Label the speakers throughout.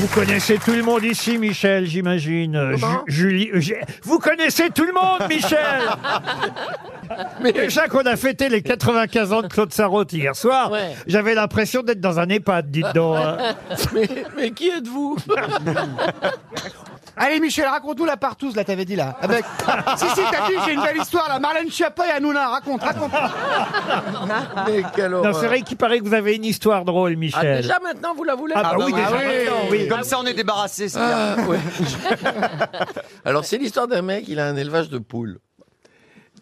Speaker 1: Vous connaissez tout le monde ici, Michel, j'imagine. Euh, Ju- Julie, euh, j'ai- vous connaissez tout le monde, Michel. Mais déjà qu'on a fêté les 95 ans de Claude Sarraute hier soir,
Speaker 2: Ouais.
Speaker 1: j'avais l'impression d'être dans un EHPAD, dites donc. hein.
Speaker 2: mais, mais qui êtes-vous
Speaker 3: Allez Michel, raconte-nous la partouze, là, t'avais dit là. Avec... si, si, t'as dit, j'ai une belle histoire là. Marlène Schiappa et Hanouna, raconte, raconte.
Speaker 4: Mais quelle
Speaker 1: Non,
Speaker 4: horreur.
Speaker 1: c'est vrai qu'il paraît que vous avez une histoire drôle,
Speaker 2: ah,
Speaker 1: Michel.
Speaker 2: Déjà maintenant, vous la voulez
Speaker 1: Ah bah oui, déjà maintenant, oui.
Speaker 5: Comme ça, on est débarrassé. c'est bien.
Speaker 4: Ah, ouais. Alors, c'est l'histoire d'un mec, il a un élevage de poules.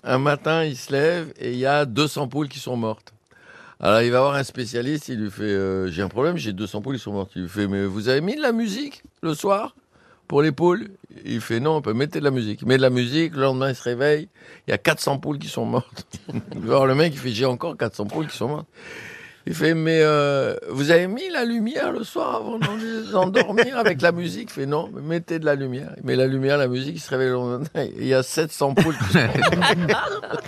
Speaker 4: Un matin, il se lève et il y a 200 poules qui sont mortes. Alors, il va voir un spécialiste, il lui fait euh, J'ai un problème, j'ai 200 poules qui sont mortes. Il lui fait Mais vous avez mis de la musique le soir pour les poules Il fait Non, on peut mettre de la musique. Il met de la musique, le lendemain, il se réveille, il y a 400 poules qui sont mortes. Il va voir le mec, il fait J'ai encore 400 poules qui sont mortes. Il fait, mais euh, vous avez mis la lumière le soir avant d'en- d'endormir avec la musique Il fait, non, mais mettez de la lumière. Il met la lumière, la musique, il se réveille le lendemain. Il y a 700 poules. qui sont mortes.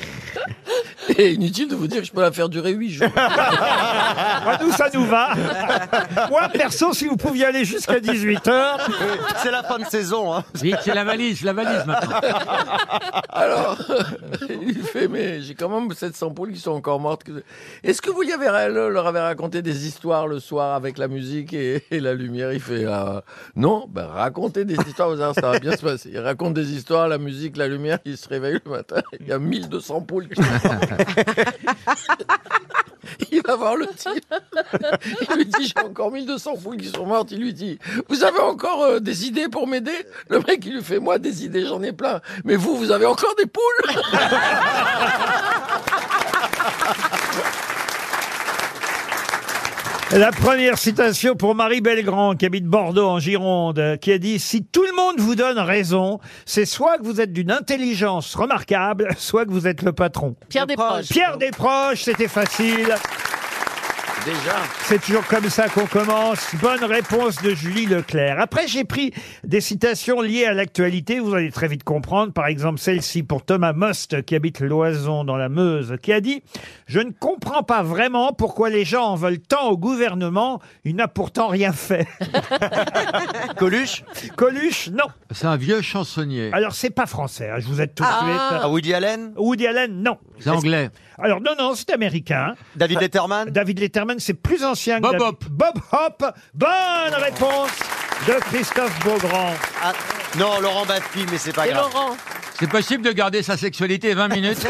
Speaker 4: Et inutile de vous dire que je peux la faire durer 8 jours.
Speaker 1: Moi, nous, ça nous va. Moi, perso, si vous pouviez aller jusqu'à 18h,
Speaker 5: C'est la fin de saison. hein.
Speaker 6: Vite, c'est la valise, la valise maintenant.
Speaker 4: Alors, il fait, mais j'ai quand même 700 poules qui sont encore mortes. Est-ce que vous y avez, euh, leur avez raconté des histoires le soir avec la musique et, et la lumière Il fait, ah, non, ben, racontez des histoires, vous allez voir, ça va bien se passer. Il raconte des histoires, la musique, la lumière, il se réveille le matin, il y a 1200 poules qui sont mortes. Il va voir le type. Il lui dit J'ai encore 1200 poules qui sont mortes. Il lui dit Vous avez encore euh, des idées pour m'aider Le mec, il lui fait Moi, des idées, j'en ai plein. Mais vous, vous avez encore des poules
Speaker 1: La première citation pour Marie Belgrand, qui habite Bordeaux en Gironde, euh, qui a dit Si tout le monde vous donne raison, c'est soit que vous êtes d'une intelligence remarquable, soit que vous êtes le patron.
Speaker 2: Pierre Desproges.
Speaker 1: Pierre Desproges, c'était facile.
Speaker 4: Déjà.
Speaker 1: C'est toujours comme ça qu'on commence. Bonne réponse de Julie Leclerc. Après, j'ai pris des citations liées à l'actualité. Vous allez très vite comprendre. Par exemple, celle-ci pour Thomas Most, qui habite Loison dans la Meuse, qui a dit « Je ne comprends pas vraiment pourquoi les gens en veulent tant au gouvernement. Il n'a pourtant rien fait.
Speaker 5: Coluche »
Speaker 1: Coluche, non.
Speaker 6: C'est un vieux chansonnier.
Speaker 1: Alors, c'est pas français. hein, Je vous aide tout de
Speaker 5: Ah,
Speaker 1: suite.
Speaker 5: Woody Allen
Speaker 1: Woody Allen, non.
Speaker 6: C'est anglais.
Speaker 1: Alors, non, non, c'est américain.
Speaker 5: David Letterman
Speaker 1: David Letterman, c'est plus ancien que
Speaker 6: Bob
Speaker 1: David-
Speaker 6: Hope.
Speaker 1: Bob Hope. Bonne réponse de Christophe Beaugrand.
Speaker 5: Ah, Non, Laurent Baffy, mais c'est pas
Speaker 2: Et
Speaker 5: grave.
Speaker 2: Laurent
Speaker 6: C'est possible de garder sa sexualité 20 minutes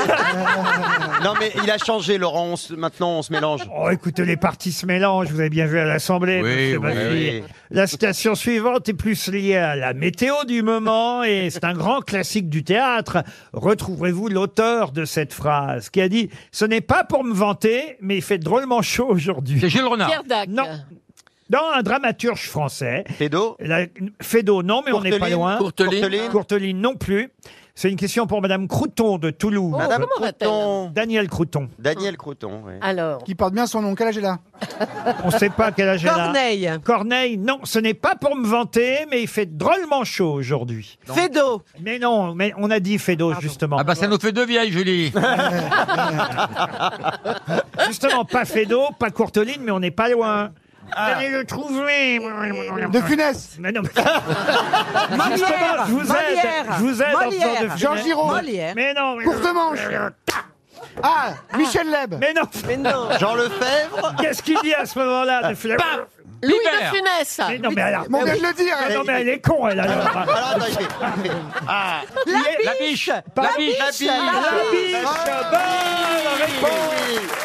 Speaker 5: Non, mais il a changé, Laurent. on se- Maintenant, on se mélange.
Speaker 1: Oh, écoutez, les partis se mélangent. Vous avez bien vu à l'Assemblée,
Speaker 6: Oui,
Speaker 1: monsieur
Speaker 6: oui,
Speaker 1: Baffi.
Speaker 5: oui.
Speaker 1: La citation suivante est plus liée à la météo du moment et c'est un grand classique du théâtre. Retrouverez-vous l'auteur de cette phrase qui a dit « Ce n'est pas pour me vanter, mais il fait drôlement chaud
Speaker 6: C'est
Speaker 1: aujourd'hui.
Speaker 6: Gilles » Renard.
Speaker 2: Pierre Dac.
Speaker 1: Non. Dans un dramaturge français,
Speaker 5: Pédo
Speaker 1: la... Fédo, non, mais on n'est pas
Speaker 5: Courteline,
Speaker 1: loin.
Speaker 4: Courteline.
Speaker 5: Courteline
Speaker 1: Courteline non plus. C'est une question pour Madame Crouton de
Speaker 2: Oh,
Speaker 1: Toulouse.
Speaker 5: Madame
Speaker 2: comment va-t-elle
Speaker 5: Crouton.
Speaker 1: Daniel Crouton.
Speaker 5: Daniel Crouton, oui.
Speaker 2: Alors,
Speaker 3: Qui porte bien son nom, quel âge est là
Speaker 1: On ne sait pas quel âge elle a. Corneille. Corneille, non, ce n'est pas pour me vanter, mais il fait drôlement chaud aujourd'hui.
Speaker 7: Fédo.
Speaker 1: Mais non, mais on a dit Fédo, justement.
Speaker 6: Ah bah ça nous fait deux vieilles, Julie.
Speaker 1: Justement, pas Fédo, pas Courteline, mais on n'est pas loin. Allez le trouver.
Speaker 3: De Funès,
Speaker 1: Mais non, mais- Justement, je vous aide.
Speaker 7: Molière.
Speaker 1: Je vous aide en
Speaker 7: Molière.
Speaker 1: faisant de-
Speaker 3: Jean Giraud,
Speaker 7: Molière.
Speaker 1: Mais non, mais,
Speaker 3: Courtemanche. Ah, Michel Leb.
Speaker 1: mais non.
Speaker 7: Mais non.
Speaker 5: Jean Lefebvre
Speaker 1: Qu'est-ce qu'il dit à ce moment-là de Fédo
Speaker 2: Louis
Speaker 6: Libert.
Speaker 2: de Funès.
Speaker 1: Mais non, mais alors.
Speaker 3: Mon gars de le dire.
Speaker 1: mais non, mais elle est con, elle, alors. Ah.
Speaker 5: Alors, attends, il fait- il fait-
Speaker 6: La biche La biche
Speaker 5: La biche La
Speaker 1: Biche,
Speaker 5: Ah
Speaker 1: bonne réponse.
Speaker 5: biche.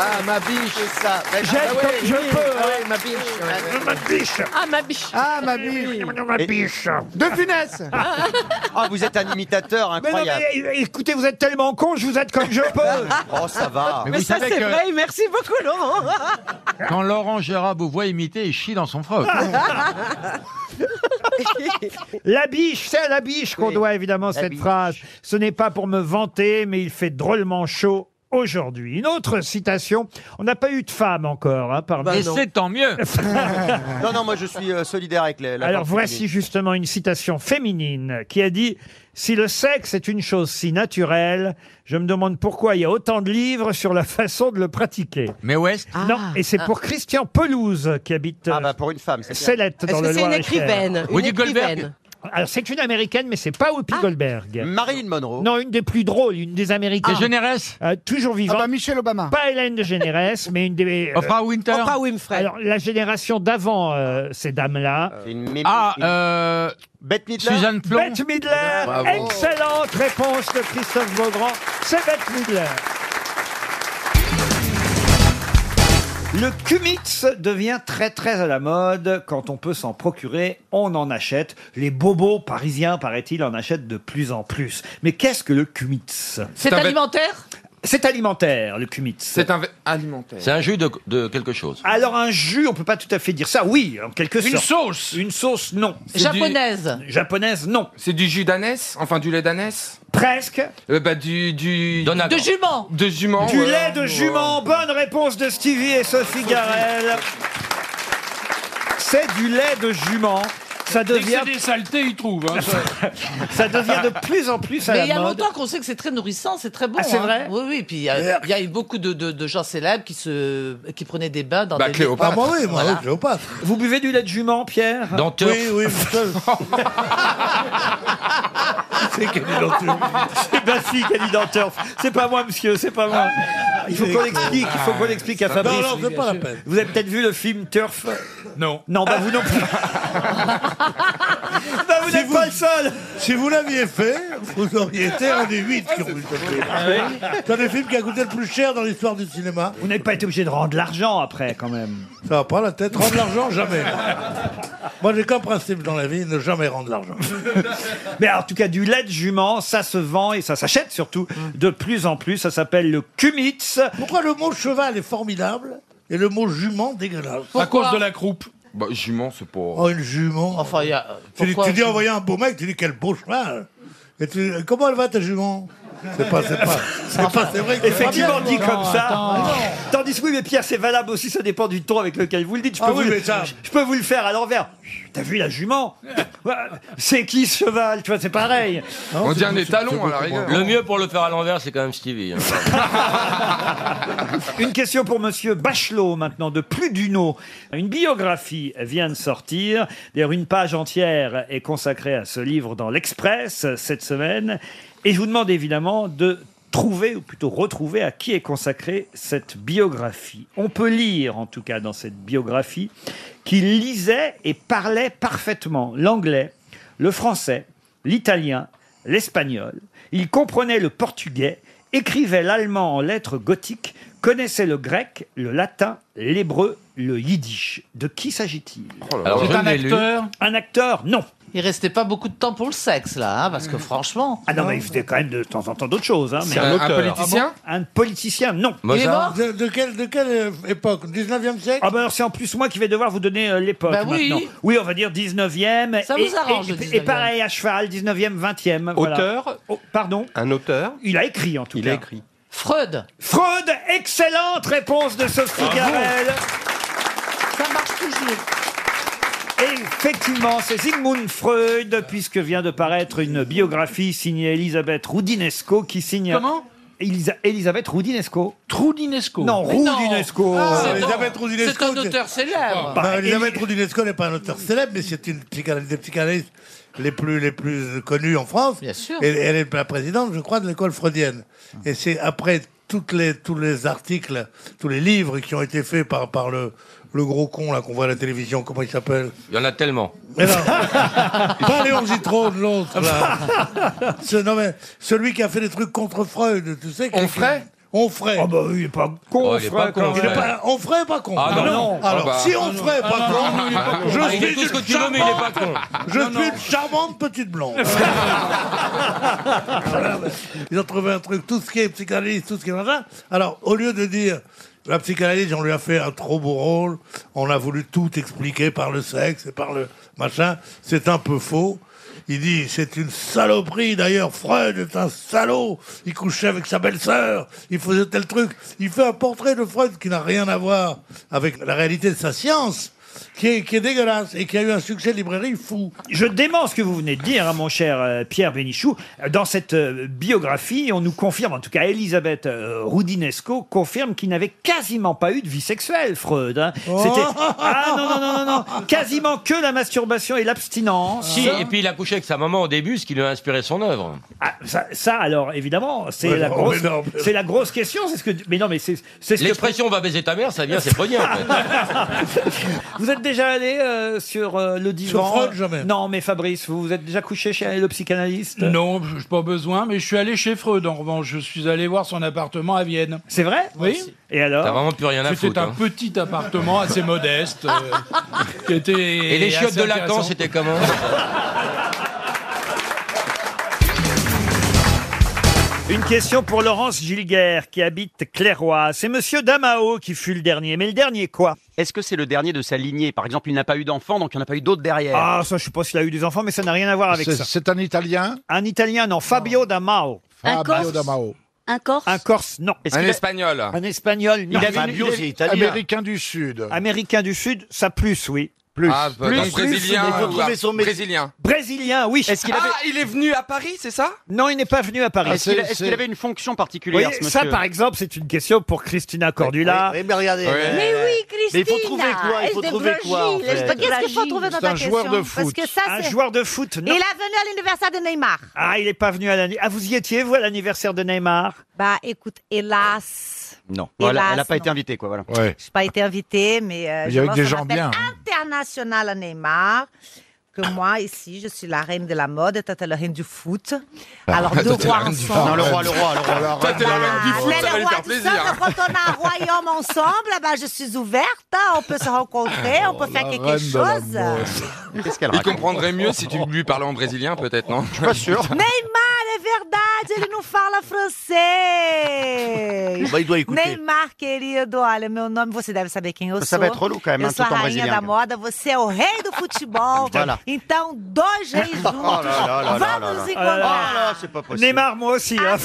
Speaker 5: Ah, ma biche, c'est ça. Ah,
Speaker 1: J'aime
Speaker 5: bah ouais,
Speaker 1: comme je
Speaker 5: oui,
Speaker 1: peux,
Speaker 5: ah
Speaker 1: hein.
Speaker 5: ouais, ma biche. ouais, ouais.
Speaker 1: Ma biche.
Speaker 2: Ah, ma biche.
Speaker 3: Ah, ma biche.
Speaker 1: Ma biche.
Speaker 3: De Funès.
Speaker 5: Ah, vous êtes un imitateur
Speaker 1: Mais non,
Speaker 5: Ah, incroyable.
Speaker 8: euh,
Speaker 1: mais é- écoutez, vous êtes tellement con, je vous aide comme je peux.
Speaker 5: Oh, ça va.
Speaker 6: Mais
Speaker 7: Mais
Speaker 6: vous
Speaker 7: ça,
Speaker 6: savez
Speaker 7: c'est
Speaker 6: que
Speaker 7: vrai. Merci beaucoup, Laurent.
Speaker 6: quand Laurent Gérard vous voit imiter, il chie dans son froc.
Speaker 1: Ah. La biche, c'est à la biche qu'on
Speaker 5: Oui.
Speaker 1: doit évidemment cette
Speaker 5: biche.
Speaker 1: phrase. Ce n'est pas pour me vanter, mais il fait drôlement chaud
Speaker 8: aujourd'hui. Une autre citation. On n'a pas eu de femme encore, hein,
Speaker 6: Bah,
Speaker 5: Bah
Speaker 8: parmi
Speaker 2: Et c'est tant mieux.
Speaker 5: Non, non, moi je suis euh, solidaire avec les. la
Speaker 8: Alors
Speaker 5: partie
Speaker 8: voici
Speaker 5: féminine.
Speaker 8: justement une citation féminine qui a dit Si le sexe est une chose si naturelle, je me demande pourquoi il y a autant de livres sur la façon de le pratiquer.
Speaker 2: Mais West,
Speaker 8: Non,
Speaker 9: Ah.
Speaker 8: et c'est pour Christian Pelouse qui habite euh,
Speaker 5: Ah bah pour une femme, c'est bien.
Speaker 8: Sellette dans
Speaker 9: Est-ce
Speaker 8: le
Speaker 9: que c'est une
Speaker 8: Loir-et-Cher.
Speaker 9: écrivaine Une
Speaker 2: Whoopi Goldberg.
Speaker 9: écrivaine.
Speaker 8: Alors c'est une américaine, mais c'est pas Whoopi Goldberg.
Speaker 5: Marilyn Monroe.
Speaker 8: Non, une des plus drôles, une des
Speaker 2: les
Speaker 8: américaines.
Speaker 2: généresses,
Speaker 8: Euh, toujours
Speaker 10: Ah
Speaker 8: vivante.
Speaker 10: bah Michel Obama.
Speaker 8: Pas Hélène de Généresse, mais une des. euh,
Speaker 2: Oprah Winter.
Speaker 9: Oprah Winfrey.
Speaker 8: alors, la génération d'avant euh, ces dames-là.
Speaker 5: C'est Une mimi-
Speaker 2: Ah,
Speaker 5: une-
Speaker 2: euh,
Speaker 5: Bette Midler.
Speaker 2: Suzanne Plon.
Speaker 8: Bette
Speaker 5: Ah,
Speaker 8: Midler,
Speaker 11: Bravo.
Speaker 8: excellente réponse de Christophe Beaugrand. C'est Bette Midler.
Speaker 1: Le Cumitz devient très très à la mode. Quand on peut s'en procurer, on en achète. Les bobos parisiens, paraît-il, en achètent de plus en plus. Mais qu'est-ce que le Cumitz
Speaker 12: C'est
Speaker 2: T'avais-
Speaker 12: alimentaire
Speaker 1: C'est alimentaire, le Cumitz.
Speaker 12: un alimentaire.
Speaker 13: C'est un jus de, de quelque chose.
Speaker 1: Alors un jus, on peut pas tout à fait dire ça. Oui, en quelque
Speaker 14: Une
Speaker 1: sorte.
Speaker 14: sauce
Speaker 1: Une sauce, non.
Speaker 9: Japonaise.
Speaker 1: Japonaise, non.
Speaker 14: C'est du jus d'ânesse Enfin, du lait d'ânesse
Speaker 1: Presque.
Speaker 14: euh, Bah, du... du...
Speaker 13: Donagan.
Speaker 9: De jument.
Speaker 14: de jument.
Speaker 1: Du
Speaker 14: voilà.
Speaker 1: lait de jument. Bonne réponse de Stevie et Sophie Garel. C'est du lait de jument. Ça devient,
Speaker 14: des saletés, ils trouvent. hein, ça.
Speaker 1: ça devient de plus en plus à
Speaker 9: Mais il y
Speaker 1: la
Speaker 9: a
Speaker 1: mode.
Speaker 9: longtemps qu'on sait que c'est très nourrissant, c'est très bon.
Speaker 1: Ah, c'est
Speaker 9: hein.
Speaker 1: vrai
Speaker 9: Oui, oui. Puis il y, a- il y a eu beaucoup de, de- de gens célèbres qui, se, qui prenaient des bains dans
Speaker 14: Bah,
Speaker 9: des
Speaker 15: Ah,
Speaker 14: Cléopâtre.
Speaker 9: moi oui, moi
Speaker 1: Vous buvez du lait de jument, Pierre
Speaker 13: Denteur.
Speaker 1: C'est Camille Denteur. C'est ma fille, Camille Denteur. C'est pas moi, monsieur, c'est pas moi. Il faut qu'on l'explique, il faut qu'on l'explique à Fabrice. Vous avez peut-être vu le film Turf
Speaker 14: Non.
Speaker 1: Non, bah vous non plus. bah vous n'êtes pas le seul
Speaker 16: Si vous l'aviez fait, vous auriez été un des huit qui ont vu cette film.
Speaker 8: Ah
Speaker 16: C'est un des films qui a coûté le plus cher dans l'histoire du cinéma.
Speaker 1: Vous n'avez pas été obligé de rendre l'argent après, quand même.
Speaker 16: Ça va pas la tête. Rendre l'argent, jamais. Moi, j'ai qu'un principe dans la vie, ne jamais rendre l'argent.
Speaker 1: Mais en tout cas, du lait de jument, ça se vend et ça s'achète surtout de plus en plus. Ça s'appelle le Cumitz.
Speaker 16: Mm. Pourquoi le mot cheval est formidable et le mot jument dégueulasse
Speaker 14: À cause de la croupe. Bah, jument, c'est pour...
Speaker 16: Oh, une jument.
Speaker 9: Enfin, il y a.
Speaker 16: tu, dis,
Speaker 9: pourquoi-
Speaker 16: tu dis en voyant un beau mec, tu dis quel beau cheval. Et tu dis, comment elle va ta jument C'est pas, c'est pas, c'est pas, c'est vrai. que-
Speaker 1: Effectivement, dit comme ça. Ah, Tandis que oui, mais Pierre, c'est valable aussi, ça dépend du ton avec lequel vous le dites. Je peux,
Speaker 16: Ah oui,
Speaker 1: vous, le-
Speaker 16: mais ça-
Speaker 1: je- je peux vous le faire à l'envers. T'as vu la jument Ouais, C'est qui ce cheval Tu vois, c'est pareil.
Speaker 14: On dit un étalon, à la rigueur.
Speaker 13: Le mieux pour le faire à l'envers, c'est quand même Stevie. hein.
Speaker 1: Une question pour Monsieur Bachelot maintenant de Pluduno. Une biographie vient de sortir. D'ailleurs, une page entière est consacrée à ce livre dans l'Express euh, cette semaine. Et je vous demande évidemment de trouver, ou plutôt retrouver, à qui est consacrée cette biographie. On peut lire, en tout cas, dans cette biographie, qu'il lisait et parlait parfaitement l'anglais, le français, l'italien, l'espagnol. Il comprenait le portugais, écrivait l'allemand en lettres gothiques, connaissait le grec, le latin, l'hébreu, le yiddish. De qui s'agit-il
Speaker 13: Alors,
Speaker 2: C'est
Speaker 13: je
Speaker 2: un
Speaker 13: l'ai lu.
Speaker 2: acteur.
Speaker 1: Un acteur Non.
Speaker 9: Il restait pas beaucoup de temps pour le sexe, là, hein, parce que franchement.
Speaker 1: Ah non, mais il faisait quand même de temps en temps d'autres choses. hein, mais Ah
Speaker 14: Un, un politicien
Speaker 1: un politicien Non.
Speaker 9: Il est mort
Speaker 16: De, de quelle, de quelle euh, époque 19e siècle
Speaker 1: Ah ben alors c'est en plus moi qui vais devoir vous donner euh, l'époque
Speaker 9: Bah oui.
Speaker 1: maintenant. Oui, on va dire 19e.
Speaker 9: Ça
Speaker 1: et,
Speaker 9: vous arrange,
Speaker 1: et-
Speaker 9: le
Speaker 1: et
Speaker 9: 19e.
Speaker 1: pareil à cheval, 19e, 20e. voilà. Oh, pardon
Speaker 14: Un auteur
Speaker 1: Il a écrit en tout cas.
Speaker 9: Freud.
Speaker 1: Freud, excellente réponse de Sophie Garel.
Speaker 9: Ça marche toujours.
Speaker 1: Et effectivement, c'est Sigmund Freud, puisque vient de paraître une biographie signée Elisabeth Roudinesco qui signe.
Speaker 2: Comment
Speaker 1: Elisa- Elisabeth Roudinesco
Speaker 2: Troudinesco.
Speaker 1: Non,
Speaker 9: non.
Speaker 1: Roudinesco.
Speaker 16: Ah,
Speaker 9: C'est
Speaker 16: Elisabeth
Speaker 9: bon. C'est
Speaker 16: Roudinesco,
Speaker 9: un
Speaker 16: c'est-
Speaker 9: auteur célèbre.
Speaker 1: Bah,
Speaker 16: Bah, Elisabeth
Speaker 1: Elie-
Speaker 16: Roudinesco n'est pas un auteur célèbre, mais c'est une psychanalyse, des psychanalystes les plus, les plus connus en France.
Speaker 9: Bien sûr.
Speaker 16: Et, elle est la présidente, je crois, de l'école freudienne. Et c'est après toutes les, tous les articles, tous les livres qui ont été faits par, par le, le gros con là qu'on voit à la télévision, comment il s'appelle
Speaker 13: Il y en a tellement.
Speaker 16: Mais non. Pas Léon Zitrone, l'autre, là. Ce- non, mais celui qui a fait des trucs contre Freud, tu sais. qui-
Speaker 14: Onfray
Speaker 16: Onfray.
Speaker 1: Oh bah oui, il est pas con,
Speaker 13: Oh, il est
Speaker 1: Freud,
Speaker 13: pas con,
Speaker 1: quand
Speaker 13: ouais.
Speaker 16: Il est
Speaker 1: même.
Speaker 16: pas- Onfray est pas con.
Speaker 13: Ah, non,
Speaker 1: non.
Speaker 16: Alors,
Speaker 14: Ah, bah.
Speaker 16: si Onfray est pas con, je
Speaker 13: Ah, il est
Speaker 16: suis
Speaker 13: tout ce
Speaker 16: une
Speaker 13: que tu veux, mais il est pas con.
Speaker 16: je suis une charmante petite blonde. Ils ont trouvé un truc, tout ce qui est psychanalyse, tout ce qui est machin. Alors, au lieu de dire la psychanalyse, on lui a fait un trop beau rôle, on a voulu tout expliquer par le sexe et par le machin, c'est un peu faux. Il dit c'est une saloperie d'ailleurs. Freud est un salaud. Il couchait avec sa belle-sœur. Il faisait tel truc. Il fait un portrait de Freud qui n'a rien à voir avec la réalité de sa science. Qui est, qui est dégueulasse et qui a eu un succès de librairie fou.
Speaker 1: Je dément ce que vous venez de dire, hein, mon cher euh, Pierre Bénichou. Dans cette euh, biographie, on nous confirme, en tout cas Elisabeth euh, Roudinesco confirme qu'il n'avait quasiment pas eu de vie sexuelle, Freud. hein. C'était... Ah non, non, non, non, non. Quasiment que la masturbation et l'abstinence.
Speaker 14: Si, et puis il a couché avec sa maman au début, ce qui lui a inspiré son œuvre.
Speaker 1: Ah, ça, ça, alors, évidemment, c'est
Speaker 14: Ouais,
Speaker 1: la
Speaker 14: non,
Speaker 1: grosse...
Speaker 14: mais non, mais-
Speaker 1: C'est la grosse question, c'est ce que... Mais non, mais c'est... c'est ce que-
Speaker 14: L'expression va baiser ta mère, ça vient, c'est poignant. en fait.
Speaker 1: Vous êtes déjà allé euh, sur euh, le divan
Speaker 16: Freud, jamais.
Speaker 1: Non, mais Fabrice, vous vous êtes déjà couché chez le psychanalyste
Speaker 8: Non, je pas besoin, mais je suis allé chez Freud en revanche. Je suis allé voir son appartement à Vienne.
Speaker 1: C'est vrai
Speaker 8: Oui.
Speaker 1: Et alors
Speaker 14: T'as vraiment plus rien à
Speaker 8: C'était
Speaker 14: foutre,
Speaker 8: un
Speaker 14: hein.
Speaker 8: petit appartement assez modeste. euh, qui était
Speaker 14: Et les chiottes
Speaker 8: assez
Speaker 14: de Lacan,
Speaker 8: intéressant.
Speaker 14: c'était comment
Speaker 1: Une question pour Laurence Gilguerre qui habite Clairoy. C'est Monsieur Damao qui fut le dernier. Mais le dernier quoi
Speaker 5: Est-ce que c'est le dernier de sa lignée Par exemple, il n'a pas eu d'enfant, donc il n'y en a pas eu d'autres derrière.
Speaker 1: Ah, ça, je sais pas s'il a eu des enfants, mais ça n'a rien à voir avec
Speaker 5: C'est-
Speaker 1: ça. C'est un Italien Un Italien, non. Fabio Damao.
Speaker 17: Un Fabio Corse Damao.
Speaker 1: Un Corse Un Corse, non.
Speaker 17: Est-ce Un qu'il a- Espagnol.
Speaker 1: Un Espagnol, non.
Speaker 17: Il avait Fabio, une- il avait- c'est italien. Américain
Speaker 1: du Sud. Américain du Sud, ça plus, oui. Plus.
Speaker 6: Ah, bah, Plus, Brésilien, plus, mais il faut ou- trouver son mé- Brésilien.
Speaker 1: Brésilien, oui.
Speaker 6: Ah, il est venu à Paris, c'est ça
Speaker 1: Non, il n'est pas venu à Paris.
Speaker 5: Est-ce qu'il a- est-ce qu'il avait une fonction
Speaker 1: Vous
Speaker 5: particulière,
Speaker 1: voyez,
Speaker 5: ce monsieur
Speaker 1: ça, par exemple, c'est une question pour Christina Cordula.
Speaker 5: oui, oui, mais regardez, Ouais. euh, Mais oui,
Speaker 18: Mais il faut trouver quoi Il faut trouver quoi en fait
Speaker 19: Qu'est-ce qu'il faut trouver dans ta question Parce que ça,
Speaker 1: un
Speaker 19: c'est-
Speaker 1: joueur de foot,
Speaker 19: Il est
Speaker 1: non.
Speaker 19: venu à l'anniversaire de Neymar.
Speaker 1: Ah, il n'est pas venu à l'anniversaire. Ah, vous y étiez, vous, à l'anniversaire de Neymar
Speaker 19: Bah, écoute, hélas,
Speaker 5: Non,
Speaker 19: Hélas,
Speaker 5: Voilà, elle n'a pas
Speaker 19: non.
Speaker 5: été invitée, quoi. Voilà.
Speaker 19: j'ai pas été invitée, mais euh,
Speaker 5: Mais il y
Speaker 19: je
Speaker 5: avait
Speaker 19: lance
Speaker 5: des
Speaker 19: un
Speaker 5: gens
Speaker 19: appel
Speaker 5: bien. hein.
Speaker 19: International à Neymar. Que moi, ici, je suis la reine de la mode, toi, t'es la reine du foot.
Speaker 5: Ah,
Speaker 19: Alors, deux rois
Speaker 1: hein,
Speaker 19: ensemble.
Speaker 5: Non, le roi, le roi, le roi.
Speaker 19: Toi, t'es la reine du foot,
Speaker 5: ça va lui faire
Speaker 19: Sauf que quand on a un royaume ensemble, eh ben, je suis ouverte, hein, on peut se rencontrer, on
Speaker 5: Oh
Speaker 19: peut faire quelque chose.
Speaker 5: Qu'est-ce
Speaker 6: Il comprendrait mieux si tu lui parlais en brésilien, peut-être, non Je suis
Speaker 5: pas sûr.
Speaker 19: Neymar, é verdade, ele não fala francês.
Speaker 5: Bah, il doit écouter.
Speaker 19: Neymar, querido, olha, meu nome, você deve saber quem eu
Speaker 5: Ça
Speaker 19: sou.
Speaker 5: va être relou, quand même,
Speaker 19: eu
Speaker 5: hein,
Speaker 19: sou a
Speaker 5: tout en
Speaker 19: rainha
Speaker 5: brésilien.
Speaker 19: da moda, você é o rei do futebol.
Speaker 5: Voilà.
Speaker 19: Então, dois reis juntos,
Speaker 5: Oh là
Speaker 19: Ah,
Speaker 5: là là là là
Speaker 19: vamos
Speaker 5: là.
Speaker 19: encontrar.
Speaker 5: Oh là, c'est pas possible.
Speaker 1: Neymar, moi aussi. hein.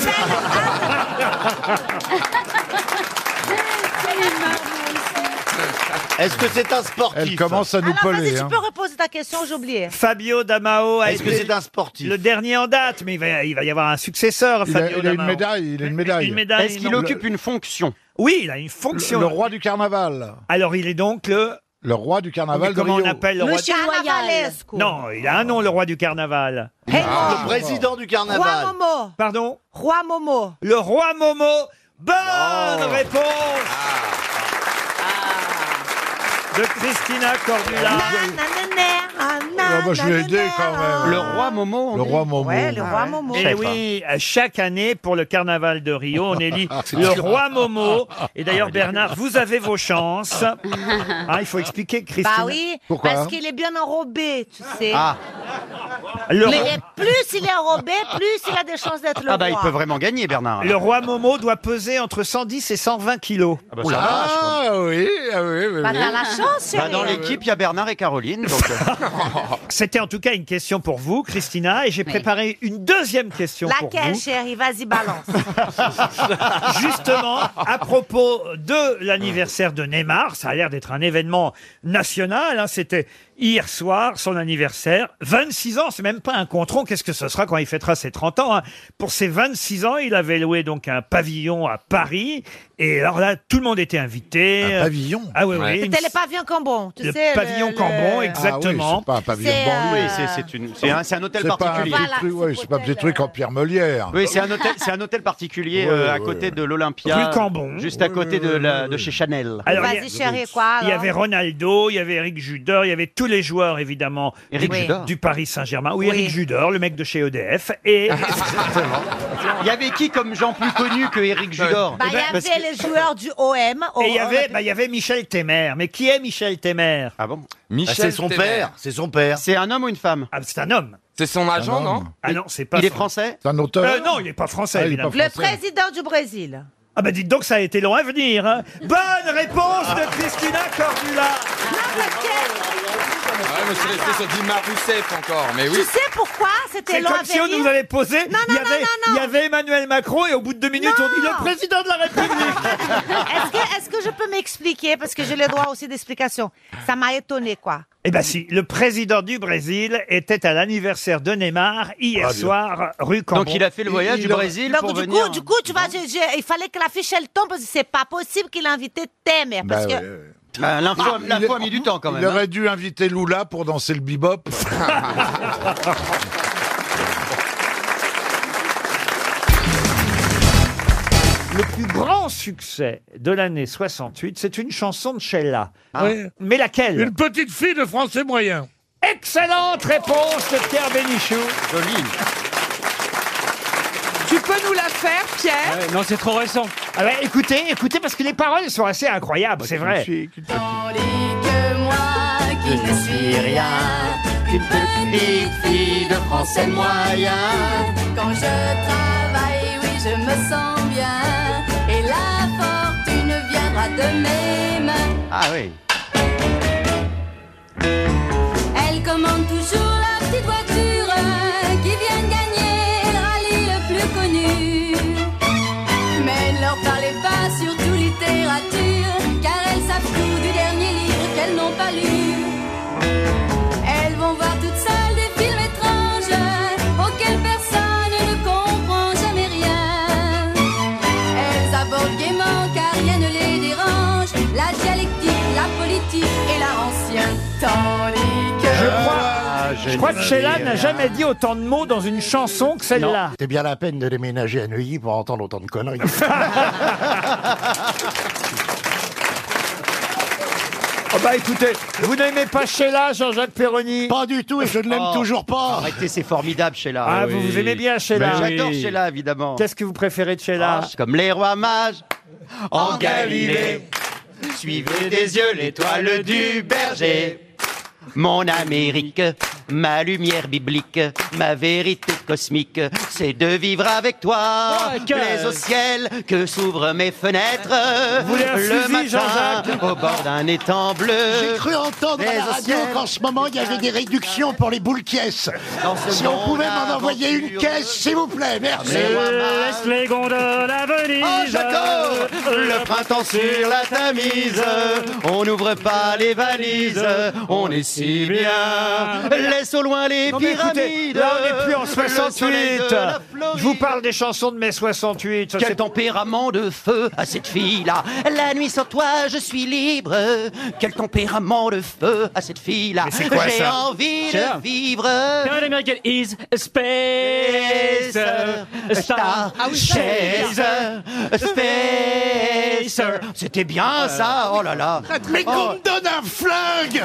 Speaker 19: é
Speaker 17: Est-ce que c'est un sportif Elle commence à nous hein.
Speaker 19: Alors, vas-y, tu peux reposer ta question, j'ai oublié.
Speaker 1: Fabio Damao a
Speaker 17: Est-ce
Speaker 1: été
Speaker 17: que c'est un sportif
Speaker 1: le dernier en date, mais il va, il va y avoir un successeur.
Speaker 17: Il a-
Speaker 1: Fabio
Speaker 17: il a une
Speaker 1: Damao.
Speaker 17: médaille, il a une médaille. Est-ce qu'il
Speaker 1: non.
Speaker 17: occupe
Speaker 5: une fonction
Speaker 1: Oui, il a une fonction.
Speaker 17: Le- le roi du carnaval.
Speaker 1: Alors, il est donc le.
Speaker 17: Le roi du carnaval
Speaker 1: Mais comment
Speaker 17: de Rio.
Speaker 1: on appelle le, roi du
Speaker 19: carnavalesco.
Speaker 1: Non, il a un nom, le roi du carnaval.
Speaker 17: Ah. Le président du carnaval.
Speaker 19: Roi Momo.
Speaker 1: Pardon
Speaker 19: Roi Momo.
Speaker 1: Le roi Momo. Bonne
Speaker 17: Oh.
Speaker 1: réponse
Speaker 17: Ah.
Speaker 1: de Christina Cordula.
Speaker 19: Ah
Speaker 17: bah, je l'ai
Speaker 1: né?
Speaker 17: aidé quand même.
Speaker 5: Le roi Momo.
Speaker 17: Le roi Momo.
Speaker 1: Et Eh oui, à chaque année, pour le carnaval de Rio, on élit
Speaker 5: Ah,
Speaker 1: le roi Momo. Et d'ailleurs, Bernard, vous avez vos chances. Ah, il faut expliquer, Christine.
Speaker 19: Bah oui, parce qu'il est bien enrobé, tu sais.
Speaker 1: Ah. Le
Speaker 19: Mais
Speaker 1: roi-
Speaker 19: il est- plus il est enrobé, plus il a des chances d'être le
Speaker 5: Ah bah, il
Speaker 19: roi.
Speaker 5: peut vraiment gagner, Bernard.
Speaker 1: Le roi Momo doit peser entre 110 et 120 kilos. Ah,
Speaker 5: bah, ça va,
Speaker 1: oui,
Speaker 5: oui,
Speaker 19: Bah, oui. t'as la chance,
Speaker 5: Bah, dans
Speaker 19: chérie.
Speaker 5: l'équipe, il y a Bernard et Caroline. donc, euh,
Speaker 1: C'était en tout cas une question pour vous, Christina, et j'ai préparé une deuxième question pour
Speaker 19: Laquelle,
Speaker 1: vous.
Speaker 19: chérie Vas-y, balance.
Speaker 1: Justement, à propos de l'anniversaire de Neymar, ça a l'air d'être un événement national. hein, C'était hier soir, son anniversaire. 26 ans, c'est même pas un contron. Qu'est-ce que ce sera quand il fêtera ses 30 ans hein Pour ses 26 ans, il avait loué donc un pavillon à Paris. Et alors là, tout le monde était invité. Un pavillon Ah oui, oui. une-
Speaker 19: C'était le pavillon Cambon, tu
Speaker 1: Le
Speaker 19: sais.
Speaker 1: pavillon Cambon,
Speaker 17: Ah
Speaker 1: exactement.
Speaker 17: c'est pas un pavillon
Speaker 19: C'est,
Speaker 17: de banlieue.
Speaker 19: euh, Oui, c'est- c'est
Speaker 5: une- c'est un- c'est un hôtel
Speaker 17: C'est pas
Speaker 5: particulier.
Speaker 17: petit
Speaker 5: Voilà,
Speaker 17: truc, ouais, c'est pas un petit truc en pierre meulière.
Speaker 5: Oui, c'est un hôtel, c'est un hôtel particulier euh, à côté de l'Olympia.
Speaker 17: Rue Cambon.
Speaker 5: Juste à côté de, la, de chez Chanel.
Speaker 1: Alors, il y a-
Speaker 19: euh, Vas-y, chérie, quoi alors
Speaker 1: Il y avait Ronaldo, il y avait Eric Judor, il y avait tous les joueurs évidemment
Speaker 5: Eric
Speaker 1: du,
Speaker 5: Oui. Judor.
Speaker 1: du Paris Saint-Germain. Oui,
Speaker 5: Oui.
Speaker 1: Eric Judor, le mec de chez EDF. Et
Speaker 5: Il y avait qui comme gens plus connus que Eric
Speaker 1: Euh,
Speaker 5: Judor
Speaker 1: Eh
Speaker 19: Bah, il y avait
Speaker 5: Parce que-
Speaker 19: les joueurs du OM.
Speaker 1: ben, et il y
Speaker 19: Oh,
Speaker 1: avait, bah, il y avait Michel Temer. Mais qui est Michel Temer
Speaker 5: Ah bon
Speaker 1: Michel
Speaker 5: Ah, c'est son
Speaker 1: Temer.
Speaker 5: père,
Speaker 17: C'est son père.
Speaker 5: C'est un homme ou une femme
Speaker 1: Ah, c'est un homme.
Speaker 6: C'est son agent,
Speaker 1: homme.
Speaker 6: non
Speaker 1: Ah non, c'est pas.
Speaker 5: Il est
Speaker 1: son-
Speaker 5: français
Speaker 17: C'est un auteur.
Speaker 1: Euh, non, il n'est pas français.
Speaker 17: Ah, il est
Speaker 1: évidemment.
Speaker 19: Le président du Brésil.
Speaker 1: Ah bah dites donc, ça a été long à venir. hein. Bonne réponse de Christina Cordula.
Speaker 19: Non, parce que-
Speaker 14: je me suis resté sur Dilma Rousseff encore, mais Eh oui.
Speaker 19: Tu sais pourquoi c'était
Speaker 1: C'est
Speaker 19: long
Speaker 1: comme
Speaker 19: à
Speaker 1: si on
Speaker 19: venir
Speaker 1: nous avait posé.
Speaker 19: Non,
Speaker 1: il, y
Speaker 19: non,
Speaker 1: avait,
Speaker 19: non,
Speaker 1: il y avait Emmanuel Macron et au bout de deux minutes, on dit le président de la République.
Speaker 19: Est-ce que, est-ce que je peux m'expliquer Parce que j'ai le droit aussi d'explication. Ça m'a étonné, quoi.
Speaker 1: Eh ben si, le président du Brésil était à l'anniversaire de Neymar hier soir, rue Cambon.
Speaker 5: Donc il a fait le voyage du Brésil
Speaker 19: Donc,
Speaker 5: pour
Speaker 19: du
Speaker 5: venir.
Speaker 19: Coup, du coup, tu vois, je- je- il fallait que l'affiche elle tombe parce que c'est pas possible qu'il ait invité Temer. Parce que.
Speaker 5: Bah, l'info,
Speaker 17: Ah,
Speaker 5: l'info
Speaker 17: il-
Speaker 5: a mis du temps quand même.
Speaker 17: Il
Speaker 5: hein.
Speaker 17: aurait dû inviter Lula pour danser le bebop.
Speaker 1: Le plus grand succès de l'année 68, c'est une chanson de Sheila.
Speaker 5: Ah.
Speaker 16: Oui.
Speaker 1: Mais laquelle
Speaker 16: Une petite fille de français moyen.
Speaker 1: Excellente réponse de Pierre Bénichou.
Speaker 2: Tu peux nous la faire, Pierre
Speaker 1: non, c'est trop récent. Ah ouais, écoutez, écoutez, parce que les paroles sont assez incroyables, c'est vrai.
Speaker 20: Tandis que moi qui ne suis rien, qu'une petite fille de français moyen. Quand je travaille, oui, je me sens bien, et la fortune viendra de mes mains.
Speaker 5: Ah oui.
Speaker 20: Elle commande toujours la petite voiture euh, qui vient de gagner le rallye le plus connu. Mais ne leur parlez pas surtout littérature, car elles savent tout du dernier livre qu'elles n'ont pas lu. Elles vont voir toutes seules des films étranges auxquels personne ne comprend jamais rien. Elles abordent gaiement car rien ne les dérange, la dialectique, la politique et l'art ancien. Tandis que
Speaker 1: Je crois, je crois que Sheila n'a jamais dit autant de mots dans une chanson que celle-là.
Speaker 21: C'est bien la peine de déménager à Neuilly pour entendre autant de conneries.
Speaker 1: Oh bah écoutez, vous n'aimez pas Sheila, Jean-Jacques Perroni Pas du tout, et je ne
Speaker 5: Oh, Arrêtez, c'est formidable Sheila.
Speaker 1: Ah, vous vous aimez bien, Sheila
Speaker 5: Mais
Speaker 1: Oui.
Speaker 5: J'adore Sheila, évidemment. Oh,
Speaker 1: Qu'est-ce que vous préférez de Sheila
Speaker 5: C'est Comme les rois mages en
Speaker 1: En
Speaker 5: Galilée. Suivez des yeux l'étoile du berger. Mon Amérique, ma lumière biblique, ma vérité cosmique, c'est de vivre avec toi.
Speaker 20: Oh, que-
Speaker 5: Les au ciel que s'ouvrent mes fenêtres.
Speaker 20: Vous voulez un
Speaker 5: le
Speaker 20: fusil,
Speaker 5: matin,
Speaker 20: Jean-Jacques
Speaker 5: au bord d'un étang bleu.
Speaker 21: J'ai cru entendre à
Speaker 5: Les
Speaker 21: la
Speaker 5: au
Speaker 21: radio
Speaker 5: ciel
Speaker 21: qu'en ce moment, il y avait des réductions pour les boules caisses.
Speaker 5: Dans ce
Speaker 21: Si on
Speaker 5: monde
Speaker 21: pouvait m'en envoyer une caisse, s'il vous plaît, merci.
Speaker 1: Laisse les gondoles à Venise.
Speaker 5: Oh, j'adore le printemps sur la Tamise. On n'ouvre pas les valises, on est si bien. Laisse au loin les
Speaker 1: Non, mais écoutez,
Speaker 5: pyramides.
Speaker 1: là, on n'est plus en
Speaker 5: le soleil
Speaker 1: 68.
Speaker 5: de la
Speaker 1: Je vous parle des chansons de mai 68. ça,
Speaker 5: Quel
Speaker 1: c'est-
Speaker 5: tempérament de feu à cette fille-là. La nuit sans toi, je suis libre. Quel tempérament de feu à cette fille-là.
Speaker 20: c'est quoi,
Speaker 5: J'ai
Speaker 20: ça
Speaker 5: envie
Speaker 20: Cher.
Speaker 5: de vivre.
Speaker 20: Not
Speaker 5: American is space. Star.
Speaker 20: Ah oui, ça,
Speaker 5: Chaise. Space. C'était bien ça. Oh là là.
Speaker 17: Mais
Speaker 5: Oh.
Speaker 17: qu'on me donne un flingue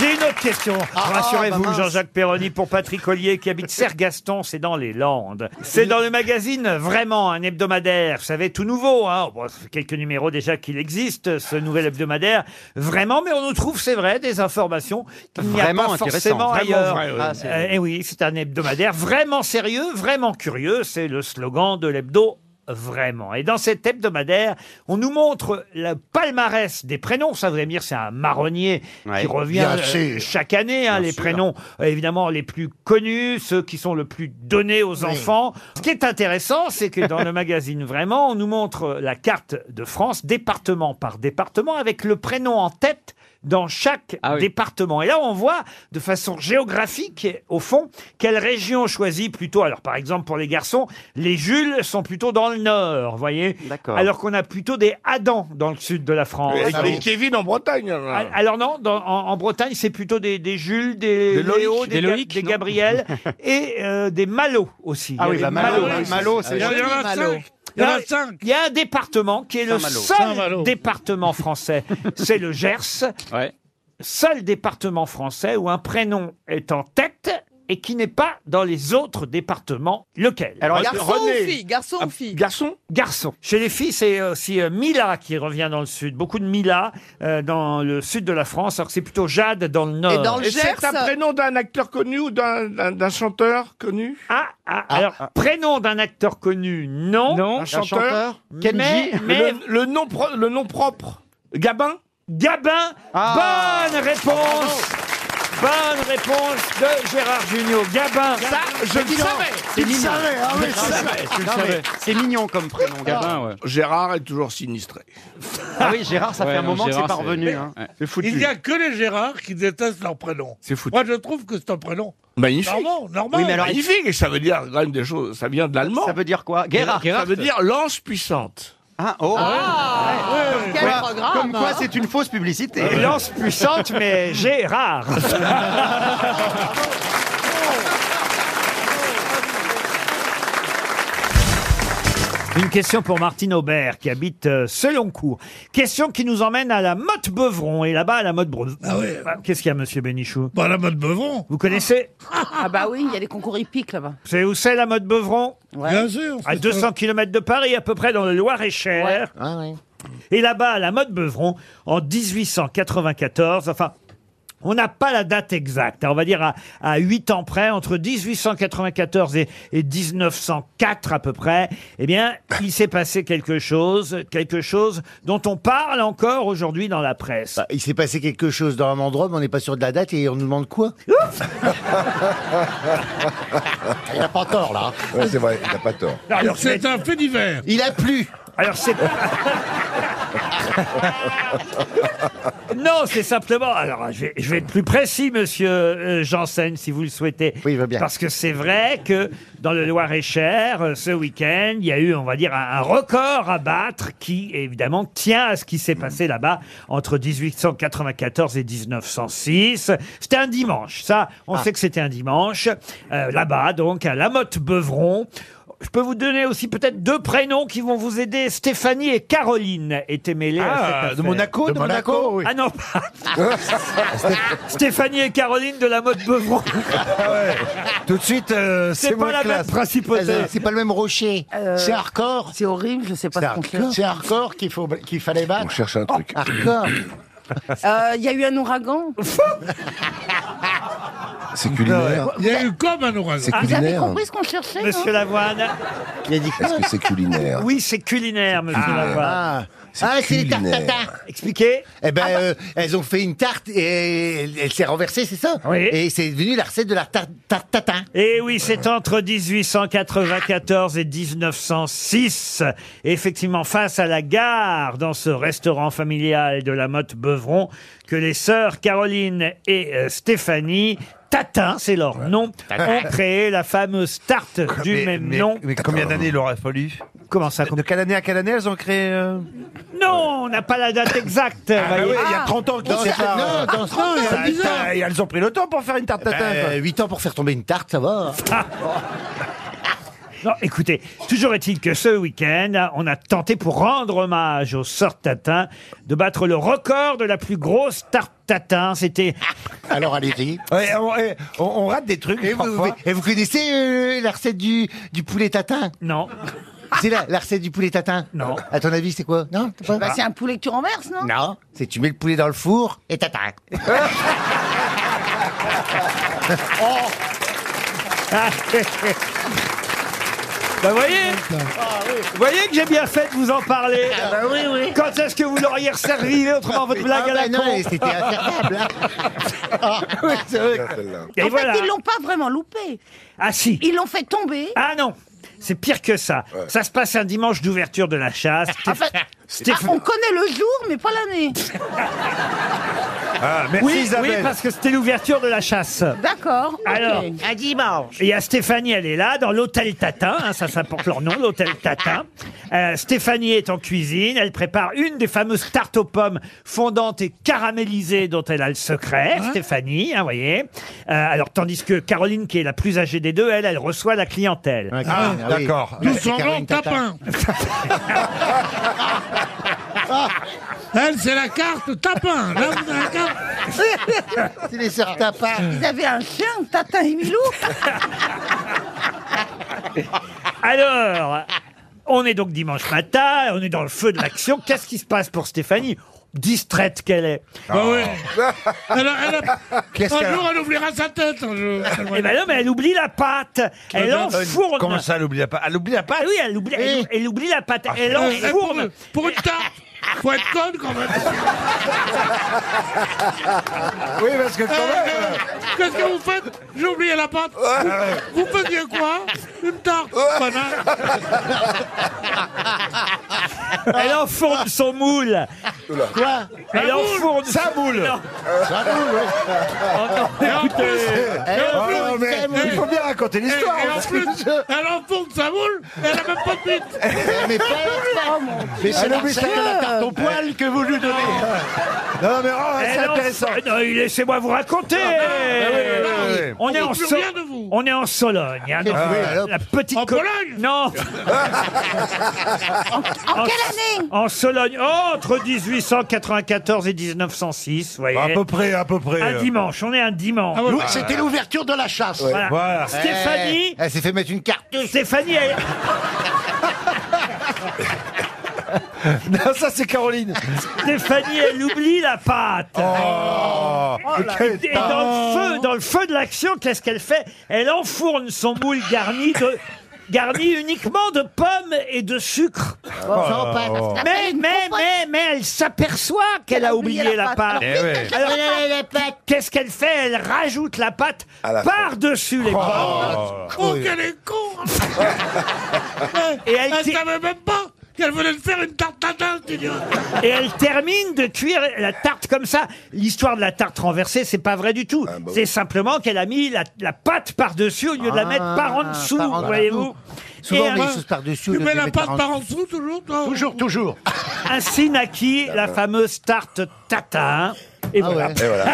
Speaker 1: J'ai une autre question.
Speaker 5: Ah,
Speaker 1: Rassurez-vous,
Speaker 5: bah mince.
Speaker 1: Jean-Jacques Perroni, pour Patrick Ollier, qui habite Sergaston, c'est dans les Landes. C'est dans le magazine Vraiment, un hebdomadaire. Vous savez, tout nouveau. Hein. Bon, ça fait quelques numéros déjà qu'il existe, ce nouvel hebdomadaire. Vraiment, mais on nous trouve, c'est vrai, des informations qu'il n'y a
Speaker 5: Vraiment
Speaker 1: pas
Speaker 5: intéressant,
Speaker 1: forcément
Speaker 5: vraiment
Speaker 1: ailleurs.
Speaker 5: vrai, oui. Ah, c'est vrai.
Speaker 1: Eh oui, c'est un hebdomadaire vraiment sérieux, vraiment curieux. C'est le slogan de l'hebdo. Vraiment. Et dans cet hebdomadaire, on nous montre le palmarès des prénoms. Ça, vous allez me dire, c'est un marronnier qui revient
Speaker 21: Bien
Speaker 1: euh,
Speaker 21: sûr.
Speaker 1: chaque année. hein, les prénoms, euh, évidemment, les plus connus, ceux qui sont le plus donnés aux enfants. Ce qui est intéressant, c'est que dans le magazine Vraiment, on nous montre la carte de France, département par département, avec le prénom en tête dans chaque département. Et là, on voit de façon géographique, au fond, quelle région on choisit plutôt. Alors, par exemple, pour les garçons, les Jules sont plutôt dans le nord, voyez. Alors qu'on a plutôt des Adam dans le sud de la France. Ah bon.
Speaker 16: Kevin en Bretagne.
Speaker 1: Al- Ah, Alors non, dans- en, en Bretagne, c'est plutôt des, des Jules, des,
Speaker 16: Des Loïc,
Speaker 1: Léo,
Speaker 16: des
Speaker 1: des, Ga-
Speaker 16: Loïc,
Speaker 1: des
Speaker 16: non
Speaker 1: Gabriel et euh, des Malo aussi.
Speaker 5: Ah oui,
Speaker 1: Il y a
Speaker 5: bah,
Speaker 1: des
Speaker 5: Malo,
Speaker 8: hein.
Speaker 1: Malo,
Speaker 5: oui,
Speaker 1: Ah
Speaker 5: Malo, c'est
Speaker 1: oui, Il y en a
Speaker 5: joli,
Speaker 1: cinq.
Speaker 5: Malo.
Speaker 1: Il y en a cinq. Il y a un département qui est le
Speaker 5: Saint-Malo.
Speaker 1: seul
Speaker 5: Saint-Malo.
Speaker 1: département français, c'est le Gers. Seul département français où un prénom est en tête et qui n'est pas dans les autres départements. Lequel
Speaker 2: Alors, Garçon René. ou fille Garçon
Speaker 5: Ah,
Speaker 2: ou fille
Speaker 1: Garçon Garçon. Chez les filles, c'est aussi euh, Mila qui revient dans le sud. Beaucoup de Mila euh, dans le sud de la France, alors que c'est plutôt Jade dans le nord.
Speaker 22: c'est un prénom d'un acteur connu ou
Speaker 8: Ah,
Speaker 22: d'un- d'un d'un chanteur connu
Speaker 1: Ah, Alors, prénom d'un acteur connu, non. Non,
Speaker 22: un chanteur,
Speaker 1: Mais, mais-
Speaker 22: le, le nom pro- le nom propre. Gabin
Speaker 1: Gabin.
Speaker 5: Ah.
Speaker 1: Bonne réponse. Bonne réponse de Gérard Junior.
Speaker 8: Ah,
Speaker 1: Gabin.
Speaker 5: Ça, je le savais.
Speaker 1: Tu
Speaker 5: C'est
Speaker 1: le
Speaker 5: mignon.
Speaker 1: savais, hein, oui,
Speaker 5: Je le
Speaker 1: tu
Speaker 5: savais, je le
Speaker 1: Non,
Speaker 5: savais.
Speaker 1: mais-
Speaker 5: C'est mignon comme
Speaker 8: Ah.
Speaker 5: prénom, Gabin. ouais.
Speaker 22: Gérard est toujours sinistré.
Speaker 5: Ah oui, Gérard, ça
Speaker 22: Ouais,
Speaker 5: fait un
Speaker 22: non,
Speaker 5: moment que
Speaker 22: Gérard,
Speaker 5: c'est pas
Speaker 22: c'est-
Speaker 5: revenu.
Speaker 22: Mais-
Speaker 5: hein.
Speaker 22: Ouais. C'est foutu.
Speaker 16: Il n'y a que les Gérards qui détestent leur prénom.
Speaker 22: C'est foutu.
Speaker 16: Moi, je trouve que c'est un prénom.
Speaker 22: Magnifique.
Speaker 16: Normal, normal.
Speaker 22: Oui, mais alors, magnifique, ça veut dire quand même des choses. Ça vient de l'allemand.
Speaker 5: Ça veut dire quoi Gerhard.
Speaker 22: Ça veut dire lance puissante.
Speaker 5: Ah, oh.
Speaker 22: Ouais.
Speaker 5: Ouais. Comme hein. quoi, c'est une fausse publicité.
Speaker 1: Et lance puissante, mais Gérard. Une question pour Martine Aubert qui habite euh, Seloncourt. Question qui nous emmène à la Motte Beuvron. Et là-bas, à la Motte Beuvron. Qu'est-ce qu'il y a, monsieur Bénichou
Speaker 16: Ah Bah, la Motte Beuvron.
Speaker 1: Vous connaissez
Speaker 9: Ah bah oui, il y a les concours hippiques là-bas.
Speaker 1: Vous savez où c'est, la Motte Beuvron
Speaker 16: Bien sûr.
Speaker 1: À 200 km de Paris, à peu près dans le Loir-et-Cher.
Speaker 15: Ah
Speaker 1: Et là-bas, à la Motte Beuvron, en 1894, enfin. On n'a pas la date exacte, hein, on va dire à, à 8 ans près, entre 1894 et, et 1904 à peu près, eh bien, il s'est passé quelque chose, quelque chose dont on parle encore aujourd'hui dans la presse.
Speaker 15: Bah, Il s'est passé quelque chose dans un endroit, mais on n'est pas sûr de la date et on nous demande quoi
Speaker 21: Il n'a pas tort, là.
Speaker 23: Ouais, c'est vrai, il n'a pas tort.
Speaker 16: Alors, c'est un fait divers.
Speaker 15: Il a plu.
Speaker 1: Alors c'est non, c'est simplement. Alors je vais, je vais être plus précis, Monsieur euh, Janssen, si vous le souhaitez. Oui, il va bien. Parce que c'est vrai que dans le Loir-et-Cher, euh, ce week-end, il y a eu, on va dire, un, un record à battre qui évidemment tient à ce qui s'est passé là-bas entre 1894 et 1906. C'était un dimanche, ça. On sait que c'était un dimanche euh, là-bas, donc à La Motte-Beuvron. Je peux vous donner aussi peut-être deux prénoms qui vont vous aider. Stéphanie et Caroline étaient mêlées à
Speaker 22: Ah,
Speaker 1: cette
Speaker 22: de
Speaker 1: affaire.
Speaker 22: Monaco, De de Monaco, Monaco oui.
Speaker 1: Ah non, pas- Stéphanie et Caroline de la mode Beuvron.
Speaker 15: Ah Tout de suite, euh,
Speaker 1: c'est pas la même principauté.
Speaker 15: C'est pas le même rocher. C'est hardcore.
Speaker 9: C'est horrible, je sais pas
Speaker 15: C'est
Speaker 9: ce qu'on fait.
Speaker 15: hardcore. C'est hardcore qu'il faut qu'il fallait battre.
Speaker 23: On cherche un truc.
Speaker 15: Hardcore.
Speaker 9: Euh, Il y a eu un ouragan.
Speaker 23: C'est culinaire.
Speaker 16: Il y a eu comme un ouragan.
Speaker 1: Ah,
Speaker 23: C'est
Speaker 9: Ah, Vous avez
Speaker 23: culinaire.
Speaker 9: compris ce qu'on cherchait non
Speaker 1: Monsieur Lavoine.
Speaker 15: Il a dit
Speaker 23: Est-ce que c'est culinaire
Speaker 1: Oui, c'est culinaire, monsieur
Speaker 23: Culinaire.
Speaker 1: Lavoine.
Speaker 15: Ah, ah, c'est les tartes
Speaker 23: culinaire.
Speaker 15: tatars.
Speaker 1: Expliquez.
Speaker 15: Eh ben, euh, elles ont fait une tarte et elle, elle s'est renversée, c'est ça
Speaker 1: Oui.
Speaker 15: Et c'est devenu la recette de la tarte tarte tatin.
Speaker 1: Et Eh oui, c'est entre 1894 et 1906. Et effectivement, face à la gare, dans ce restaurant familial de la Motte Beuvron, que les sœurs Caroline et euh, Stéphanie Tatin, c'est leur nom,
Speaker 24: Tatin.
Speaker 1: ont créé la fameuse tarte du
Speaker 24: mais,
Speaker 1: même
Speaker 24: mais-
Speaker 1: nom. Euh,
Speaker 24: Mais combien d'années il aura fallu
Speaker 1: Comment ça
Speaker 24: De quelle année à quelle année elles ont créé euh,
Speaker 1: Non, on n'a pas la date exacte.
Speaker 24: bah
Speaker 1: voyez.
Speaker 24: oui, il y a 30 ans qu'ils
Speaker 15: Dans
Speaker 24: se
Speaker 15: ça-
Speaker 24: séparent.
Speaker 15: Ah. non, dans ça, il y a
Speaker 24: Ça-
Speaker 15: 10 ans.
Speaker 24: ça- et Elles ont pris le temps pour faire une tarte tatin.
Speaker 16: Eh
Speaker 24: quoi.
Speaker 15: 8 ans pour faire tomber une tarte, ça va. hein.
Speaker 1: Non, écoutez, toujours est-il que ce week-end, on a tenté pour rendre hommage aux sœurs Tatin de battre le record de la plus grosse tarte Tatin. C'était.
Speaker 15: Alors allez-y.
Speaker 24: Ouais, on, eh, on- on rate des trucs.
Speaker 15: Et vous,
Speaker 24: parfois.
Speaker 15: et vous connaissez euh, la recette du, du poulet tatin
Speaker 1: Non.
Speaker 15: C'est la, la recette du poulet tatin
Speaker 1: Non.
Speaker 15: À ton avis, c'est quoi Non t'as pas
Speaker 9: Bah, c'est un poulet que tu renverses, non
Speaker 15: Non, c'est tu mets le poulet dans le four et tatin.
Speaker 9: Oh.
Speaker 1: Bah voyez,
Speaker 15: Ah,
Speaker 1: vous voyez que j'ai bien fait de vous en parler.
Speaker 15: bah oui, oui.
Speaker 1: Quand est-ce que vous l'auriez resservi autrement votre blague
Speaker 15: Ah
Speaker 1: à la
Speaker 15: bah non,
Speaker 1: con
Speaker 15: c'était hein. infernal.
Speaker 1: Et
Speaker 9: En
Speaker 1: voilà.
Speaker 9: fait, ils l'ont pas vraiment loupé.
Speaker 1: Ah si.
Speaker 9: Ils l'ont fait tomber.
Speaker 1: Ah non, c'est pire que ça. Ça se passe un dimanche d'ouverture de la chasse. Stéphane-
Speaker 9: Ah, on connaît le jour, mais pas l'année.
Speaker 16: Ah,
Speaker 1: oui, oui, parce que c'était l'ouverture de la chasse.
Speaker 9: D'accord. ok.
Speaker 1: Alors,
Speaker 19: Un dimanche.
Speaker 1: Et Il y a Stéphanie, elle est là, dans l'hôtel Tatin, hein, ça, ça porte leur nom, l'hôtel Tatin. Euh, Stéphanie est en cuisine, elle prépare une des fameuses tartes aux pommes fondantes et caramélisées dont elle a le secret, Stéphanie, vous voyez. Euh, alors, tandis que Caroline, qui est la plus âgée des deux, elle, elle reçoit la clientèle.
Speaker 24: Ah, d'accord.
Speaker 16: Nous semblons tapin. Elle, c'est la carte tapin. Là, vous avez la carte.
Speaker 15: C'est les sœurs tapin.
Speaker 9: Ils avaient un chien, Tatin et Milou.
Speaker 1: Alors, on est donc dimanche matin, on est dans le feu de l'action. Qu'est-ce qui se passe pour Stéphanie Distraite qu'elle est.
Speaker 16: Bah ouais. Elle a- elle a-
Speaker 15: Qu'est-ce
Speaker 16: un
Speaker 15: qu'elle a
Speaker 16: jour, elle oubliera sa tête. un jour.
Speaker 1: Eh ben non, mais elle oublie la pâte. Elle enfourne.
Speaker 24: Comment ça, elle oublie la pâte Elle oublie la
Speaker 1: Ah
Speaker 24: pâte
Speaker 1: oui, elle oublie, elle,
Speaker 8: Ah,
Speaker 1: elle oublie la pâte. Elle
Speaker 16: Ah, Euh, eh, pour,
Speaker 1: enfourne.
Speaker 16: pour une tarte. Faut être conne quand même.
Speaker 6: Oui, parce que quand même, euh,
Speaker 16: Qu'est-ce que vous faites J'ai oublié la pâte. Vous, vous faisiez quoi Une tarte.
Speaker 1: Elle enfourne son moule.
Speaker 6: euh,
Speaker 16: Quoi
Speaker 1: Elle enfourne sa moule.
Speaker 16: Sa moule,
Speaker 1: Et en plus,
Speaker 16: et en plus,
Speaker 6: Oh, mais
Speaker 16: elle-
Speaker 6: il faut bien raconter l'histoire.
Speaker 16: Et en plus, elle enfourne sa boule, elle a même pas de bite.
Speaker 8: Mais pas- Mais c'est la, c'est de la tarte au poil que vous lui donnez.
Speaker 6: Non, mais oh,
Speaker 1: Ah, Elle
Speaker 6: c'est
Speaker 1: enf-
Speaker 6: intéressant.
Speaker 1: Ah Non, laissez-moi vous raconter.
Speaker 16: Ah, bah,
Speaker 1: bah Eh.
Speaker 6: oui, oui, oui.
Speaker 1: On,
Speaker 6: On
Speaker 1: est
Speaker 6: dit
Speaker 1: en
Speaker 6: plus
Speaker 1: So-
Speaker 6: rien de
Speaker 1: on est en Sologne. hein, dans
Speaker 6: Ah,
Speaker 1: la-
Speaker 6: alors.
Speaker 1: la petite
Speaker 16: En
Speaker 1: co-
Speaker 16: Pologne
Speaker 1: Non.
Speaker 9: En, en quelle année
Speaker 1: En Sologne, oh, entre 1894 et 1906, vous voyez.
Speaker 6: Bah, À peu près, à peu près.
Speaker 1: Un dimanche, on est un
Speaker 16: ah
Speaker 1: dimanche.
Speaker 8: Lou-
Speaker 25: Ah.
Speaker 8: C'était l'ouverture de la chasse.
Speaker 1: Voilà.
Speaker 6: Voilà. Eh,
Speaker 1: Stéphanie,
Speaker 8: Elle s'est fait mettre une carte.
Speaker 1: Stéphanie, elle-
Speaker 6: Non, ça, c'est Caroline.
Speaker 1: Stéphanie, elle oublie la pâte.
Speaker 6: Oh,
Speaker 1: Et-
Speaker 6: quelle
Speaker 1: et dans le feu, dans le feu de l'action, qu'est-ce qu'elle fait Elle enfourne son moule garni de garni uniquement de pommes et de sucre.
Speaker 6: Oh.
Speaker 1: Mais, mais, mais, mais elle s'aperçoit qu'elle a oublié la pâte.
Speaker 6: Eh ouais.
Speaker 1: Alors, qu'est-ce qu'elle fait Elle rajoute la pâte
Speaker 25: Eh.
Speaker 1: par-dessus les pommes.
Speaker 16: Oh, qu'elle est con
Speaker 25: Eh,
Speaker 1: Et elle,
Speaker 16: Elle
Speaker 1: ti-
Speaker 16: savait même pas qu'elle voulait le faire une tarte tatin, cette idiote
Speaker 1: et elle termine de cuire la tarte comme ça. L'histoire de la tarte renversée, c'est pas vrai du tout.
Speaker 8: bah oui.
Speaker 1: C'est simplement qu'elle a mis la, la pâte par-dessus au lieu de la
Speaker 8: Ah,
Speaker 1: mettre par en dessous,
Speaker 8: par en
Speaker 1: voyez-vous.
Speaker 8: dessous. Souvent,
Speaker 1: Et
Speaker 8: on met les choses par-dessus. au
Speaker 16: Tu
Speaker 8: lieu
Speaker 16: mets
Speaker 8: de
Speaker 16: la
Speaker 8: mettre
Speaker 16: pâte par
Speaker 8: en-
Speaker 16: en dessous, toujours toi hein
Speaker 8: Toujours, toujours.
Speaker 1: Ainsi naquit la fameuse tarte tatin.
Speaker 8: Ah
Speaker 1: Et voilà.
Speaker 8: Et voilà.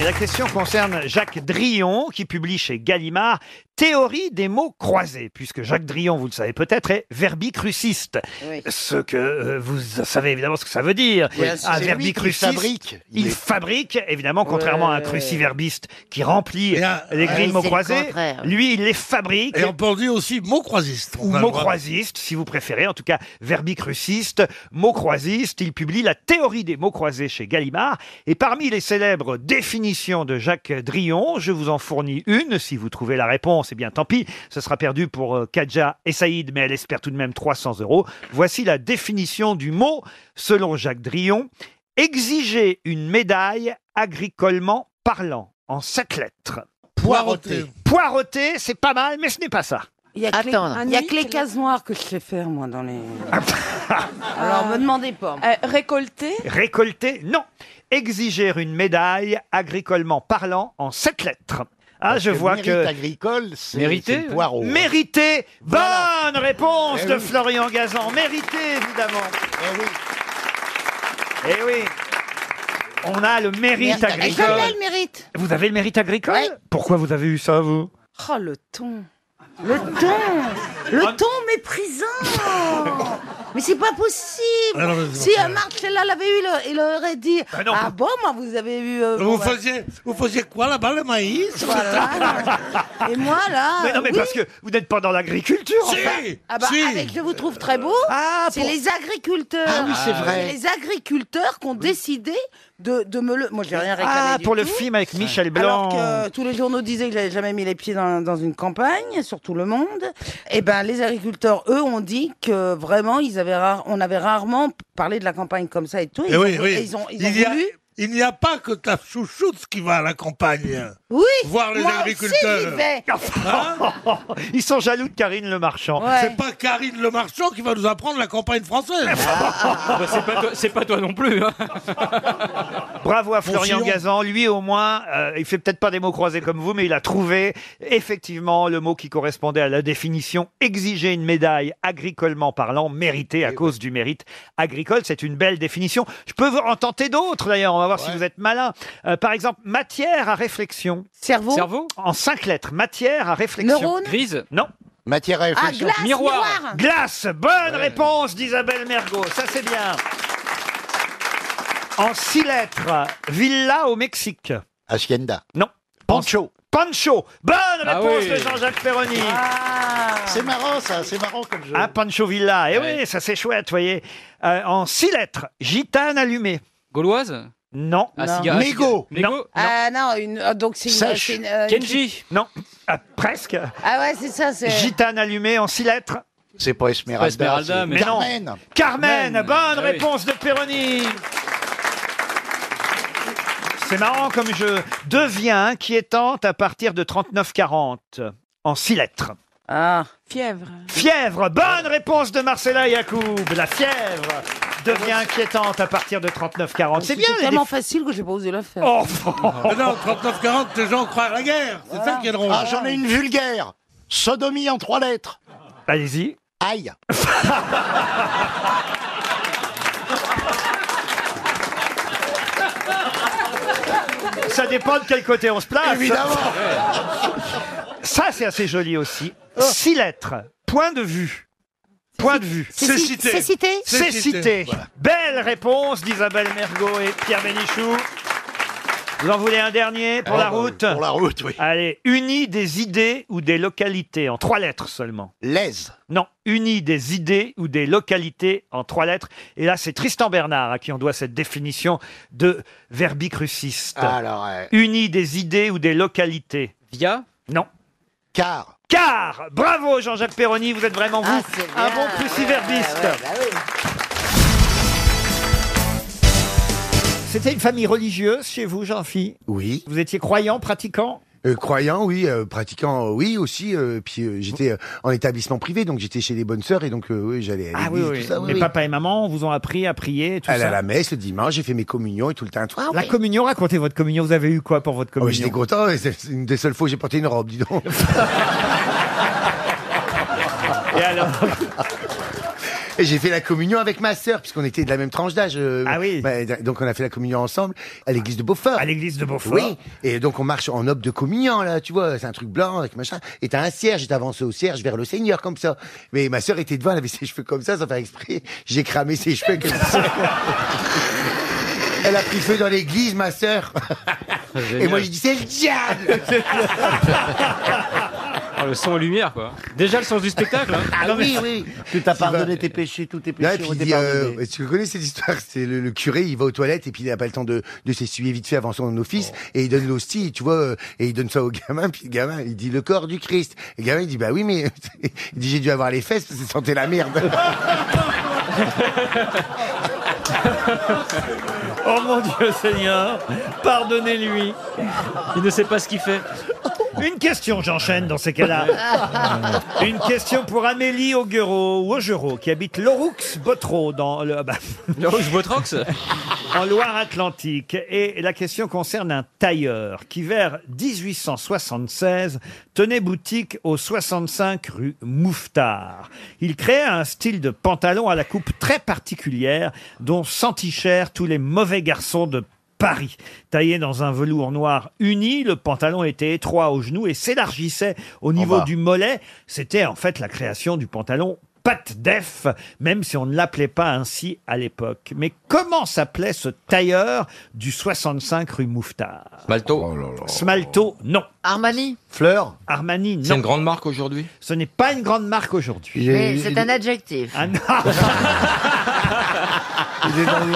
Speaker 1: Et la question concerne Jacques Drillon, qui publie chez Gallimard Théorie des mots croisés, puisque Jacques Drillon, vous le savez peut-être, est verbicruciste. Ce que euh, vous savez évidemment ce que ça veut dire.
Speaker 8: Oui, c'est
Speaker 1: un
Speaker 8: lui qui
Speaker 1: verbicruciste,
Speaker 8: fabrique.
Speaker 1: Il fabrique, évidemment, contrairement à un
Speaker 8: Ouais.
Speaker 1: cruciverbiste qui remplit
Speaker 25: un-
Speaker 1: les grilles
Speaker 8: Ouais,
Speaker 1: de mots
Speaker 8: c'est le
Speaker 1: croisés.
Speaker 8: contraire.
Speaker 1: Lui, il les fabrique.
Speaker 25: Et on peut dire aussi mot croisiste.
Speaker 1: Ou mot croisiste, si vous préférez, en tout cas verbicruciste, mot croisiste. Il publie la théorie des mots croisés chez Gallimard. Et parmi les célèbres définitions de Jacques Drillon, je vous en fournis une. Si vous trouvez la réponse, eh bien tant pis, ce sera perdu pour euh, Kadja et Saïd, mais elle espère tout de même 300 euros. Voici la définition du mot, selon Jacques Drillon exiger une médaille agricolement parlant, en sept lettres.
Speaker 25: Poireauté.
Speaker 1: Poireauté, c'est pas mal, mais ce n'est pas ça.
Speaker 9: Il y a que les- il y a que les cases noires que je sais faire, moi, dans les... Ah. Alors, me demandez pas.
Speaker 26: Récolter
Speaker 1: Récolter, non. Exiger une médaille, agricolement parlant, en sept lettres. Ah, je
Speaker 8: Le
Speaker 1: vois
Speaker 8: mérite
Speaker 1: que...
Speaker 8: agricole, c'est
Speaker 5: Mérité,
Speaker 8: c'est le poireau.
Speaker 1: Mérité Bonne réponse
Speaker 8: Eh
Speaker 1: de
Speaker 8: oui.
Speaker 1: Florian Gazan. Mérité, évidemment. Eh oui. On a le mérite
Speaker 9: Merde, Je
Speaker 1: agricole.
Speaker 9: l'ai, le mérite.
Speaker 1: Vous avez le mérite agricole Pourquoi vous avez eu ça, vous
Speaker 9: Oh, le ton. Le ton. Le ton méprisant. Mais c'est pas possible.
Speaker 25: Alors, vas-y,
Speaker 9: si
Speaker 25: mon
Speaker 9: euh, Marcella l'avait eu, le- il aurait dit
Speaker 1: non.
Speaker 9: Ah bon, moi, vous avez eu. euh,
Speaker 25: Vous
Speaker 9: bon,
Speaker 25: faisiez, vous faisiez quoi là-bas le maïs
Speaker 9: voilà. Et moi, là.
Speaker 1: Mais non, mais
Speaker 9: oui.
Speaker 1: parce que vous n'êtes pas dans l'agriculture.
Speaker 25: Si,
Speaker 1: enfin.
Speaker 9: Ah bah,
Speaker 25: si.
Speaker 9: avec Je vous trouve très beau.
Speaker 1: Ah,
Speaker 9: c'est
Speaker 1: pour-
Speaker 9: les agriculteurs.
Speaker 8: Ah oui, c'est vrai.
Speaker 9: les agriculteurs qui ont décidé de, de me le. Moi, j'ai rien réclamé.
Speaker 1: Ah,
Speaker 9: du
Speaker 1: pour le
Speaker 9: tout.
Speaker 1: film avec Michel
Speaker 9: Alors
Speaker 1: Blanc.
Speaker 9: que euh, tous les journaux disaient que j'avais jamais mis les pieds dans, dans une campagne, sur tout le monde. Eh ben, les agriculteurs, eux, ont dit que vraiment, ils avaient rare- on avait rarement parlé de la campagne comme ça et tout. Ils
Speaker 25: Eh oui,
Speaker 9: ont,
Speaker 25: oui.
Speaker 9: Ils ont, ils ont
Speaker 25: il y a-
Speaker 9: voulu.
Speaker 25: il n'y a, pas que ta chouchoute qui va à la campagne.
Speaker 9: Oui.
Speaker 25: Voir les
Speaker 9: moi Aussi,
Speaker 25: agriculteurs. Ah,
Speaker 9: j'y vais.
Speaker 1: Ah, Ils sont jaloux de Karine Le Marchand.
Speaker 9: Ouais.
Speaker 25: C'est pas Karine Le Marchand qui va nous apprendre la campagne française.
Speaker 5: Bah, c'est pas, toi- c'est pas toi non plus. hein.
Speaker 1: Bravo à Florian
Speaker 25: Fillon.
Speaker 1: Gazan. Lui, au moins, euh, il fait peut-être pas des mots croisés comme vous, mais il a trouvé effectivement le mot qui correspondait à la définition exiger une médaille agricolement parlant, méritée à cause du mérite agricole. C'est une belle définition. Je peux vous en tenter d'autres d'ailleurs. On va voir si vous êtes malin. Euh, par exemple, matière à réflexion.
Speaker 9: Cerveau.
Speaker 5: Cerveau
Speaker 1: En cinq lettres, matière à réflexion.
Speaker 9: Neurone.
Speaker 5: Grise
Speaker 1: Non.
Speaker 8: Matière à
Speaker 9: Ah,
Speaker 8: réflexion.
Speaker 9: glace. Miroir.
Speaker 1: Glace, bonne réponse d'Isabelle Mergot, ça c'est bien. En six lettres, villa au Mexique.
Speaker 8: Hacienda.
Speaker 1: Non.
Speaker 8: Pancho.
Speaker 1: Pancho, bonne
Speaker 5: Ah
Speaker 1: réponse
Speaker 5: oui. Ah.
Speaker 1: de Jean-Jacques Perroni.
Speaker 8: C'est marrant ça, c'est marrant comme jeu.
Speaker 1: Ah, Pancho Villa, eh
Speaker 5: Ouais.
Speaker 1: oui, ça c'est chouette, voyez. Euh, en six lettres, gitane allumée.
Speaker 5: Gauloise
Speaker 1: Non.
Speaker 5: Ah,
Speaker 9: Non.
Speaker 5: cigare-
Speaker 8: Mégot.
Speaker 5: Mégot.
Speaker 1: Non.
Speaker 9: Ah non, une, ah, donc c'est une.
Speaker 8: Sèche.
Speaker 9: c'est une, euh, une-
Speaker 5: Kenji.
Speaker 1: Non, Ah, presque.
Speaker 9: Ah ouais, c'est ça, c'est.
Speaker 1: Gitane allumée en six lettres.
Speaker 21: C'est pas Esmeralda.
Speaker 1: C'est pas Esmeralda,
Speaker 21: c'est
Speaker 1: mais-
Speaker 21: Carmen.
Speaker 1: Non. Carmen,
Speaker 21: Carmen.
Speaker 1: bonne
Speaker 21: Ah oui.
Speaker 1: réponse de Péroni. C'est marrant comme je deviens inquiétante à partir de 39,40 en six lettres.
Speaker 9: Ah.
Speaker 2: Fièvre.
Speaker 1: Fièvre, bonne réponse de Marcella Yacoub. La fièvre devient inquiétante à partir de 39,40. C'est bien.
Speaker 9: C'est
Speaker 1: les-
Speaker 9: Ah, tellement facile que j'ai pas osé la faire.
Speaker 1: Oh,
Speaker 16: Mais non, 39-40, les gens croient à la guerre. C'est ça qui est drôle.
Speaker 21: Ah, j'en ai une vulgaire. Sodomie en trois lettres.
Speaker 1: Allez-y.
Speaker 21: Aïe.
Speaker 1: Ça dépend de quel côté on se place.
Speaker 21: Évidemment.
Speaker 1: Ça, c'est assez joli aussi. Six lettres. Point de vue. Point de vue.
Speaker 21: Oh. C'est ci- Cécité. c'est cité
Speaker 1: C'est
Speaker 21: C'est
Speaker 1: cité.
Speaker 21: cité. Voilà.
Speaker 1: Belle réponse d'Isabelle Mergot et Pierre Bénichou. Vous en voulez un dernier pour
Speaker 21: Ah,
Speaker 1: la
Speaker 21: bah oui,
Speaker 1: route
Speaker 21: pour la route, oui.
Speaker 1: Allez, unis des idées ou des localités en trois lettres seulement.
Speaker 21: L'aise.
Speaker 1: Non, unis des idées ou des localités en trois lettres. Et là, c'est Tristan Bernard à qui on doit cette définition de verbicruciste.
Speaker 21: Ah, Alors, ouais.
Speaker 1: Unis des idées ou des localités. Via Non.
Speaker 21: Car.
Speaker 1: Car Bravo Jean-Jacques Perroni, vous êtes vraiment vous un bon cruciverbiste. C'était une famille religieuse chez vous, Jean-Phi
Speaker 15: Oui.
Speaker 1: Vous étiez croyant, pratiquant
Speaker 15: Euh, croyant, oui, euh, pratiquant, euh, oui aussi. euh, puis euh, j'étais euh, en établissement privé, donc j'étais chez les bonnes sœurs et donc euh, oui, j'allais à l'église,
Speaker 1: Ah oui, oui.
Speaker 15: tout ça. oui,
Speaker 1: Mais
Speaker 15: oui.
Speaker 1: papa et maman vous ont appris à prier, tout
Speaker 15: Aller
Speaker 1: ça.
Speaker 15: à la messe le dimanche, j'ai fait mes communions et tout le tintouin.
Speaker 1: La communion, racontez votre communion. Vous avez eu quoi pour votre
Speaker 15: Oh, mais
Speaker 1: communion
Speaker 15: j'étais content, c'est c'est une des seules fois où j'ai porté une robe, dis donc.
Speaker 1: Et alors
Speaker 15: Et j'ai fait la communion avec ma sœur, puisqu'on était de la même tranche d'âge. ah oui. donc on a fait la communion ensemble à l'église de Beaufort. À
Speaker 1: l'église de Beaufort.
Speaker 15: Oui. Et donc on marche en aube de communion là, tu vois, c'est un truc blanc avec machin. Et t'as un cierge, et t'avances au cierge vers le Seigneur comme ça. Mais ma sœur était devant, elle avait ses cheveux comme ça, sans faire exprès. J'ai cramé ses cheveux comme ça. Elle a pris feu dans l'église, ma sœur. Et moi, j'ai dit, c'est le diable
Speaker 27: Oh, le son et lumière, quoi. Déjà le sens du spectacle. Hein.
Speaker 15: Ah oui, oui.
Speaker 27: Tu t'as pardonné
Speaker 15: tes
Speaker 21: péchés, tous tes
Speaker 15: Là, puis il dit, euh, est-ce que vous connaissez cette histoire C'est le, le curé, il va aux toilettes et puis il n'a pas le temps de, de s'essuyer vite fait avant son office
Speaker 4: Oh.
Speaker 15: et il donne l'hostie, tu vois, euh, et il donne ça au gamin. Puis le gamin, il dit le corps du Christ. Et le gamin, il dit bah oui, mais il dit j'ai dû avoir les fesses parce que ça sentait la merde.
Speaker 1: Oh mon Dieu Seigneur, pardonnez-lui. Il ne sait pas ce qu'il fait. Une question, j'enchaîne dans ces cas-là. Une question pour Amélie Auguereau ou Augereau, qui habite Loroux Botreau dans le. Botrox En Loire-Atlantique. Et la question concerne un tailleur qui, vers 1876, tenait boutique au 65 rue Mouffetard. Il créa un style de pantalon à la coupe très particulière, dont sentichèrent tous les mauvais garçons de Paris. Taillé dans un velours noir uni, le pantalon était étroit aux genoux et s'élargissait au niveau
Speaker 24: bas.
Speaker 1: du mollet. C'était en fait la création du pantalon patte def, même si on ne l'appelait pas ainsi à l'époque. Mais comment s'appelait ce tailleur du 65 rue Mouffetard
Speaker 6: Malto.
Speaker 1: Smalto, non. Armani
Speaker 15: Fleur
Speaker 1: Armani, non.
Speaker 6: C'est une grande marque aujourd'hui
Speaker 1: Ce n'est pas une grande marque aujourd'hui.
Speaker 28: Mais c'est un adjectif.
Speaker 1: Ah non.
Speaker 29: Il est dans le,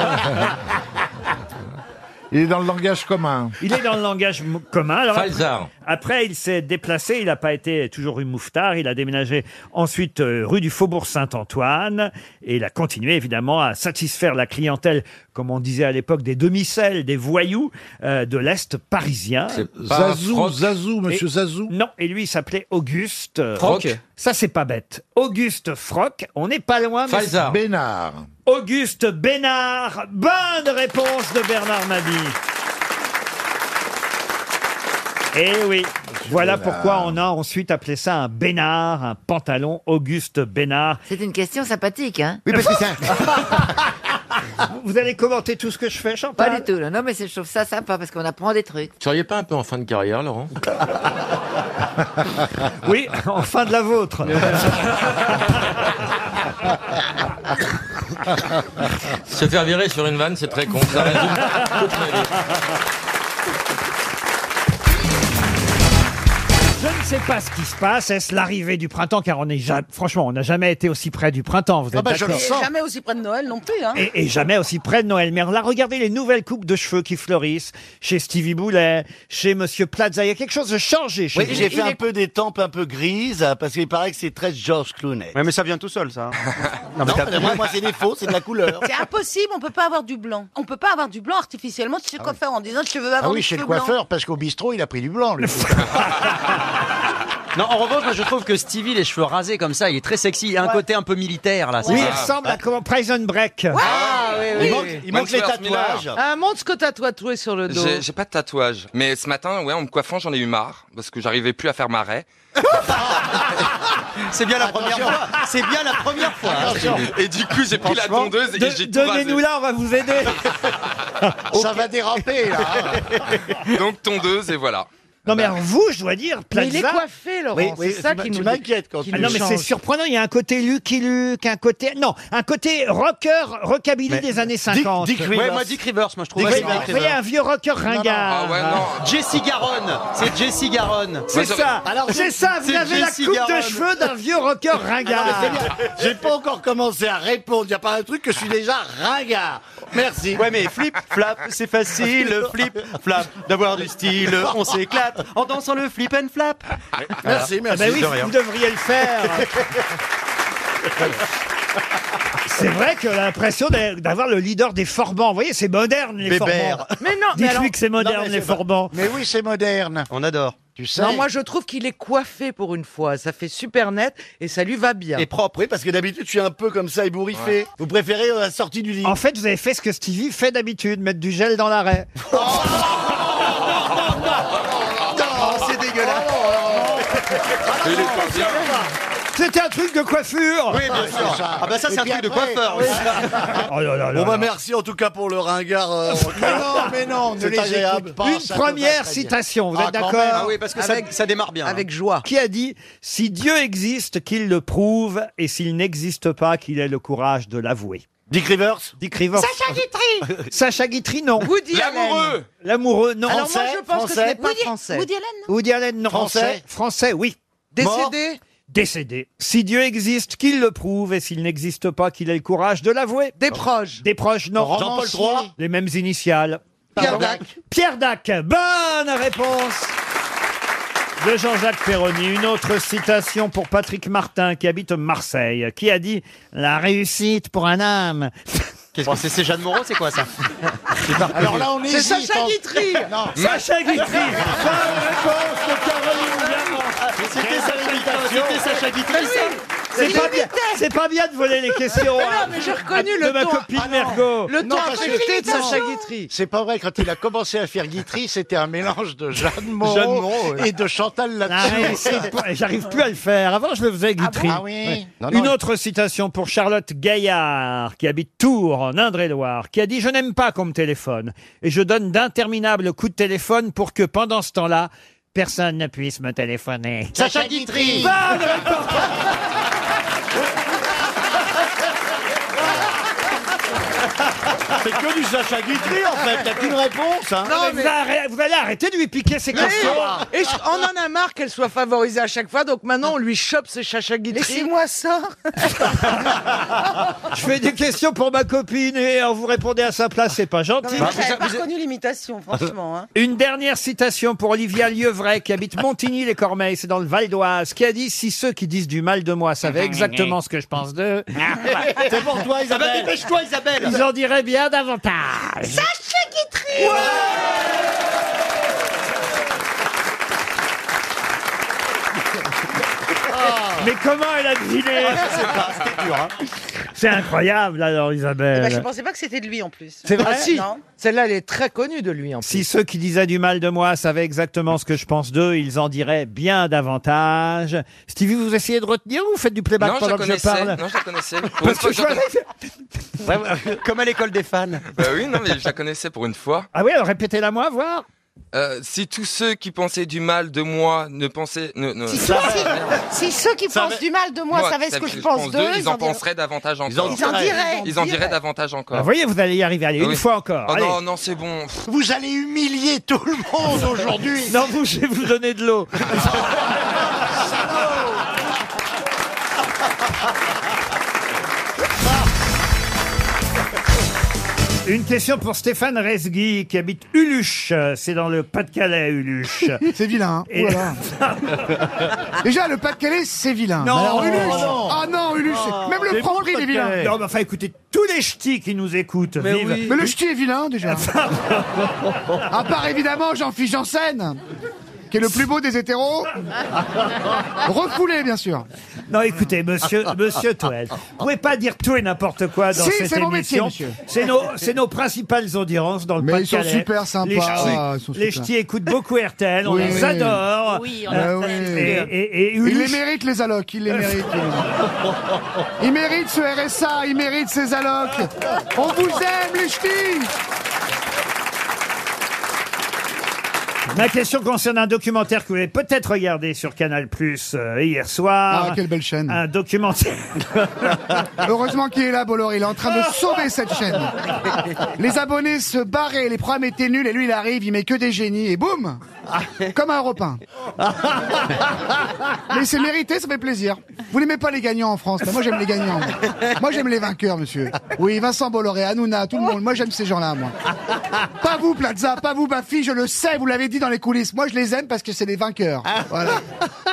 Speaker 29: il est dans le langage commun.
Speaker 1: Il est dans le langage m- commun. Alors après-
Speaker 6: Falzar.
Speaker 1: Après, il s'est déplacé. Il n'a pas été toujours rue Mouffetard. Il a déménagé ensuite euh, rue du Faubourg Saint-Antoine. Et il a continué, évidemment, à satisfaire la clientèle, comme on disait à l'époque, des demi-selles, des voyous euh, de l'Est parisien.
Speaker 29: pas Zazou, Frock Zazou, monsieur
Speaker 1: Et-
Speaker 29: Zazou.
Speaker 1: Non, et lui, il s'appelait Auguste. euh,
Speaker 6: Frock.
Speaker 1: Ça, c'est pas bête. Auguste Frock. On n'est pas loin. mais-
Speaker 6: Falzar.
Speaker 29: Bénard.
Speaker 1: Auguste Bénard. Bonne réponse de Bernard Mabie. Eh oui, voilà
Speaker 21: Bénard.
Speaker 1: pourquoi on a ensuite appelé ça un Bénard, un pantalon Auguste Bénard.
Speaker 28: C'est une question sympathique, hein
Speaker 15: Oui, parce que c'est un-
Speaker 1: Vous allez commenter tout ce que je fais, Chantal
Speaker 28: Pas du tout, non, non, mais c'est- je trouve ça sympa parce qu'on apprend des trucs.
Speaker 6: Tu seriez pas un peu en fin de carrière, Laurent
Speaker 1: Oui, en fin de la vôtre.
Speaker 6: Se faire virer sur une vanne, c'est très con. Ça résume toute ma vie.
Speaker 1: Je ne sait pas ce qui se passe. Est-ce l'arrivée du printemps Car on est ja- franchement, on n'a jamais été aussi près du printemps.
Speaker 8: Ah
Speaker 1: Vous êtes
Speaker 8: bah,
Speaker 1: d'accord
Speaker 9: jamais aussi près de Noël non plus. Hein.
Speaker 1: et, et jamais aussi près de Noël Merla. Regardez les nouvelles coupes de cheveux qui fleurissent chez Stevie Boulet, chez Monsieur Plaza. Il y a quelque chose de changé chez
Speaker 8: Oui,
Speaker 1: vous.
Speaker 8: j'ai fait un peu des tempes un peu grises, euh, parce qu'il paraît que c'est très George Clooney.
Speaker 30: Ouais, mais ça vient tout seul, ça.
Speaker 8: hein. Non, mais moi, moi, c'est des faux, c'est de la couleur.
Speaker 9: C'est impossible, on peut pas avoir du blanc. On peut pas avoir du blanc artificiellement chez le coiffeur en disant je veux avoir
Speaker 8: Ah
Speaker 9: du
Speaker 8: oui, chez le
Speaker 9: cheveu blanc.
Speaker 8: coiffeur, parce qu'au bistrot, il a pris du blanc. lui.
Speaker 5: Non, en revanche, moi, je trouve que Stevie, les cheveux rasés comme ça, il est très sexy. Il a un côté un peu militaire, là. c'est Bah,
Speaker 1: Oui,
Speaker 5: pas-
Speaker 1: il ressemble à comment Prison Break.
Speaker 5: Ah, oui, oui,
Speaker 8: Il
Speaker 5: oui.
Speaker 8: manque, il manque les
Speaker 14: Mansfield Miller.
Speaker 8: tatouages.
Speaker 2: Ah, montre ce que t'as tatoué sur le dos.
Speaker 14: J'ai j'ai pas de tatouage. Mais ce matin, ouais, en me coiffant, j'en ai eu marre parce que j'arrivais plus à faire ma raie.
Speaker 5: C'est bien la première fois. C'est bien la première fois. hein,
Speaker 14: Et du coup, j'ai pris la
Speaker 1: Ah, Franchement,
Speaker 14: tondeuse et
Speaker 1: de-
Speaker 14: j'ai tout rasé.
Speaker 1: Donnez-nous là, on va vous aider.
Speaker 8: Ça va déraper, là. hein.
Speaker 14: Donc tondeuse et voilà.
Speaker 1: Non mais alors vous, je dois dire, Plaza.
Speaker 2: Mais il est coiffé, Laurent.
Speaker 8: Oui, oui,
Speaker 2: c'est ça
Speaker 8: tu
Speaker 2: qui
Speaker 8: m'in-
Speaker 2: nous
Speaker 8: tu m'inquiètes quand
Speaker 2: qui
Speaker 8: tu
Speaker 2: nous
Speaker 1: Ah non mais c'est
Speaker 2: change.
Speaker 1: surprenant, il y a un côté Lucky Luke, un côté non, un côté rocker, rockabilly
Speaker 5: Mais-
Speaker 1: des années 50.
Speaker 5: Dick Rivers. Ouais, moi, Dick Rivers, moi, je trouve.
Speaker 1: Vous
Speaker 5: Ouais,
Speaker 1: voyez,
Speaker 5: c'est Dick
Speaker 1: vous voyez,
Speaker 5: Rivers.
Speaker 1: un vieux rocker
Speaker 5: Ah
Speaker 1: ringard.
Speaker 5: ouais, non. Jesse Garonne. C'est Jesse Garonne.
Speaker 1: C'est ça. c'est ça, vous
Speaker 5: C'est
Speaker 1: avez la
Speaker 5: Jesse
Speaker 1: coupe de
Speaker 5: Garonne.
Speaker 1: cheveux d'un vieux rocker
Speaker 8: Ah
Speaker 1: ringard.
Speaker 8: J'ai pas encore commencé à répondre. Il n'y a pas un truc que je suis déjà ringard. Merci.
Speaker 5: Ouais, mais flip, flap, c'est facile. Flip, flap, d'avoir du style. On s'éclate en dansant le flip and flap.
Speaker 8: Merci,
Speaker 1: Ah
Speaker 8: merci.
Speaker 1: ben oui, vous devriez le faire. C'est vrai que l'impression d'a- d'avoir le leader des Forbans. Vous voyez, c'est moderne, les
Speaker 8: Bébert.
Speaker 1: Forbans.
Speaker 2: Mais non, mais
Speaker 1: Dites-lui
Speaker 2: alors-
Speaker 1: que c'est
Speaker 8: Non,
Speaker 1: moderne,
Speaker 8: mais
Speaker 1: les
Speaker 8: c'est pas-
Speaker 1: Forbans.
Speaker 8: Mais Eh oui, c'est moderne.
Speaker 5: On adore.
Speaker 8: Tu sais.
Speaker 2: Non, moi je trouve qu'il est coiffé pour une fois. Ça fait super net et ça lui va bien.
Speaker 5: Et propre.
Speaker 8: Oui, parce que d'habitude, je suis un peu comme ça, ébouriffé. Vous préférez euh, la sortie du lit.
Speaker 1: En fait, vous avez fait ce que Stevie fait d'habitude, mettre du gel dans l'arrêt.
Speaker 8: oh,
Speaker 5: Oh, c'est dégueulasse.
Speaker 8: oh,
Speaker 14: Il est pas bien.
Speaker 1: C'était un truc de coiffure
Speaker 8: Oui, bien sûr.
Speaker 5: Ah bah ça,
Speaker 8: Et
Speaker 5: c'est un
Speaker 8: puis
Speaker 5: truc de
Speaker 8: après,
Speaker 5: coiffeur.
Speaker 8: oui.
Speaker 1: Oh là là là
Speaker 8: Bon bah
Speaker 1: là.
Speaker 8: merci en tout cas pour le ringard. euh,
Speaker 1: Mais non, mais non, ne
Speaker 8: C'est
Speaker 1: les
Speaker 8: agréable.
Speaker 1: écoute pas, Une ça te va première très bien. citation, vous êtes
Speaker 8: Ah, quand
Speaker 1: d'accord
Speaker 8: même.
Speaker 5: Ah oui, parce que ça, ça démarre bien.
Speaker 2: Avec joie.
Speaker 1: Qui a dit Si Dieu existe, qu'il le prouve, et s'il n'existe pas, qu'il ait le courage de l'avouer
Speaker 8: Dick Rivers.
Speaker 1: Dick Rivers. Sacha Guitry Sacha Guitry, non.
Speaker 2: Woody Allen.
Speaker 14: L'amoureux.
Speaker 1: L'amoureux, non.
Speaker 2: Alors moi
Speaker 8: Français,
Speaker 2: je pense que ce
Speaker 8: français.
Speaker 2: n'est pas français.
Speaker 31: Woody Allen
Speaker 1: Woody Allen, non.
Speaker 8: Français.
Speaker 1: Français, oui.
Speaker 2: Décédé
Speaker 1: Décédé. Si Dieu existe, qu'il le prouve, et s'il n'existe pas, qu'il ait le courage de l'avouer.
Speaker 2: Des proches.
Speaker 1: Des proches, non.
Speaker 8: Jean-Paul III.
Speaker 1: Les mêmes initiales.
Speaker 8: Pierre
Speaker 1: Pardon.
Speaker 8: Dac.
Speaker 1: Pierre Dac. Bonne réponse de Jean-Jacques Perroni. Une autre citation pour Patrick Martin, qui habite Marseille, qui a dit « La réussite pour un âme
Speaker 5: Qu'est-ce que c'est C'est Jeanne Moreau, c'est quoi ça
Speaker 8: Alors là on
Speaker 2: C'est
Speaker 8: hésite.
Speaker 2: Sacha
Speaker 8: entre-
Speaker 2: Guitry
Speaker 8: Non. ».
Speaker 1: Sacha Guitry
Speaker 8: Ah,
Speaker 5: Mais C'était Sacha Guitry. C'était Sacha Guitry, ça.
Speaker 1: C'est pas, bien, c'est pas bien de voler les questions
Speaker 2: Mais non,
Speaker 1: hein,
Speaker 2: mais j'ai reconnu
Speaker 1: de
Speaker 2: le
Speaker 1: ma
Speaker 2: ton.
Speaker 1: copine
Speaker 8: Ah non.
Speaker 1: Mergot.
Speaker 2: Le
Speaker 8: Non,
Speaker 2: temps
Speaker 8: parce que-
Speaker 2: affecté de
Speaker 8: Non.
Speaker 2: Sacha Guitry.
Speaker 8: C'est pas vrai, quand il a commencé à faire Guitry, c'était un mélange de Jeanne Moreau,
Speaker 5: Jeanne Moreau, ouais.
Speaker 8: et de Chantal
Speaker 1: La
Speaker 8: là-dessus.
Speaker 1: réussite pour- J'arrive plus à le faire. Avant, je le faisais Guitry.
Speaker 8: Ah oui.
Speaker 1: Ouais.
Speaker 8: Non,
Speaker 1: Une autre citation pour Charlotte Gaillard, qui habite Tours, en Indre-et-Loire, qui a dit « Je n'aime pas qu'on me téléphone et je donne d'interminables coups de téléphone pour que pendant ce temps-là, personne ne puisse me téléphoner.
Speaker 8: Sacha Guitry
Speaker 5: Ah,
Speaker 1: Bonne réponse
Speaker 8: C'est que du Sacha Guitry en fait, t'as qu'une réponse hein.
Speaker 2: Non,
Speaker 1: vous,
Speaker 2: mais-
Speaker 1: arrêtez- vous allez arrêter de lui piquer ses
Speaker 2: Mais-
Speaker 1: questions.
Speaker 2: et je- on en a marre qu'elle soit favorisée à chaque fois, donc maintenant on lui chope ses Sacha Guitry.
Speaker 9: Laissez-moi ça.
Speaker 1: Je fais des questions pour ma copine et euh, vous répondez à sa place, c'est pas
Speaker 9: Non,
Speaker 1: gentil.
Speaker 9: mais moi, j'avais pas reconnu l'imitation, franchement. hein.
Speaker 1: Une dernière citation pour Olivia Lieuvray, qui habite Montigny-les-Cormeilles, c'est dans le Val d'Oise, qui a dit Si ceux qui disent du mal de moi savaient exactement ce que je pense d'eux,
Speaker 8: C'est pour toi
Speaker 5: Ah bah
Speaker 8: Isabelle.
Speaker 5: dépêche-toi, Isabelle.
Speaker 1: ils en diraient bien davantage. Mais comment elle a deviné
Speaker 8: C'est dur hein.
Speaker 1: C'est incroyable, alors,
Speaker 9: Eh ben, je
Speaker 1: Isabelle.
Speaker 9: pensais pas que c'était de lui en plus.
Speaker 1: euh, C'est vrai
Speaker 9: Ah,
Speaker 2: Si,
Speaker 9: non.
Speaker 2: celle-là elle est très connue de lui en plus.
Speaker 1: Si ceux qui disaient du mal de moi savaient exactement ce que je pense d'eux, ils en diraient bien davantage. Stevie, vous essayez de retenir ou vous faites du playback
Speaker 14: Non, je la
Speaker 1: pendant que je
Speaker 14: connaissais.
Speaker 1: parle
Speaker 14: Non, je la connaissais. Pour une
Speaker 1: Parce
Speaker 14: fois,
Speaker 1: que
Speaker 14: je
Speaker 1: je
Speaker 14: la connaissais.
Speaker 5: Comme à l'école des fans.
Speaker 14: Bah oui, non, mais je la connaissais pour une fois.
Speaker 1: Ah oui, alors répétez-la moi, voir.
Speaker 14: Euh, si tous ceux qui pensaient du mal de moi ne pensaient. Ne, ne-
Speaker 21: Si, si- si ceux qui
Speaker 14: Ça
Speaker 21: pensent
Speaker 14: va-
Speaker 21: du mal de moi
Speaker 14: Ouais,
Speaker 21: savaient ce
Speaker 14: ça-
Speaker 21: que je pense d'eux,
Speaker 14: ils en
Speaker 21: diraient-
Speaker 14: penseraient davantage
Speaker 8: Ils en
Speaker 14: encore.
Speaker 8: Ils en
Speaker 21: diraient.
Speaker 14: Ils en diraient davantage
Speaker 1: Vous
Speaker 14: encore.
Speaker 1: Bah Ah, voyez, vous allez y arriver. Allez, une
Speaker 14: Oui.
Speaker 1: fois encore.
Speaker 14: Oh
Speaker 1: Allez.
Speaker 14: non, non, c'est bon. Pff,
Speaker 8: Vous allez humilier tout le monde aujourd'hui.
Speaker 1: Non, vous, je vais vous donner de l'eau. Une question pour Stéphane Resgui qui habite Uluche. Euh, C'est dans le Pas-de-Calais, Uluche.
Speaker 21: C'est vilain. hein.
Speaker 1: Et-
Speaker 21: Oh là là. Déjà, le Pas-de-Calais, c'est vilain.
Speaker 1: ah. Non,
Speaker 21: Mais alors,
Speaker 1: non,
Speaker 21: Uluche.
Speaker 1: non.
Speaker 21: Ah non, Uluche.
Speaker 1: Ah,
Speaker 21: Même le
Speaker 1: mais
Speaker 21: Franprix, il est vilain.
Speaker 1: Non, mais enfin, écoutez, tous les ch'tis qui nous écoutent.
Speaker 21: Mais,
Speaker 1: vivent-
Speaker 21: le ch'ti est vilain, déjà. à part, évidemment, Jean-Philippe Janssen, qui est le plus beau des hétéros. Refoulé, bien sûr.
Speaker 1: Non, écoutez, monsieur, monsieur Toed, vous pouvez pas dire tout et n'importe quoi dans
Speaker 21: Si,
Speaker 1: cette
Speaker 21: c'est mon métier,
Speaker 1: émission.
Speaker 21: monsieur.
Speaker 1: c'est nos, c'est nos principales audiences dans le
Speaker 21: Mais ils sont
Speaker 1: Pas-de-Calais.
Speaker 21: super sympas, Ah,
Speaker 1: Les ch'tis,
Speaker 21: ils sont super.
Speaker 1: les ch'tis écoutent beaucoup RTL, on
Speaker 21: Oui. Ah,
Speaker 1: les adore.
Speaker 21: Oui, on
Speaker 1: Euh,
Speaker 21: les adore.
Speaker 1: et, et- et
Speaker 21: Il les
Speaker 1: Uluche-
Speaker 21: mérite, les allocs. Il les mérite. il les mérite. Il mérite ce RSA. Il mérite ses allocs. On vous aime, les ch'tis.
Speaker 1: Ma question concerne un documentaire que vous avez peut-être regardé sur Canal Plus euh, hier soir.
Speaker 21: Ah, quelle belle chaîne.
Speaker 1: Un documentaire.
Speaker 21: Heureusement qu'il est là, Bollor. Il est en train de sauver cette chaîne. Les abonnés se barraient, les programmes étaient nuls, et lui, il arrive, il met que des génies, et boum Comme un repas. Mais c'est mérité, ça fait plaisir. Vous n'aimez pas les gagnants en France, là. moi j'aime les gagnants. Moi j'aime les vainqueurs, monsieur. Oui, Vincent Bolloré, Hanouna, tout le monde, moi j'aime ces gens-là, moi. Pas vous, Plaza, pas vous, Bafi, je le sais, vous l'avez dit dans les coulisses. Moi je les aime parce que c'est les vainqueurs. Voilà.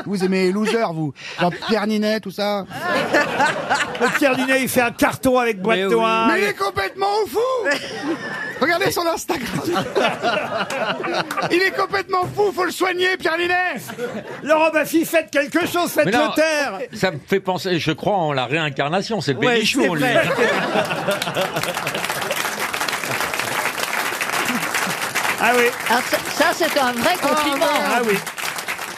Speaker 21: Vous aimez les losers, vous. Jean-Pierre Ninet, tout ça.
Speaker 1: Le Pierre Ninet, il fait un carton avec boîte noire.
Speaker 21: Mais il est complètement fou Regardez son Instagram Il est complètement fou, faut le soigner, Pierre Linet
Speaker 1: Laurent Baffy, faites quelque chose, faites
Speaker 7: Mais non,
Speaker 1: le taire
Speaker 7: Ça me fait penser, je crois en la réincarnation, c'est le
Speaker 1: Ouais,
Speaker 7: bénichou,
Speaker 1: c'est
Speaker 7: on lui.
Speaker 1: vrai. Ah oui.
Speaker 4: ça, c'est un vrai compliment.
Speaker 1: Ah oui.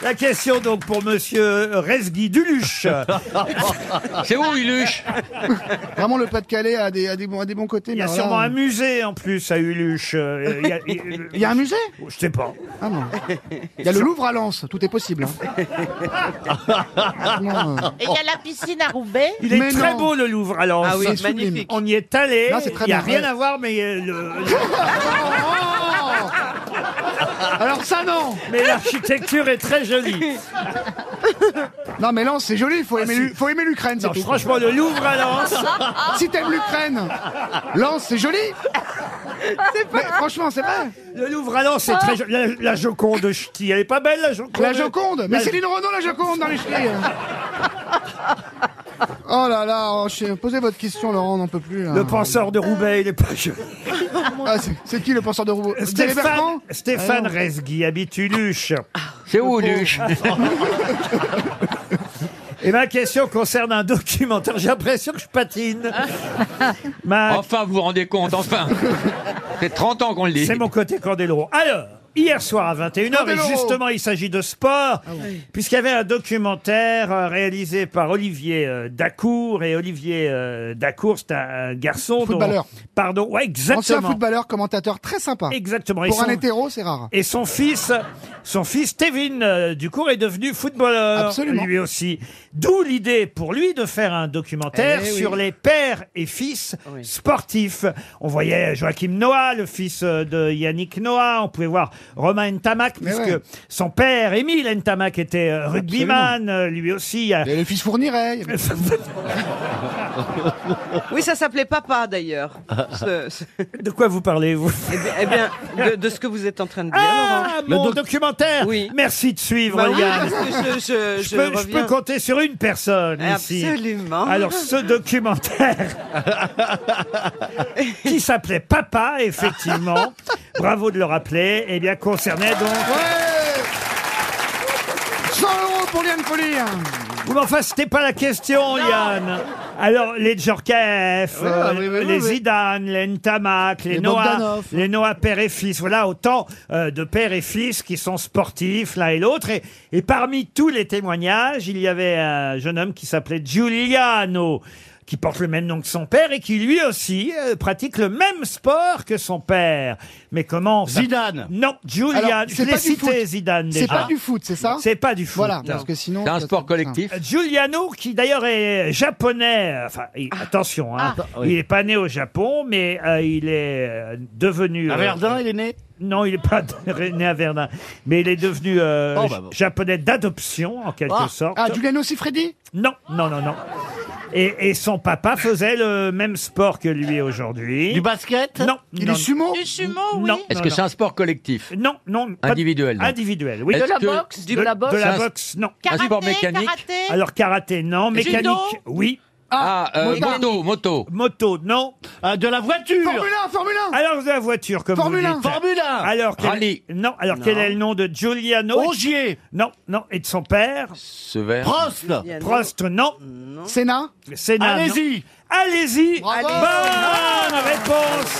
Speaker 1: La question donc pour Monsieur Resgui Duluche.
Speaker 7: C'est où Uluche
Speaker 21: Vraiment, le Pas-de-Calais a des, a des bons, a des bons côtés.
Speaker 1: Il y a
Speaker 21: mais
Speaker 1: sûrement
Speaker 21: alors là,
Speaker 1: un musée en plus à Uluche. Euh, Il y a, il-
Speaker 21: Il y a un musée
Speaker 1: Je sais pas.
Speaker 21: Ah non. Il y a le Louvre à Lens, tout est possible. hein. Non, euh.
Speaker 4: Et il y a la piscine à Roubaix.
Speaker 1: Il est
Speaker 21: Mais
Speaker 1: très
Speaker 21: non.
Speaker 1: beau le Louvre à Lens. euh,
Speaker 21: Ah oui, C'est sublime. magnifique.
Speaker 1: On y est allé.
Speaker 21: Non, c'est très
Speaker 1: Il n'y a
Speaker 21: bien,
Speaker 1: rien
Speaker 21: ouais.
Speaker 1: à voir, mais euh, le-
Speaker 21: Alors ça non
Speaker 1: mais l'architecture est très jolie. Ah,
Speaker 21: Non mais Lens, c'est joli, faut aimer, l'U- faut aimer l'Ukraine, c'est
Speaker 1: Non,
Speaker 21: tout.
Speaker 1: franchement, le Louvre à Lens.
Speaker 21: Si t'aimes l'Ukraine, Lens, c'est joli Mais franchement, c'est vrai Ah.
Speaker 1: Le Louvre à Lens, c'est très joli. La, la Joconde ch'ti, elle est pas belle la Joconde.
Speaker 21: La Joconde Mais
Speaker 1: La-
Speaker 21: Céline Renaud, la Joconde, dans les ch'tis Oh là là, oh, je- posez votre question, Laurent, on n'en peut plus. là.
Speaker 1: Le penseur de Roubaix, il est pas joli.
Speaker 21: Ah, c'est- c'est qui le penseur de Roubaix Thierry
Speaker 1: Stéphane,
Speaker 21: Bertrand
Speaker 1: Stéphane
Speaker 21: Ah non.
Speaker 1: Resgui habite Uluche.
Speaker 7: C'est où
Speaker 1: pauvre.
Speaker 7: Uluche
Speaker 1: Et ma question concerne un documentaire. J'ai l'impression que je patine. Ma-
Speaker 7: Enfin, vous vous rendez compte, enfin C'est 30 ans qu'on le dit.
Speaker 1: C'est mon côté Cordellero. Alors, hier soir à 21h, et
Speaker 7: Cordellero.
Speaker 1: justement, il s'agit de sport,
Speaker 21: Ah
Speaker 1: puisqu'il y avait un documentaire euh, réalisé par Olivier euh, Dacour. Et Olivier euh, Dacour, c'est un, un garçon. dont-
Speaker 21: Footballeur.
Speaker 1: Pardon, ouais,
Speaker 21: Ancien
Speaker 1: exactement.
Speaker 21: footballeur, commentateur très sympa.
Speaker 1: Exactement. Ils
Speaker 21: Pour
Speaker 1: sont-
Speaker 21: un hétéro, c'est rare.
Speaker 1: Et son fils, son fils Tevin euh, Ducour est devenu footballeur,
Speaker 21: Absolument.
Speaker 1: lui aussi. D'où l'idée pour lui de faire un documentaire
Speaker 21: Eh oui.
Speaker 1: sur les pères et fils sportifs. On voyait Joachim Noah, le fils euh, de Yannick Noah. On pouvait voir Romain Ntamak, puisque
Speaker 21: ouais.
Speaker 1: son père, Émile Ntamak, était euh, rugbyman, euh, lui aussi.
Speaker 21: Et le fils fournirait.
Speaker 2: Oui, ça s'appelait papa d'ailleurs. Ce- ce-
Speaker 1: De quoi vous parlez-vous
Speaker 2: Eh bien, eh bien, de, de ce que vous êtes en train de dire,
Speaker 1: Ah,
Speaker 2: Laurent.
Speaker 1: mon documentaire Merci de suivre,
Speaker 2: Bah oui,
Speaker 1: Yann.
Speaker 2: parce que je- je- je
Speaker 1: peux, je
Speaker 2: reviens.
Speaker 1: peux compter sur une personne ici.
Speaker 2: Absolument.
Speaker 1: Alors, ce documentaire qui s'appelait Papa, effectivement, bravo de le rappeler, eh bien, concernait donc...
Speaker 21: 100 euros pour Liane Folie
Speaker 1: Vous mais enfin, c'était pas la question, Yann. Alors, les Djorkaeff,
Speaker 21: Ouais,
Speaker 1: euh,
Speaker 21: oui, oui, oui,
Speaker 1: les
Speaker 21: oui.
Speaker 1: Zidane, les Ntamak, les,
Speaker 21: Les
Speaker 1: Noah,
Speaker 21: Bogdanov.
Speaker 1: les Noah père et fils. Voilà autant euh, de père et fils qui sont sportifs l'un et l'autre. Et, et parmi tous les témoignages, il y avait un jeune homme qui s'appelait Giuliano qui porte le même nom que son père et qui lui aussi euh, pratique le même sport que son père. Mais comment ça-
Speaker 21: Zidane.
Speaker 1: Non, Giuliano.
Speaker 21: Alors,
Speaker 1: Je
Speaker 21: c'est
Speaker 1: l'ai
Speaker 21: pas du
Speaker 1: cité,
Speaker 21: foot.
Speaker 1: Zidane.
Speaker 21: C'est
Speaker 1: déjà.
Speaker 21: pas du foot, c'est ça
Speaker 1: C'est pas du foot.
Speaker 21: Voilà,
Speaker 1: non.
Speaker 21: parce que sinon.
Speaker 7: C'est un sport collectif
Speaker 1: Euh, Giuliano, qui d'ailleurs est japonais, euh, enfin, il- attention, hein,
Speaker 21: Ah.
Speaker 1: il n'est pas né au Japon, mais euh, il est euh, devenu...
Speaker 21: À Verdun,
Speaker 1: il est né Non, il n'est pas né à Verdun, mais il est devenu euh,
Speaker 21: Oh, bah bon.
Speaker 1: japonais d'adoption, en quelque sorte.
Speaker 21: Ah, Giuliano Sifredi
Speaker 1: Non, non, non, non. Et, et son papa faisait le même sport que lui aujourd'hui. Du basket Non.
Speaker 21: Du
Speaker 1: non.
Speaker 21: sumo
Speaker 1: Du sumo,
Speaker 7: oui. Est-ce que c'est un
Speaker 1: sport collectif Non, non. pas-
Speaker 7: Individuel, non.
Speaker 1: Individuel, oui.
Speaker 7: Est-ce De la que- boxe
Speaker 1: De,
Speaker 7: De la
Speaker 1: de la
Speaker 7: boxe
Speaker 1: boxe, non.
Speaker 7: Un sport Karaté, mécanique karaté
Speaker 1: Alors, karaté, non.
Speaker 7: Judo
Speaker 1: Mécanique, oui.
Speaker 7: Ah, euh,
Speaker 1: Montagne.
Speaker 7: moto, moto.
Speaker 1: Moto, non. Euh, de la voiture.
Speaker 21: Formule 1, Formule 1
Speaker 1: Alors, de la voiture, comme
Speaker 21: Formule
Speaker 1: vous
Speaker 21: 1.
Speaker 1: dites.
Speaker 21: Formule 1.
Speaker 1: Alors, quel-
Speaker 7: Rallye.
Speaker 1: Non, alors
Speaker 7: Non.
Speaker 1: quel est le nom de Giuliano Ogier. Non, non. Et de son père
Speaker 7: Ce verre.
Speaker 1: Prost, non.
Speaker 21: Sénat
Speaker 1: Sénat, non.
Speaker 21: Allez-y.
Speaker 1: Allez-y.
Speaker 21: Bravo.
Speaker 1: Bonne réponse.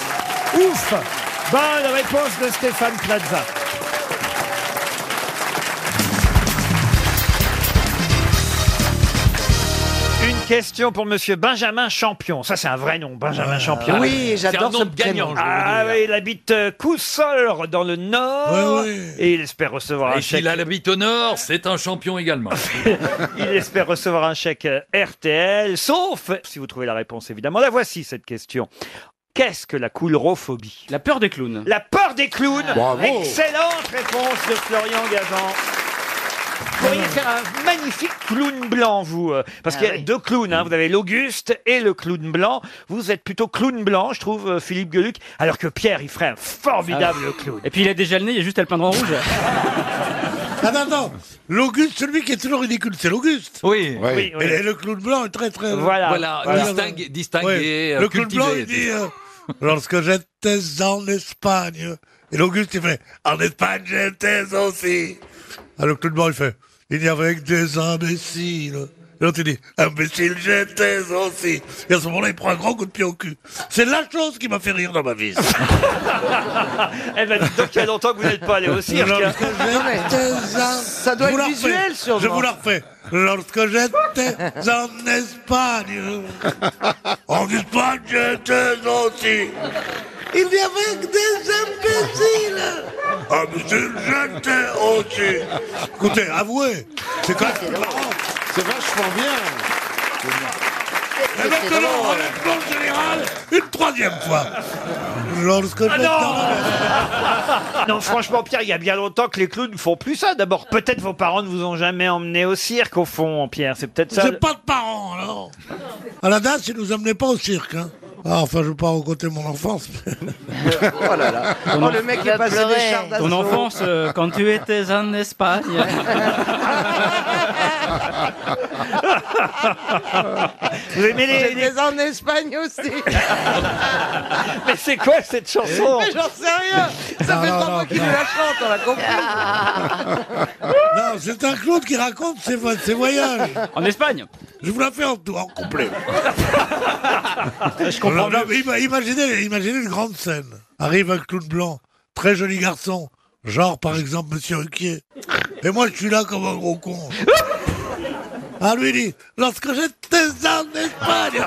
Speaker 1: Ouf. Bonne réponse de Stéphane Plaza. Une question pour Monsieur Benjamin Champion. Ça, c'est un vrai nom, Benjamin Champion.
Speaker 2: oui, j'adore C'est un nom ce de prénom. gagnant, je veux
Speaker 1: Ah
Speaker 2: dire.
Speaker 1: oui, il habite euh, Coussol dans le Nord. Et il espère recevoir un
Speaker 22: Et
Speaker 1: chèque.
Speaker 22: s'il a l'habit au nord, c'est un champion également.
Speaker 1: Il espère recevoir un chèque euh, RTL, sauf si vous trouvez la réponse, évidemment. La voici, cette question. Qu'est-ce que la coulrophobie La peur des clowns. La peur des clowns
Speaker 8: Bravo.
Speaker 1: Excellente réponse de Florian Gazan. Vous pourriez faire un magnifique clown blanc, vous. euh, Parce
Speaker 8: Ah
Speaker 1: qu'il y a
Speaker 8: oui.
Speaker 1: deux clowns. hein. Vous avez l'Auguste et le clown blanc. Vous êtes plutôt clown blanc, je trouve, euh, Philippe Gueluc. Alors que Pierre, il ferait un formidable
Speaker 27: Ah.
Speaker 1: clown.
Speaker 27: Et puis il a déjà le nez, il y a juste à le peindre en rouge.
Speaker 22: Ah
Speaker 16: Attends, attends. L'Auguste, celui qui est toujours ridicule, c'est l'Auguste.
Speaker 22: Oui.
Speaker 16: Et, et le clown blanc est très, très.
Speaker 22: Voilà. Voilà, distingué- distingué, euh,
Speaker 16: Le clown
Speaker 22: cultivé,
Speaker 16: blanc, il dit
Speaker 22: tout ça.
Speaker 16: euh, Lorsque j'étais en Espagne. Et l'Auguste, il fait En Espagne, j'étais
Speaker 1: oh,
Speaker 16: aussi. Ah, le clown blanc, il fait Il n'y avait que des imbéciles. Et l'autre, il dit Imbécile, j'étais aussi. Et à ce moment-là, il prend un grand coup de pied au cul. C'est la chose qui m'a fait rire dans ma vie.
Speaker 1: Eh ben, dites donc, il y a longtemps que vous n'êtes pas allé au cirque.
Speaker 16: Non,
Speaker 1: hein.
Speaker 16: lorsque j'étais en-
Speaker 1: Ça doit
Speaker 16: Je vous
Speaker 1: être
Speaker 16: la refais.
Speaker 1: visuel, sûrement.
Speaker 16: Je vous la refais. Lorsque j'étais en Espagne, en Espagne j'étais aussi. Il y avait que des imbéciles. En Espagne j'étais aussi. Écoutez, avouez, c'est quand même marrant. C'est vachement bien.
Speaker 22: Eh ben,
Speaker 16: Et maintenant, honnêtement, en général, une troisième fois. Lorsque j'étais
Speaker 1: Ah Non, franchement, Pierre, il y a bien longtemps que les clowns ne font plus ça. D'abord, peut-être vos parents ne vous ont jamais emmené au cirque, au fond, Pierre. C'est peut-être ça.
Speaker 16: J'ai pas de parents, alors. À la DAS, ils nous emmenaient pas au cirque. Hein. Ah, enfin, je veux pas raconter mon enfance.
Speaker 2: Oh là là.
Speaker 16: Ton
Speaker 2: Oh, le mec
Speaker 16: Il
Speaker 2: est
Speaker 16: a
Speaker 2: passé
Speaker 16: pleuré.
Speaker 2: des chars d'assaut.
Speaker 27: Ton enfance, euh, quand tu étais en Espagne.
Speaker 1: Vous aimez les-
Speaker 2: J'étais en Espagne aussi.
Speaker 1: Mais c'est quoi cette chanson
Speaker 2: Mais j'en sais rien. Ça
Speaker 16: Non,
Speaker 2: fait
Speaker 16: non,
Speaker 2: trois
Speaker 16: non,
Speaker 2: mois qu'il
Speaker 16: non.
Speaker 2: nous la chante, on l'a compris.
Speaker 16: non, c'est un Claude qui raconte ses, vo- ses voyages.
Speaker 27: En Espagne
Speaker 16: Je vous la fais en tout, en complet.
Speaker 27: Je
Speaker 16: Non,
Speaker 27: comprends mieux.
Speaker 16: mais ima- imaginez, imaginez une grande scène. Arrive un clown blanc, très joli garçon, genre par exemple Monsieur Ruquier. Et moi, je suis là comme un gros con. Ah, lui il dit, lorsque j'étais en Espagne.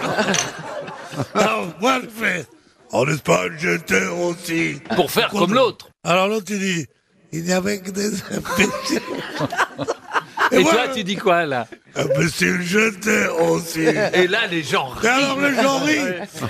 Speaker 16: Alors, moi, je fais, en Espagne, j'étais aussi.
Speaker 22: Pour faire
Speaker 16: Contre-
Speaker 22: comme l'autre.
Speaker 16: Alors, l'autre, il dit, il n'y avait que des imbéciles.
Speaker 22: Et,
Speaker 16: moi, Ah,
Speaker 22: toi, tu dis quoi là
Speaker 16: Imbéciles, j'étais aussi.
Speaker 22: Et là, les gens
Speaker 16: Et
Speaker 22: rient.
Speaker 16: alors le gens rit.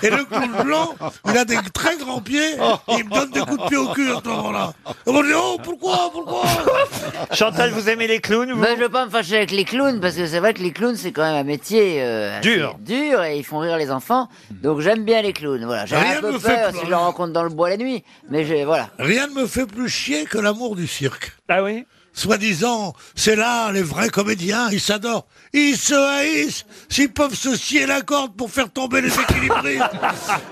Speaker 16: Et le clown blanc, il a des très grands pieds,
Speaker 22: Oh.
Speaker 16: et il me donne des coups de pied au cul à ce moment-là. Et moi je dis, oh, pourquoi, pourquoi
Speaker 1: Chantal, vous aimez les clowns vous
Speaker 28: Ben, je veux pas me fâcher avec les clowns parce que c'est vrai que les clowns c'est quand même un métier euh, assez
Speaker 1: Dur.
Speaker 28: dur et ils font rire les enfants. Donc j'aime bien les clowns. Voilà, j'ai
Speaker 16: Rien
Speaker 28: un peu
Speaker 16: me fait
Speaker 28: peur
Speaker 16: pleurer.
Speaker 28: si je les rencontre dans le bois la nuit, mais je, voilà.
Speaker 16: Rien ne me fait plus chier que l'amour du cirque.
Speaker 1: Ah oui
Speaker 16: Soi-disant, c'est là, les vrais comédiens, ils s'adorent. Ils se haïssent. S'ils peuvent se scier la corde pour faire tomber les équilibristes.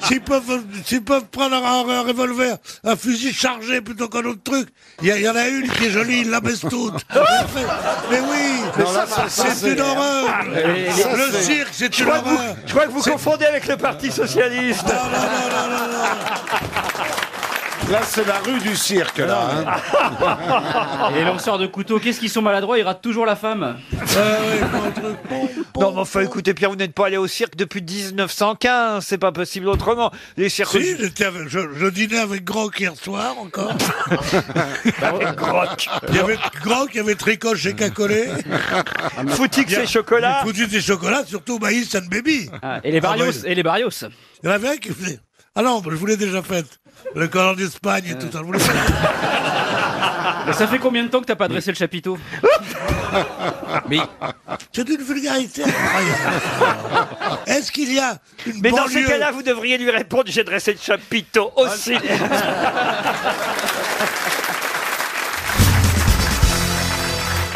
Speaker 16: s'ils peuvent, s'ils peuvent prendre un, un revolver, un fusil chargé plutôt qu'un autre truc. Il y, a- il y en a une qui est jolie, ils la baissent toutes.
Speaker 1: Ah
Speaker 16: Mais oui,
Speaker 1: Non, là, ça, ça,
Speaker 16: c'est une
Speaker 1: c'est- Ah,
Speaker 16: horreur.
Speaker 1: Mais ça,
Speaker 16: le
Speaker 1: c'est-
Speaker 16: cirque, c'est
Speaker 1: Je
Speaker 16: une
Speaker 1: crois, que vous,
Speaker 16: horreur.
Speaker 1: je crois que vous confondez avec le Parti Socialiste.
Speaker 27: Là, c'est la rue du cirque, là. hein. Et les lanceurs de couteaux, qu'est-ce qu'ils sont maladroits Ils ratent toujours la femme.
Speaker 16: Euh,
Speaker 1: Non, mais enfin, écoutez, Pierre, vous n'êtes pas allé au cirque depuis 1915. C'est pas possible autrement. Les cirques.
Speaker 16: Si, j'étais avec- je, je dînais avec Grock hier soir encore.
Speaker 1: Grock.
Speaker 16: Bah Il y avait Grock, il y avait Tricoche et Cacolé.
Speaker 1: Foutix et Chocolat.
Speaker 16: Foutix et Chocolat, surtout Maïs and Baby.
Speaker 27: Et les barrios.
Speaker 16: Ah, ouais.
Speaker 27: et les barrios.
Speaker 16: Il y en avait un qui faisait. Ah non, je vous l'ai déjà faite. Le collant d'Espagne et tout ça. je vous l'ai fait.
Speaker 32: Ça fait combien de temps que t'as pas dressé le chapiteau
Speaker 33: Mais
Speaker 34: C'est d'une vulgarité incroyable. Est-ce qu'il y a une
Speaker 1: Mais dans
Speaker 34: banlieue-
Speaker 1: ces cas-là, vous devriez lui répondre j'ai dressé le chapiteau aussi.
Speaker 34: Ah,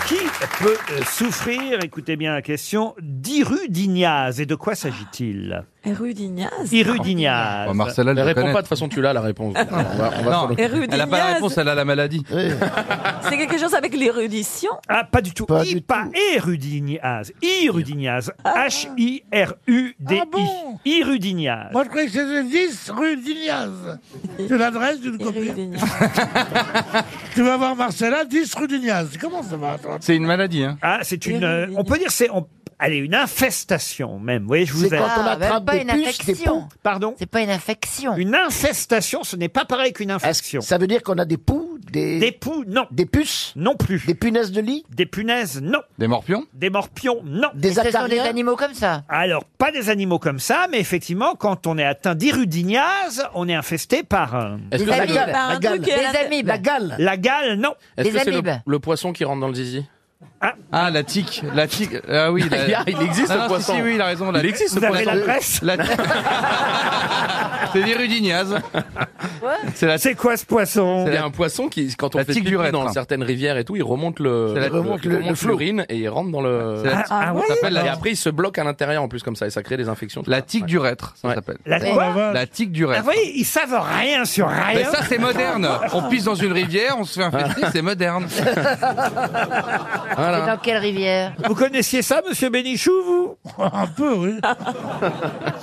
Speaker 1: Qui peut euh, souffrir, écoutez bien la question, d'Irudignaz Et de quoi s'agit-il
Speaker 22: Erudignaz
Speaker 1: Irudignaz.
Speaker 14: ne répond pas de façon, tu l'as la réponse. on va, on va
Speaker 22: Non,
Speaker 14: sur le-
Speaker 22: Hérudiniaz.
Speaker 14: elle n'a pas la réponse, elle a la maladie.
Speaker 22: C'est quelque chose avec l'érudition
Speaker 1: Ah, pas du tout. I- pas Irudignaz. Irudignaz.
Speaker 9: Ah.
Speaker 1: H-I-R-U-D-I. Irudignaz.
Speaker 16: Moi, je croyais que c'était 10 rue d'Ignaz. C'est l'adresse d'une copine. tu vas voir Marcella, 10 rue d'Ignaz. Comment ça va, toi
Speaker 1: C'est une maladie, hein Ah, c'est une. euh, on peut dire c'est. on- Allez, une infestation même. Vous voyez, je vous
Speaker 9: C'est
Speaker 1: ai-
Speaker 9: quand on Ah, même attrape pas des une puces, des infection. poux.
Speaker 1: Pardon
Speaker 9: C'est pas une infection.
Speaker 1: Une infestation, ce n'est pas pareil qu'une infection.
Speaker 14: Ça veut dire qu'on a des poux, des...
Speaker 1: Des poux, non.
Speaker 14: Des puces
Speaker 1: Non plus.
Speaker 14: Des punaises de lit
Speaker 1: Des punaises, non.
Speaker 14: Des morpions
Speaker 1: Des morpions, non.
Speaker 9: Des Ce sont des animaux comme ça.
Speaker 1: Alors, pas des animaux comme ça, mais effectivement, quand on est atteint d'irudignase, on est infesté par. euh,
Speaker 14: Est-ce que Des c'est le- amibes, par un la truc, gale. euh, la- la gale.
Speaker 1: La gale, non.
Speaker 14: Est-ce que c'est le, le poisson qui rentre dans le zizi
Speaker 1: ah.
Speaker 14: la tique, la tique, ah oui, la- il existe Non, le non, si, poisson. si, oui, il a raison, la- il existe Vous le avez poisson. l'adresse La- C'est l'Irudignaz.
Speaker 1: C'est quoi ce poisson
Speaker 14: C'est un poisson qui, quand on La fait tique du pipi rêtre, dans hein. certaines rivières et tout, il remonte le, C'est la- il remonte il le, remonte le flot. l'urine et il rentre dans le. C'est la- Ah, ah ouais ça s'appelle la- Et et après, après, il se bloque à l'intérieur en plus comme ça et ça crée des infections. La tique du rêtre, ça s'appelle.
Speaker 1: La quoi
Speaker 14: La tique du
Speaker 1: Ah, vous
Speaker 14: rêtre.
Speaker 1: voyez, ils savent rien sur rien.
Speaker 14: Mais ça, c'est moderne. On pisse dans une rivière, on se fait infester, c'est moderne.
Speaker 9: C'est dans quelle rivière
Speaker 1: Vous connaissiez ça, monsieur Bénichou, vous
Speaker 16: Un peu, oui.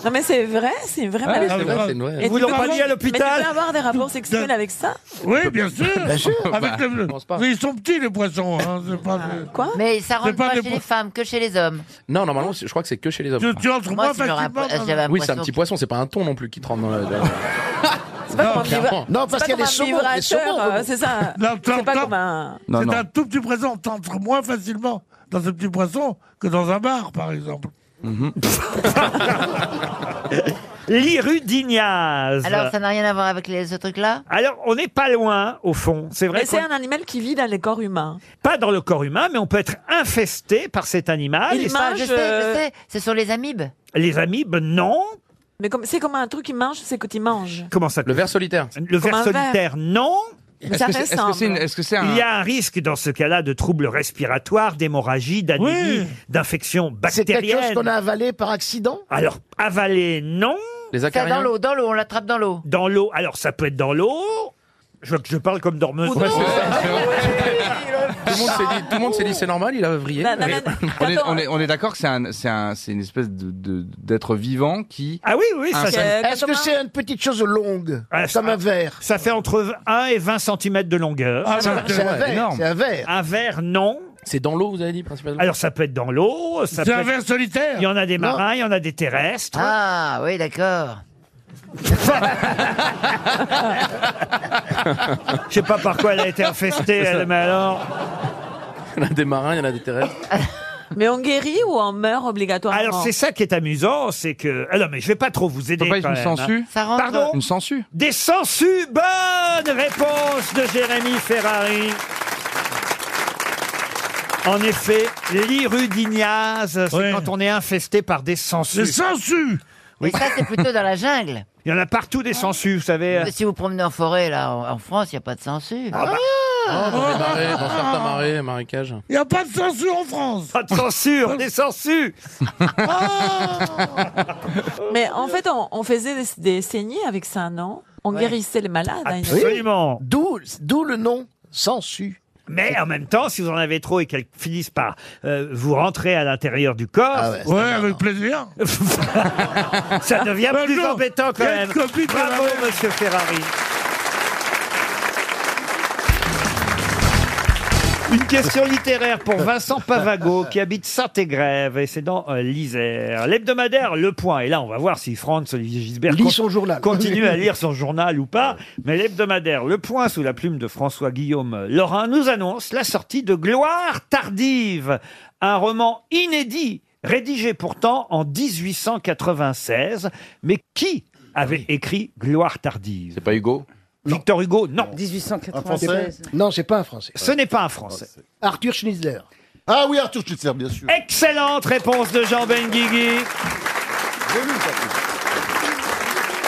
Speaker 22: Non mais c'est vrai, c'est une vraie
Speaker 16: Ah oui,
Speaker 22: maladie.
Speaker 16: c'est vrai, c'est une vraie.
Speaker 22: Et
Speaker 16: Vous
Speaker 22: tu
Speaker 16: l'ont
Speaker 22: peux
Speaker 16: pas
Speaker 22: avoir-
Speaker 16: dit à l'hôpital
Speaker 22: Mais tu peux avoir des rapports sexuels avec ça
Speaker 16: Oui, bien sûr.
Speaker 22: Bien sûr.
Speaker 16: Avec
Speaker 14: Bah,
Speaker 16: le- Mais ils sont petits, les poissons. hein, c'est pas des-
Speaker 22: Quoi
Speaker 9: Mais ça rentre
Speaker 16: pas
Speaker 9: pas
Speaker 16: des
Speaker 9: chez
Speaker 16: po-
Speaker 9: les femmes, que chez les hommes.
Speaker 14: Non, normalement, c'est- je crois que c'est que chez les hommes.
Speaker 16: Tu- tu entres Moi, pas si
Speaker 9: j'aurais un po- facilement. si j'avais un
Speaker 14: Oui, c'est
Speaker 9: poisson
Speaker 14: un petit
Speaker 9: qui-
Speaker 14: poisson, c'est pas un thon non plus qui te rentre dans la.
Speaker 22: pas comme un
Speaker 14: clairement.
Speaker 22: vibra-
Speaker 14: Non,
Speaker 22: c'est
Speaker 14: parce
Speaker 22: pas
Speaker 14: qu'il y a
Speaker 22: comme
Speaker 14: des
Speaker 22: un
Speaker 14: saumons, des
Speaker 22: vibrateur,
Speaker 14: saumons,
Speaker 22: euh,
Speaker 14: vous-
Speaker 22: C'est ça.
Speaker 16: Non,
Speaker 22: C'est
Speaker 16: t'en-
Speaker 22: pas
Speaker 16: t'en-
Speaker 22: comme un.
Speaker 16: C'est
Speaker 14: non.
Speaker 16: un tout petit poisson. T'entres moins facilement dans ce petit poisson que dans un bar, par exemple.
Speaker 1: L'irudignase.
Speaker 9: Alors, ça n'a rien à voir avec les- ce truc-là
Speaker 1: Alors, on n'est pas loin, au fond. C'est vrai
Speaker 22: Mais c'est
Speaker 1: qu'on
Speaker 22: un animal qui vit dans les corps humains.
Speaker 1: pas dans le corps humain, mais on peut être infesté par cet animal.
Speaker 22: Il
Speaker 1: Et-
Speaker 22: mange,
Speaker 9: Je sais, je
Speaker 22: euh,
Speaker 9: sais, ce sont les amibes.
Speaker 1: Les amibes, non.
Speaker 22: Mais comme c'est comme un truc qui mange, c'est que tu manges.
Speaker 1: Comment ça Le
Speaker 14: ver solitaire.
Speaker 1: Le
Speaker 22: Comme
Speaker 1: ver
Speaker 22: un ver.
Speaker 1: solitaire, non.
Speaker 22: Mais ça ressemble.
Speaker 1: Il y a un risque dans ce cas-là de troubles respiratoires, d'hémorragie, d'anémie, d'infection
Speaker 8: C'est
Speaker 1: bactérienne.
Speaker 8: quelque chose qu'on a avalé par accident
Speaker 1: Alors, avaler, non.
Speaker 14: Les
Speaker 8: acariens
Speaker 9: dans l'eau, dans l'eau, on l'attrape dans l'eau.
Speaker 1: Dans l'eau, alors ça peut être dans l'eau. Je vois que je parle comme dormeuse.
Speaker 14: Ouais, c'est ça, c'est vrai. Tout le monde s'est dit- tout le monde s'est dit, c'est normal, il a vrillé.
Speaker 22: Non, non, non, non.
Speaker 3: On est, on est- on est d'accord que c'est un, c'est un- c'est une espèce de, de- d'être vivant qui.
Speaker 1: Ah oui, oui, ça,
Speaker 3: Un-
Speaker 1: ça-
Speaker 8: Est-ce que c'est une petite chose longue
Speaker 1: Ah,
Speaker 8: Comme un verre
Speaker 1: Ça fait entre 1 et 20 cm de longueur.
Speaker 8: Ah, c'est un- c'est un verre, c'est un verre.
Speaker 1: Un verre, non.
Speaker 14: C'est dans l'eau, vous avez dit principalement.
Speaker 1: Alors ça peut être dans l'eau. ça
Speaker 14: C'est
Speaker 1: peut
Speaker 14: un
Speaker 1: être-
Speaker 14: ver
Speaker 16: solitaire
Speaker 1: Il y en a des marins, il y en a des terrestres.
Speaker 9: Ah, oui, d'accord.
Speaker 1: Je sais pas par quoi elle a été infestée, elle, mais alors.
Speaker 14: Il y en a des marins, il y en a des terrestres.
Speaker 22: Mais on guérit ou on meurt obligatoirement
Speaker 1: Alors c'est ça qui est amusant, c'est que. Ah non, mais je vais pas trop vous aider.
Speaker 14: Faut pas
Speaker 1: quand
Speaker 14: une
Speaker 1: même, hein.
Speaker 14: sangsue Ça rentre-
Speaker 1: Pardon
Speaker 14: Une sangsue
Speaker 1: Des sangsues Bonne réponse de Jérémy Ferrari. En effet, l'irudignase, c'est quand on est infesté par des sangsues.
Speaker 16: Des sangsues
Speaker 9: Mais ça, c'est plutôt dans la jungle.
Speaker 1: Il y en a partout des sangsues, vous savez.
Speaker 9: Si vous promenez en forêt, là, en, en France, il n'y a pas de censure.
Speaker 14: Ah, dans les marais, dans certains marais, marécages.
Speaker 16: Il n'y a pas de censure en France.
Speaker 1: Pas de censure, des sangsues
Speaker 22: Mais en fait, on, on faisait des, des saignées avec ça, non On
Speaker 8: Ouais.
Speaker 22: guérissait les malades. hein. à une-
Speaker 1: Absolument.
Speaker 8: D'où d'où le nom sensu.
Speaker 1: Mais en même temps, si vous en avez trop et qu'elles finissent par euh, vous rentrer à l'intérieur du corps,
Speaker 8: c'est Ah Ouais,
Speaker 1: avec
Speaker 16: plaisir.
Speaker 1: ça devient
Speaker 16: Ben
Speaker 1: plus
Speaker 16: non,
Speaker 1: embêtant quand
Speaker 16: quelle
Speaker 1: même.
Speaker 16: copie de la
Speaker 1: Bravo,
Speaker 16: mère.
Speaker 1: monsieur Ferrari. Une question littéraire pour Vincent Pavago qui habite Saint-Égrève et c'est dans euh, l'Isère. L'hebdomadaire Le Point, et là on va voir si Franz Olivier Gisbert
Speaker 8: Lit
Speaker 1: con-
Speaker 8: son journal.
Speaker 1: continue à lire son journal ou pas, mais l'hebdomadaire Le Point sous la plume de François-Guillaume Laurin nous annonce la sortie de Gloire tardive, un roman inédit, rédigé pourtant en 1896, mais qui avait écrit Gloire tardive
Speaker 14: Ah C'est pas Hugo
Speaker 1: Victor Hugo, non.
Speaker 9: 1896.
Speaker 16: Non, c'est pas un Français.
Speaker 1: Ce n'est pas un Français.
Speaker 16: Arthur Schnitzler.
Speaker 6: Ah oui, Arthur Schlitzer, bien sûr.
Speaker 1: Excellente réponse de Jean Benguigui.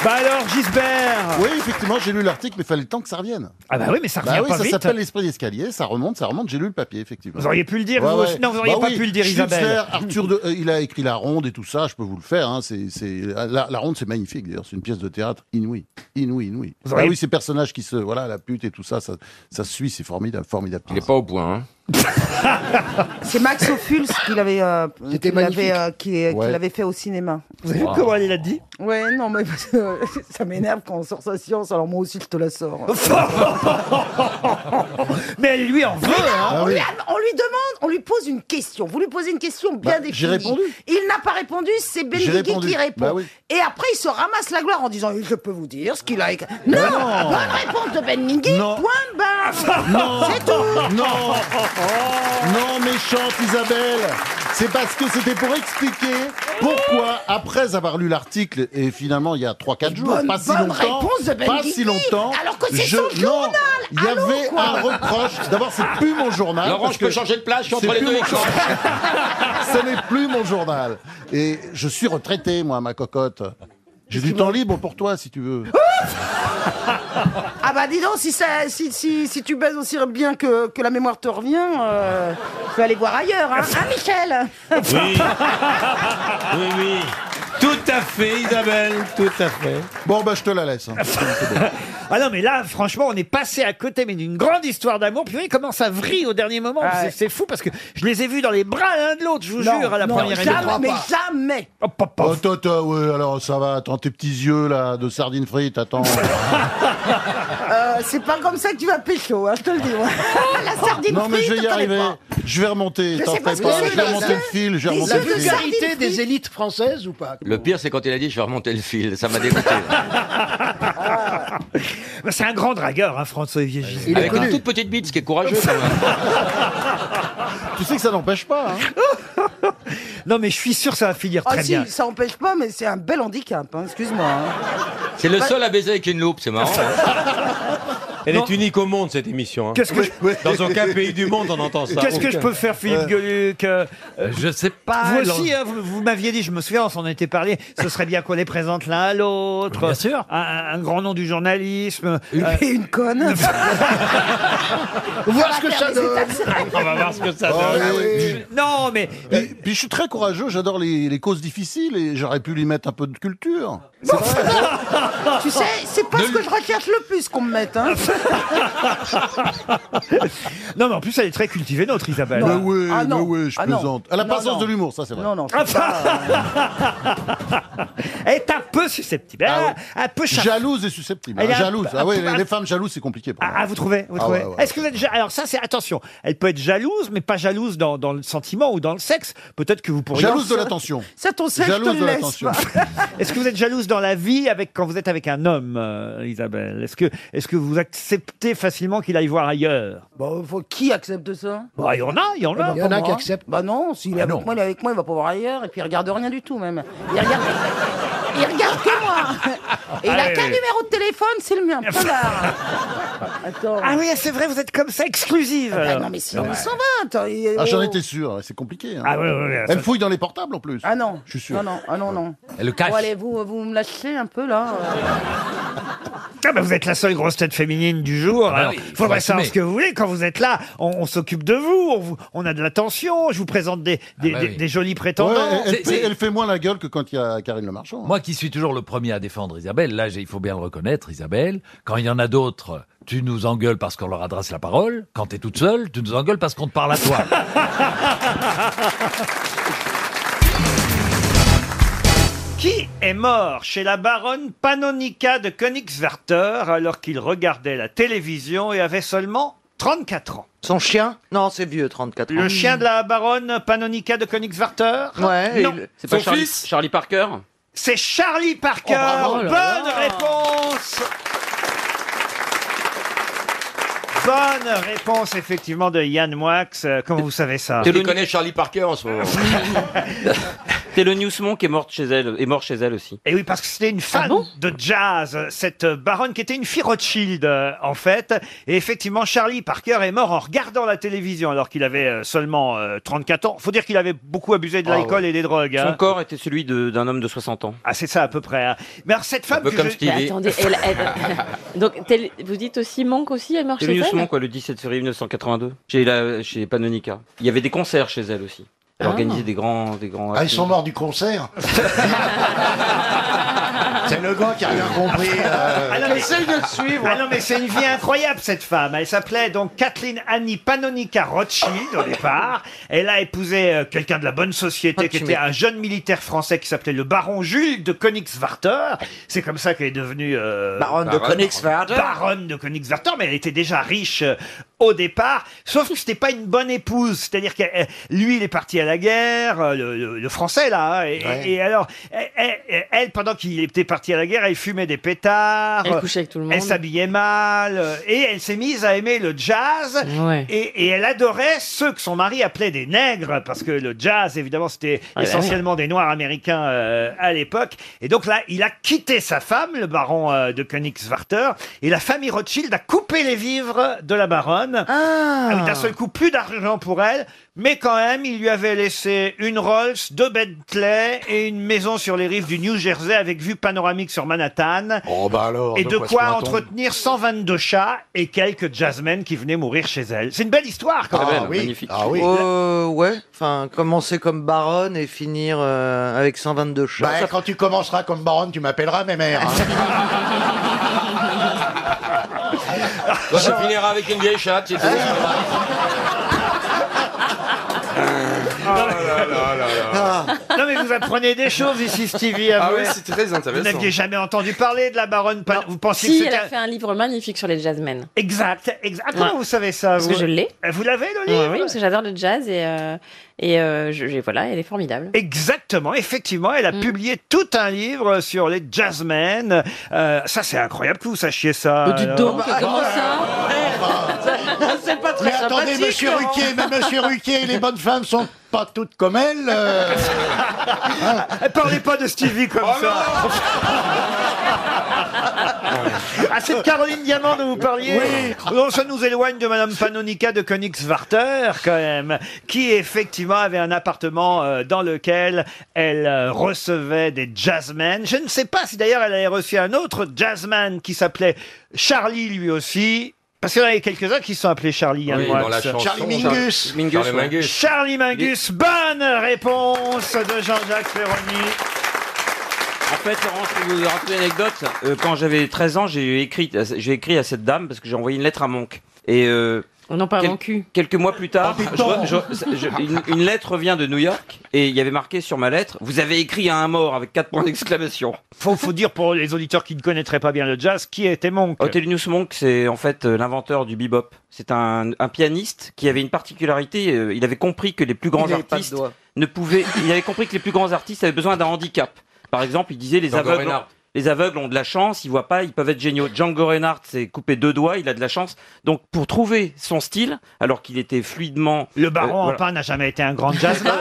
Speaker 1: Bah alors, Gisbert
Speaker 6: Oui, effectivement, j'ai lu l'article, mais fallait le temps que ça revienne.
Speaker 1: Ah bah oui, mais ça revient
Speaker 6: oui,
Speaker 1: pas
Speaker 6: ça
Speaker 1: vite.
Speaker 6: s'appelle l'esprit d'escalier, ça remonte, ça remonte, j'ai lu le papier, effectivement.
Speaker 1: Vous auriez pu le dire, vous aussi. Non, vous auriez pas pu le dire,
Speaker 6: Schnitzer,
Speaker 1: Isabelle.
Speaker 6: Arthur de- euh, il a écrit La Ronde et tout ça, je peux vous le faire. hein, c'est, c'est- la, La Ronde, c'est magnifique, d'ailleurs, c'est une pièce de théâtre inouïe, inouïe, inouïe.
Speaker 1: Vous
Speaker 6: Ah
Speaker 1: auriez-
Speaker 6: oui, ces personnages qui se... Voilà, la pute et tout ça, ça, ça se suit, c'est formidable, formidable. Il n'est
Speaker 35: pas au point, hein
Speaker 9: C'est Max Ophuls qui l'avait euh, qui l'avait, euh, qui, qui
Speaker 6: Ouais.
Speaker 9: l'avait fait au cinéma.
Speaker 1: Vous avez vu comment elle l'a dit
Speaker 9: Ouais, non, mais parce que ça m'énerve quand on sort sa science, alors moi aussi je te la sors.
Speaker 1: mais elle lui en veut, hein.
Speaker 6: Ah
Speaker 9: on, lui, on lui demande, on lui pose une question. Vous lui posez une question bien
Speaker 6: Bah,
Speaker 9: définie.
Speaker 6: j'ai répondu.
Speaker 9: Il n'a pas répondu, c'est
Speaker 6: J'ai
Speaker 9: Benguigui
Speaker 6: répondu.
Speaker 9: qui répond.
Speaker 6: Bah oui.
Speaker 9: Et après, il se ramasse la gloire en disant Je peux vous dire ce qu'il a écrit. Non,
Speaker 6: Bah non.
Speaker 9: Bonne réponse de Benguigui, point barre
Speaker 6: Non
Speaker 9: C'est tout
Speaker 6: Non Non, méchante Isabelle C'est parce que c'était pour expliquer pourquoi, après avoir lu l'article, et finalement il y a 3-4 jours,
Speaker 9: Bonne-
Speaker 6: pas si
Speaker 9: bonne
Speaker 6: longtemps,
Speaker 9: réponse de Ben
Speaker 6: pas
Speaker 9: Guigui,
Speaker 6: si longtemps,
Speaker 9: alors que c'est
Speaker 6: je-
Speaker 9: son
Speaker 6: non,
Speaker 9: journal.
Speaker 6: il y
Speaker 9: Allons,
Speaker 6: avait
Speaker 9: quoi.
Speaker 6: un reproche. D'abord, c'est plus mon journal.
Speaker 14: Laurent,
Speaker 6: parce
Speaker 14: je peux
Speaker 6: que
Speaker 14: changer de place, je suis
Speaker 6: c'est
Speaker 14: entre les
Speaker 6: plus
Speaker 14: deux
Speaker 6: mon
Speaker 14: écrans.
Speaker 6: journal. Ce n'est plus mon journal. Et je suis retraité, moi, ma cocotte. J'ai du temps libre pour toi, si tu veux.
Speaker 9: Oh, Ah bah dis donc, si, ça, si, si, si tu baises aussi bien que, que la mémoire te revient, euh, tu peux aller voir ailleurs. Hein, hein Michel
Speaker 17: Oui.
Speaker 1: Ah.
Speaker 17: oui, oui. Tout à fait, Isabelle, tout à fait.
Speaker 6: Bon, bah, je te la laisse. hein.
Speaker 1: Ah non, mais là, franchement, on est passé à côté mais d'une grande histoire d'amour. Puis vous voyez comment ça vrille au dernier moment. C'est- C'est fou parce que je les ai vus dans les bras l'un de l'autre, je vous jure, à la première
Speaker 9: jamais,
Speaker 1: émission.
Speaker 9: Ah, mais jamais.
Speaker 6: Oh, toi, toi, ouais, alors ça va, attends tes petits yeux là de sardines frites, attends.
Speaker 9: Euh, c'est pas comme ça que tu vas pécho, hein, je te le dis. moi. la sardine
Speaker 6: non, mais je vais y
Speaker 9: frite, t'en es
Speaker 6: arriver.
Speaker 9: pas.
Speaker 6: Je vais remonter,
Speaker 9: Je
Speaker 6: t'en
Speaker 9: sais pas
Speaker 6: fais
Speaker 9: ce
Speaker 6: pas,
Speaker 9: que c'est,
Speaker 6: je vais
Speaker 9: les
Speaker 6: remonter le
Speaker 9: yeux.
Speaker 6: fil, je vais
Speaker 9: Les
Speaker 6: remonter
Speaker 9: yeux
Speaker 6: le
Speaker 9: de
Speaker 6: fil.
Speaker 9: sardines
Speaker 16: Vulgarité des élites françaises ou pas
Speaker 14: Le pire, c'est quand il a dit je vais remonter le fil. Ça m'a dégoûté.
Speaker 1: Bah, C'est un grand dragueur, hein, François-Olivier Gisbert.
Speaker 14: Avec une toute petite bite, ce qui est courageux quand même.
Speaker 6: Tu sais que ça n'empêche pas.
Speaker 1: hein. Non, mais je suis sûr que ça va finir
Speaker 9: Ah
Speaker 1: très
Speaker 9: si,
Speaker 1: bien.
Speaker 9: ça empêche pas, mais c'est un bel handicap, hein, excuse-moi. hein.
Speaker 14: C'est le seul à baiser avec une loupe, c'est marrant. hein.
Speaker 17: Elle est unique au monde, cette émission. hein.
Speaker 1: Qu'est-ce que je-
Speaker 17: Dans aucun pays du monde, on entend ça.
Speaker 1: Qu'est-ce que je
Speaker 17: Aucun.
Speaker 1: peux faire, Philippe
Speaker 17: Ouais.
Speaker 1: Gueluc Euh,
Speaker 17: Je sais pas.
Speaker 1: Vous
Speaker 17: alors-
Speaker 1: aussi, hein, vous, vous m'aviez dit, je me souviens, on s'en était parlé, ce serait bien qu'on les présente l'un à l'autre.
Speaker 17: Bien sûr.
Speaker 1: Un, un grand nom du journalisme. Euh,
Speaker 17: Une-
Speaker 9: une conne.
Speaker 16: Voir ce que ça donne.
Speaker 17: On va voir ce que ça
Speaker 6: Oh,
Speaker 9: Ah
Speaker 17: donne.
Speaker 16: bah
Speaker 6: oui.
Speaker 1: Non, mais.
Speaker 6: Et puis je suis très courageux, j'adore les, les causes difficiles et j'aurais pu lui mettre un peu de culture.
Speaker 9: tu sais, c'est pas ce que je recherche le plus qu'on me mette. Hein.
Speaker 1: Non, mais en plus, elle est très cultivée, notre Isabelle.
Speaker 6: Mais oui,
Speaker 9: Ah, non.
Speaker 6: mais oui, je
Speaker 9: Ah, non.
Speaker 6: plaisante. Elle a
Speaker 9: Non,
Speaker 6: pas le sens
Speaker 9: non.
Speaker 6: de l'humour, ça c'est vrai.
Speaker 9: Non, non, c'est pas... euh,
Speaker 1: Elle est un peu susceptible.
Speaker 6: Ah
Speaker 1: Un peu char-
Speaker 6: Jalouse et susceptible.
Speaker 1: Elle
Speaker 6: hein,
Speaker 1: est un-
Speaker 6: jalouse. Ah oui,
Speaker 1: un-
Speaker 6: les, les femmes jalouses, c'est compliqué pour moi.
Speaker 1: Ah, vous trouvez, vous
Speaker 6: Ah,
Speaker 1: trouvez
Speaker 6: ouais, ouais.
Speaker 1: Est-ce que vous êtes ja- alors ça c'est attention, elle peut être jalouse mais pas jalouse dans, dans le sentiment ou dans le sexe. Peut-être que vous pourriez
Speaker 6: Jalouse de l'attention.
Speaker 9: Ça, ton sexe, je te
Speaker 6: Jalouse de
Speaker 9: le laisse.
Speaker 6: l'attention.
Speaker 9: pas.
Speaker 1: Est-ce que vous êtes jalouse dans la vie avec quand vous êtes avec un homme, euh, Isabelle Est-ce que est-ce que vous acceptez facilement qu'il aille voir ailleurs
Speaker 9: Bon, Bah, faut- qui accepte ça
Speaker 1: Bah, il y en a, il y en a.
Speaker 9: Eh ben, pas moi. Bah non, s'il est
Speaker 1: Ah
Speaker 9: avec
Speaker 1: non.
Speaker 9: moi, il est avec moi, il va pas voir ailleurs, et puis il regarde rien du tout même. Il regarde, il regarde que moi. Et il
Speaker 1: Ah
Speaker 9: a
Speaker 1: oui,
Speaker 9: qu'un
Speaker 1: oui.
Speaker 9: numéro de téléphone, c'est le mien. Connard. Attends.
Speaker 1: Ah oui, c'est vrai, vous êtes comme ça exclusive.
Speaker 9: Ah bah
Speaker 1: alors.
Speaker 9: non, mais si
Speaker 6: Ouais.
Speaker 9: on s'en va, attends, il-
Speaker 6: Ah, j'en
Speaker 9: on-
Speaker 6: étais sûr, c'est compliqué. hein.
Speaker 1: Ah, ouais, ouais, ouais,
Speaker 6: Elle
Speaker 1: ça-
Speaker 6: fouille dans les portables en plus.
Speaker 9: Ah non.
Speaker 6: Je suis sûr.
Speaker 9: Non, non, ah non, non.
Speaker 6: Elle le
Speaker 9: Bon, allez, vous, vous me lâchez un peu là.
Speaker 1: Ah bah, vous êtes la seule grosse tête féminine du jour.
Speaker 17: bah
Speaker 1: alors,
Speaker 17: oui, faut
Speaker 1: faudrait
Speaker 17: assumer.
Speaker 1: savoir ce que vous voulez. Quand vous êtes là, on, on s'occupe de vous, on, vous- on a de l'attention, je vous présente des, des,
Speaker 8: bah
Speaker 1: des-
Speaker 8: oui.
Speaker 1: des jolis
Speaker 6: Ouais,
Speaker 1: prétendants.
Speaker 6: elle,
Speaker 8: C'est-
Speaker 6: fait,
Speaker 8: c'est-
Speaker 6: elle fait moins la gueule que quand il y a Karine Le Marchand. hein.
Speaker 8: Moi qui suis toujours le premier à défendre Isabelle, là j'ai- il faut bien le reconnaître Isabelle, quand il y en a d'autres, tu nous engueules parce qu'on leur adresse la parole, quand t'es toute seule, tu nous engueules parce qu'on te parle à toi.
Speaker 1: Qui est mort chez la baronne Panonica de Königswerther alors qu'il regardait la télévision et avait seulement 34 ans
Speaker 2: Son chien Non, c'est vieux, 34 ans.
Speaker 1: Le chien de la baronne Panonica de Königswerther
Speaker 2: Ouais,
Speaker 1: non.
Speaker 2: il- c'est
Speaker 1: C'est pas
Speaker 2: pas
Speaker 1: Son
Speaker 2: Charlie-
Speaker 1: fils
Speaker 19: Charlie Parker
Speaker 1: C'est Charlie Parker.
Speaker 19: Oh, bravo,
Speaker 1: Bonne
Speaker 19: oh là là.
Speaker 1: réponse Bonne réponse,
Speaker 27: Ah.
Speaker 1: effectivement, de Yann Moix. Euh, Comment vous savez ça
Speaker 14: Tu le connais Charlie Parker en ce moment.
Speaker 27: C'est le Newsmon qui est morte chez elle, est mort chez elle aussi.
Speaker 1: Et Eh oui, parce que c'était une fan de jazz, cette baronne qui était une fille Rothschild, euh, en fait. Et effectivement, Charlie Parker est mort en regardant la télévision, alors qu'il avait euh, seulement euh, 34 ans. Faut dire qu'il avait beaucoup abusé de
Speaker 27: Ah,
Speaker 1: l'alcool
Speaker 27: ouais.
Speaker 1: et des drogues.
Speaker 27: Son
Speaker 1: hein.
Speaker 27: corps était celui de- d'un homme de 60 ans.
Speaker 1: Ah, c'est ça à peu près. hein. Mais alors, cette femme.
Speaker 27: peu
Speaker 1: que
Speaker 27: comme
Speaker 1: je- Bah,
Speaker 27: Stevie. Mais
Speaker 22: Attendez, elle- elle- donc tel- vous dites aussi Monk aussi, elle meurt
Speaker 27: C'est
Speaker 22: chez
Speaker 27: le
Speaker 22: elle
Speaker 27: Newsmon, quoi, le 17 février 1982, chez, la, chez Panonica. Il y avait des concerts chez elle aussi. Elle
Speaker 8: Ah.
Speaker 27: organisait des grands, des grands.
Speaker 8: Ah, ils sont morts du concert C'est le gars qui a rien compris. euh,
Speaker 1: Ah non, mais- Ah non, mais c'est une vie incroyable, cette femme. Elle s'appelait donc Kathleen Annie Panonica Rothschild au départ. Elle a épousé euh, quelqu'un de la bonne société qui était un jeune militaire français qui s'appelait le baron Jules de Königswarter. C'est comme ça qu'elle est devenue. euh,
Speaker 2: Baronne de Königswarter.
Speaker 1: Baronne de Königswarter, mais elle était déjà riche euh, au départ. Sauf que c'était pas une bonne épouse. C'est-à-dire que euh, lui, il est parti à la guerre, euh, le, le- le français, là. hein, et,
Speaker 2: Ouais.
Speaker 1: et alors, elle, elle- elle, pendant qu'il était parti à la guerre, elle fumait des pétards.
Speaker 22: Elle
Speaker 1: euh,
Speaker 22: couchait avec tout le
Speaker 1: Elle
Speaker 22: monde.
Speaker 1: s'habillait mal. euh, Et elle s'est mise à aimer le jazz.
Speaker 22: Ouais.
Speaker 1: Et, et elle adorait ceux que son mari appelait des nègres, parce que le jazz, évidemment, c'était
Speaker 22: Ah,
Speaker 1: essentiellement des Noirs américains euh, à l'époque. Et donc là, il a quitté sa femme, le baron euh, de Königswarter, et la famille Rothschild a coupé les vivres de la baronne. Ah oui, D'un seul coup, plus d'argent pour elle, mais quand même, il lui avait laissé une Rolls, deux Bentley et une maison sur les rives du New Jersey avec vue panoramique sur Manhattan.
Speaker 8: Oh bah alors,
Speaker 1: Et de quoi
Speaker 8: entre
Speaker 1: entretenir 122 chats et quelques jazzmen qui venaient mourir chez elle. C'est une belle histoire
Speaker 2: Ah
Speaker 1: quand même. Ah
Speaker 2: Euh, ouais, enfin, commencer comme baronne et finir euh, avec 122 chats.
Speaker 8: Bah, quand tu commenceras comme baronne, tu m'appelleras mes mères. hein.
Speaker 14: On finira avec une vieille chatte, c'est tout.
Speaker 3: Ah.
Speaker 1: Ah. Non mais vous apprenez des choses ici, Stevie.
Speaker 14: Ah
Speaker 1: avouez.
Speaker 14: oui, c'est très intéressant.
Speaker 1: Vous n'aviez jamais entendu parler de la baronne. Pan- Vous pensiez
Speaker 22: Si,
Speaker 1: que
Speaker 22: elle
Speaker 1: c'était
Speaker 22: a fait un livre magnifique sur les jazzmen.
Speaker 1: Exact, exact. Ah, comment
Speaker 22: Ouais.
Speaker 1: vous savez ça
Speaker 22: Parce
Speaker 1: vous
Speaker 22: que je l'ai.
Speaker 1: Euh, Vous l'avez, le
Speaker 22: Oui,
Speaker 1: livre
Speaker 22: oui, parce que j'adore le jazz et, euh, et euh, je- j'ai- voilà, elle est formidable.
Speaker 1: Exactement, effectivement,
Speaker 22: Mm.
Speaker 1: elle a publié tout un livre sur les jazzmen. Euh, ça, c'est incroyable que vous sachiez ça.
Speaker 22: Mais Oh, dites
Speaker 1: alors.
Speaker 22: donc,
Speaker 2: Ah,
Speaker 20: C'est pas très
Speaker 8: Mais attendez,
Speaker 20: sympathique,
Speaker 8: monsieur
Speaker 20: Laurent.
Speaker 8: Ruquier, mais monsieur Ruquier, les bonnes femmes sont pas toutes comme elle. euh. Oh
Speaker 1: Parlez pas de Stevie comme ça. Ah, c'est de Caroline Diamant dont vous parliez
Speaker 8: Oui.
Speaker 1: Non, ça nous éloigne de Madame Panonica de Königswarter, quand même, qui effectivement avait un appartement euh, dans lequel elle euh, recevait des jazzmen. Je ne sais pas si d'ailleurs elle avait reçu un autre jazzman qui s'appelait Charlie lui aussi. Parce qu'il y en avait quelques-uns qui se sont appelés Charlie. Yann
Speaker 14: Oui,
Speaker 1: Moix.
Speaker 14: dans la chanson, Charlie Mingus. Charlie Mingus,
Speaker 1: Charlie
Speaker 14: ouais.
Speaker 1: Mingus. Charlie Mingus. Bonne réponse de Jean-Jacques Ferroni.
Speaker 27: En fait, Laurent, je vais vous raconter une anecdote. Euh, quand j'avais 13 ans, j'ai écrit, euh, j'ai écrit à cette dame parce que j'ai envoyé une lettre à Monk. Et euh,
Speaker 22: On en parle
Speaker 27: quel-
Speaker 22: en cul.
Speaker 27: Quelques mois plus tard,
Speaker 2: Ah,
Speaker 22: Oh, putain.
Speaker 27: je vois- je- je- une, une lettre vient de New York et il y avait marqué sur ma lettre Vous avez écrit à un mort avec quatre points d'exclamation.
Speaker 1: Faut, faut dire pour les auditeurs qui ne connaîtraient pas bien le jazz, qui était Monk
Speaker 27: Hotelius Monk, c'est en fait euh, l'inventeur du bebop. C'est un, un pianiste qui avait une particularité. euh, il avait compris que les plus grands
Speaker 2: Il avait pas de
Speaker 27: artistes
Speaker 2: doigts.
Speaker 27: ne pouvaient. Il avait compris que les plus grands artistes avaient besoin d'un handicap. Par exemple, il disait les
Speaker 2: Django
Speaker 27: aveugles.
Speaker 2: Reinhardt.
Speaker 27: Les aveugles ont de la chance, ils voient pas, ils peuvent être géniaux. Django Reinhardt s'est coupé deux doigts, il a de la chance. Donc pour trouver son style, alors qu'il était fluidement
Speaker 1: Le baron
Speaker 27: Euh,
Speaker 1: en
Speaker 27: voilà.
Speaker 1: pain n'a jamais été un grand jazzman.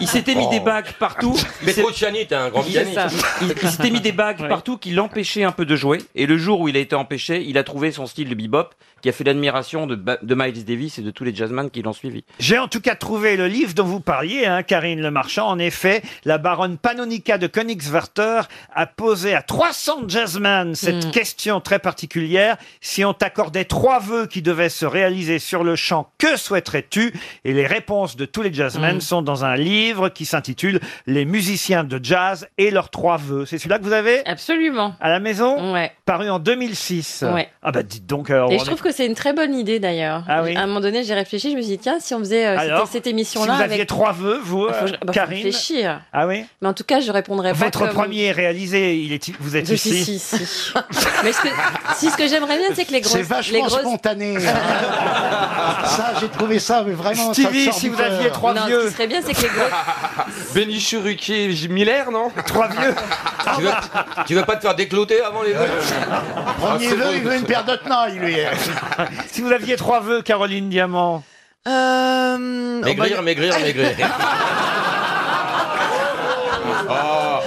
Speaker 27: il s'était mis
Speaker 1: Oh.
Speaker 27: des bagues partout. Il s'est-
Speaker 14: Petrucciani Ah, était un grand
Speaker 27: il-
Speaker 14: pianiste.
Speaker 27: Il, il s'était mis des bagues partout qui l'empêchaient un peu de jouer. Et le jour où il a été empêché, il a trouvé son style de bebop qui a fait l'admiration de, Ba- de Miles Davis et de tous les jazzmen qui l'ont suivi.
Speaker 1: J'ai en tout cas trouvé le livre dont vous parliez, hein, Karine Le Marchand. En effet, la baronne Panonica de Königswarter a posé à 300 jazzmen cette
Speaker 22: Hmm.
Speaker 1: question très particulière. Si on t'accordait trois vœux qui devaient se réaliser sur le champ, que souhaiterais-tu Et les réponses de tous les
Speaker 22: Hmm.
Speaker 1: jazzmen sont dans un livre qui s'intitule Les musiciens de jazz et leurs trois vœux. C'est celui-là que vous avez
Speaker 22: Absolument.
Speaker 1: À la maison
Speaker 22: Ouais.
Speaker 1: Paru en 2006.
Speaker 22: Ouais.
Speaker 1: Ah bah dites donc. alors,
Speaker 22: Et
Speaker 1: on
Speaker 22: je
Speaker 1: est-
Speaker 22: trouve que c'est une très bonne idée d'ailleurs.
Speaker 1: Ah oui
Speaker 22: À un moment donné, j'ai réfléchi, je me suis dit, tiens, si on faisait euh, cette-
Speaker 1: Alors,
Speaker 22: cette émission-là.
Speaker 1: Si vous aviez
Speaker 22: avec...
Speaker 1: trois vœux, vous,
Speaker 22: Ah, faut-
Speaker 1: euh,
Speaker 22: bah, faut
Speaker 1: Karine.
Speaker 22: réfléchir.
Speaker 1: Ah oui
Speaker 22: Mais en tout cas, je répondrais pas.
Speaker 1: Votre
Speaker 22: comme-
Speaker 1: premier est réalisé, il est, vous êtes
Speaker 22: Je suis
Speaker 1: ici.
Speaker 22: ici, Mais ce que- si ce que j'aimerais bien, c'est que les grosses.
Speaker 8: C'est
Speaker 22: les
Speaker 8: vachement
Speaker 22: grosses...
Speaker 8: spontané. hein. ça, j'ai trouvé ça, mais vraiment. ça me
Speaker 14: Stevie,
Speaker 8: sort
Speaker 14: si
Speaker 8: du
Speaker 14: vous aviez
Speaker 8: cœur.
Speaker 14: trois
Speaker 22: Non,
Speaker 14: vieux.
Speaker 22: ce qui serait bien, c'est que les grosses.
Speaker 14: Benichou, Ruquier, J- Miller, non
Speaker 1: Trois vieux.
Speaker 14: tu, veux, tu veux pas te faire décloter avant les Ah, deux
Speaker 1: Ah,
Speaker 8: Premier vœu, il veut une paire de tenailles, lui.
Speaker 1: si vous aviez trois vœux, Caroline Diamant.
Speaker 2: Euh, on va-
Speaker 14: Maigrir, maigrir, maigrir.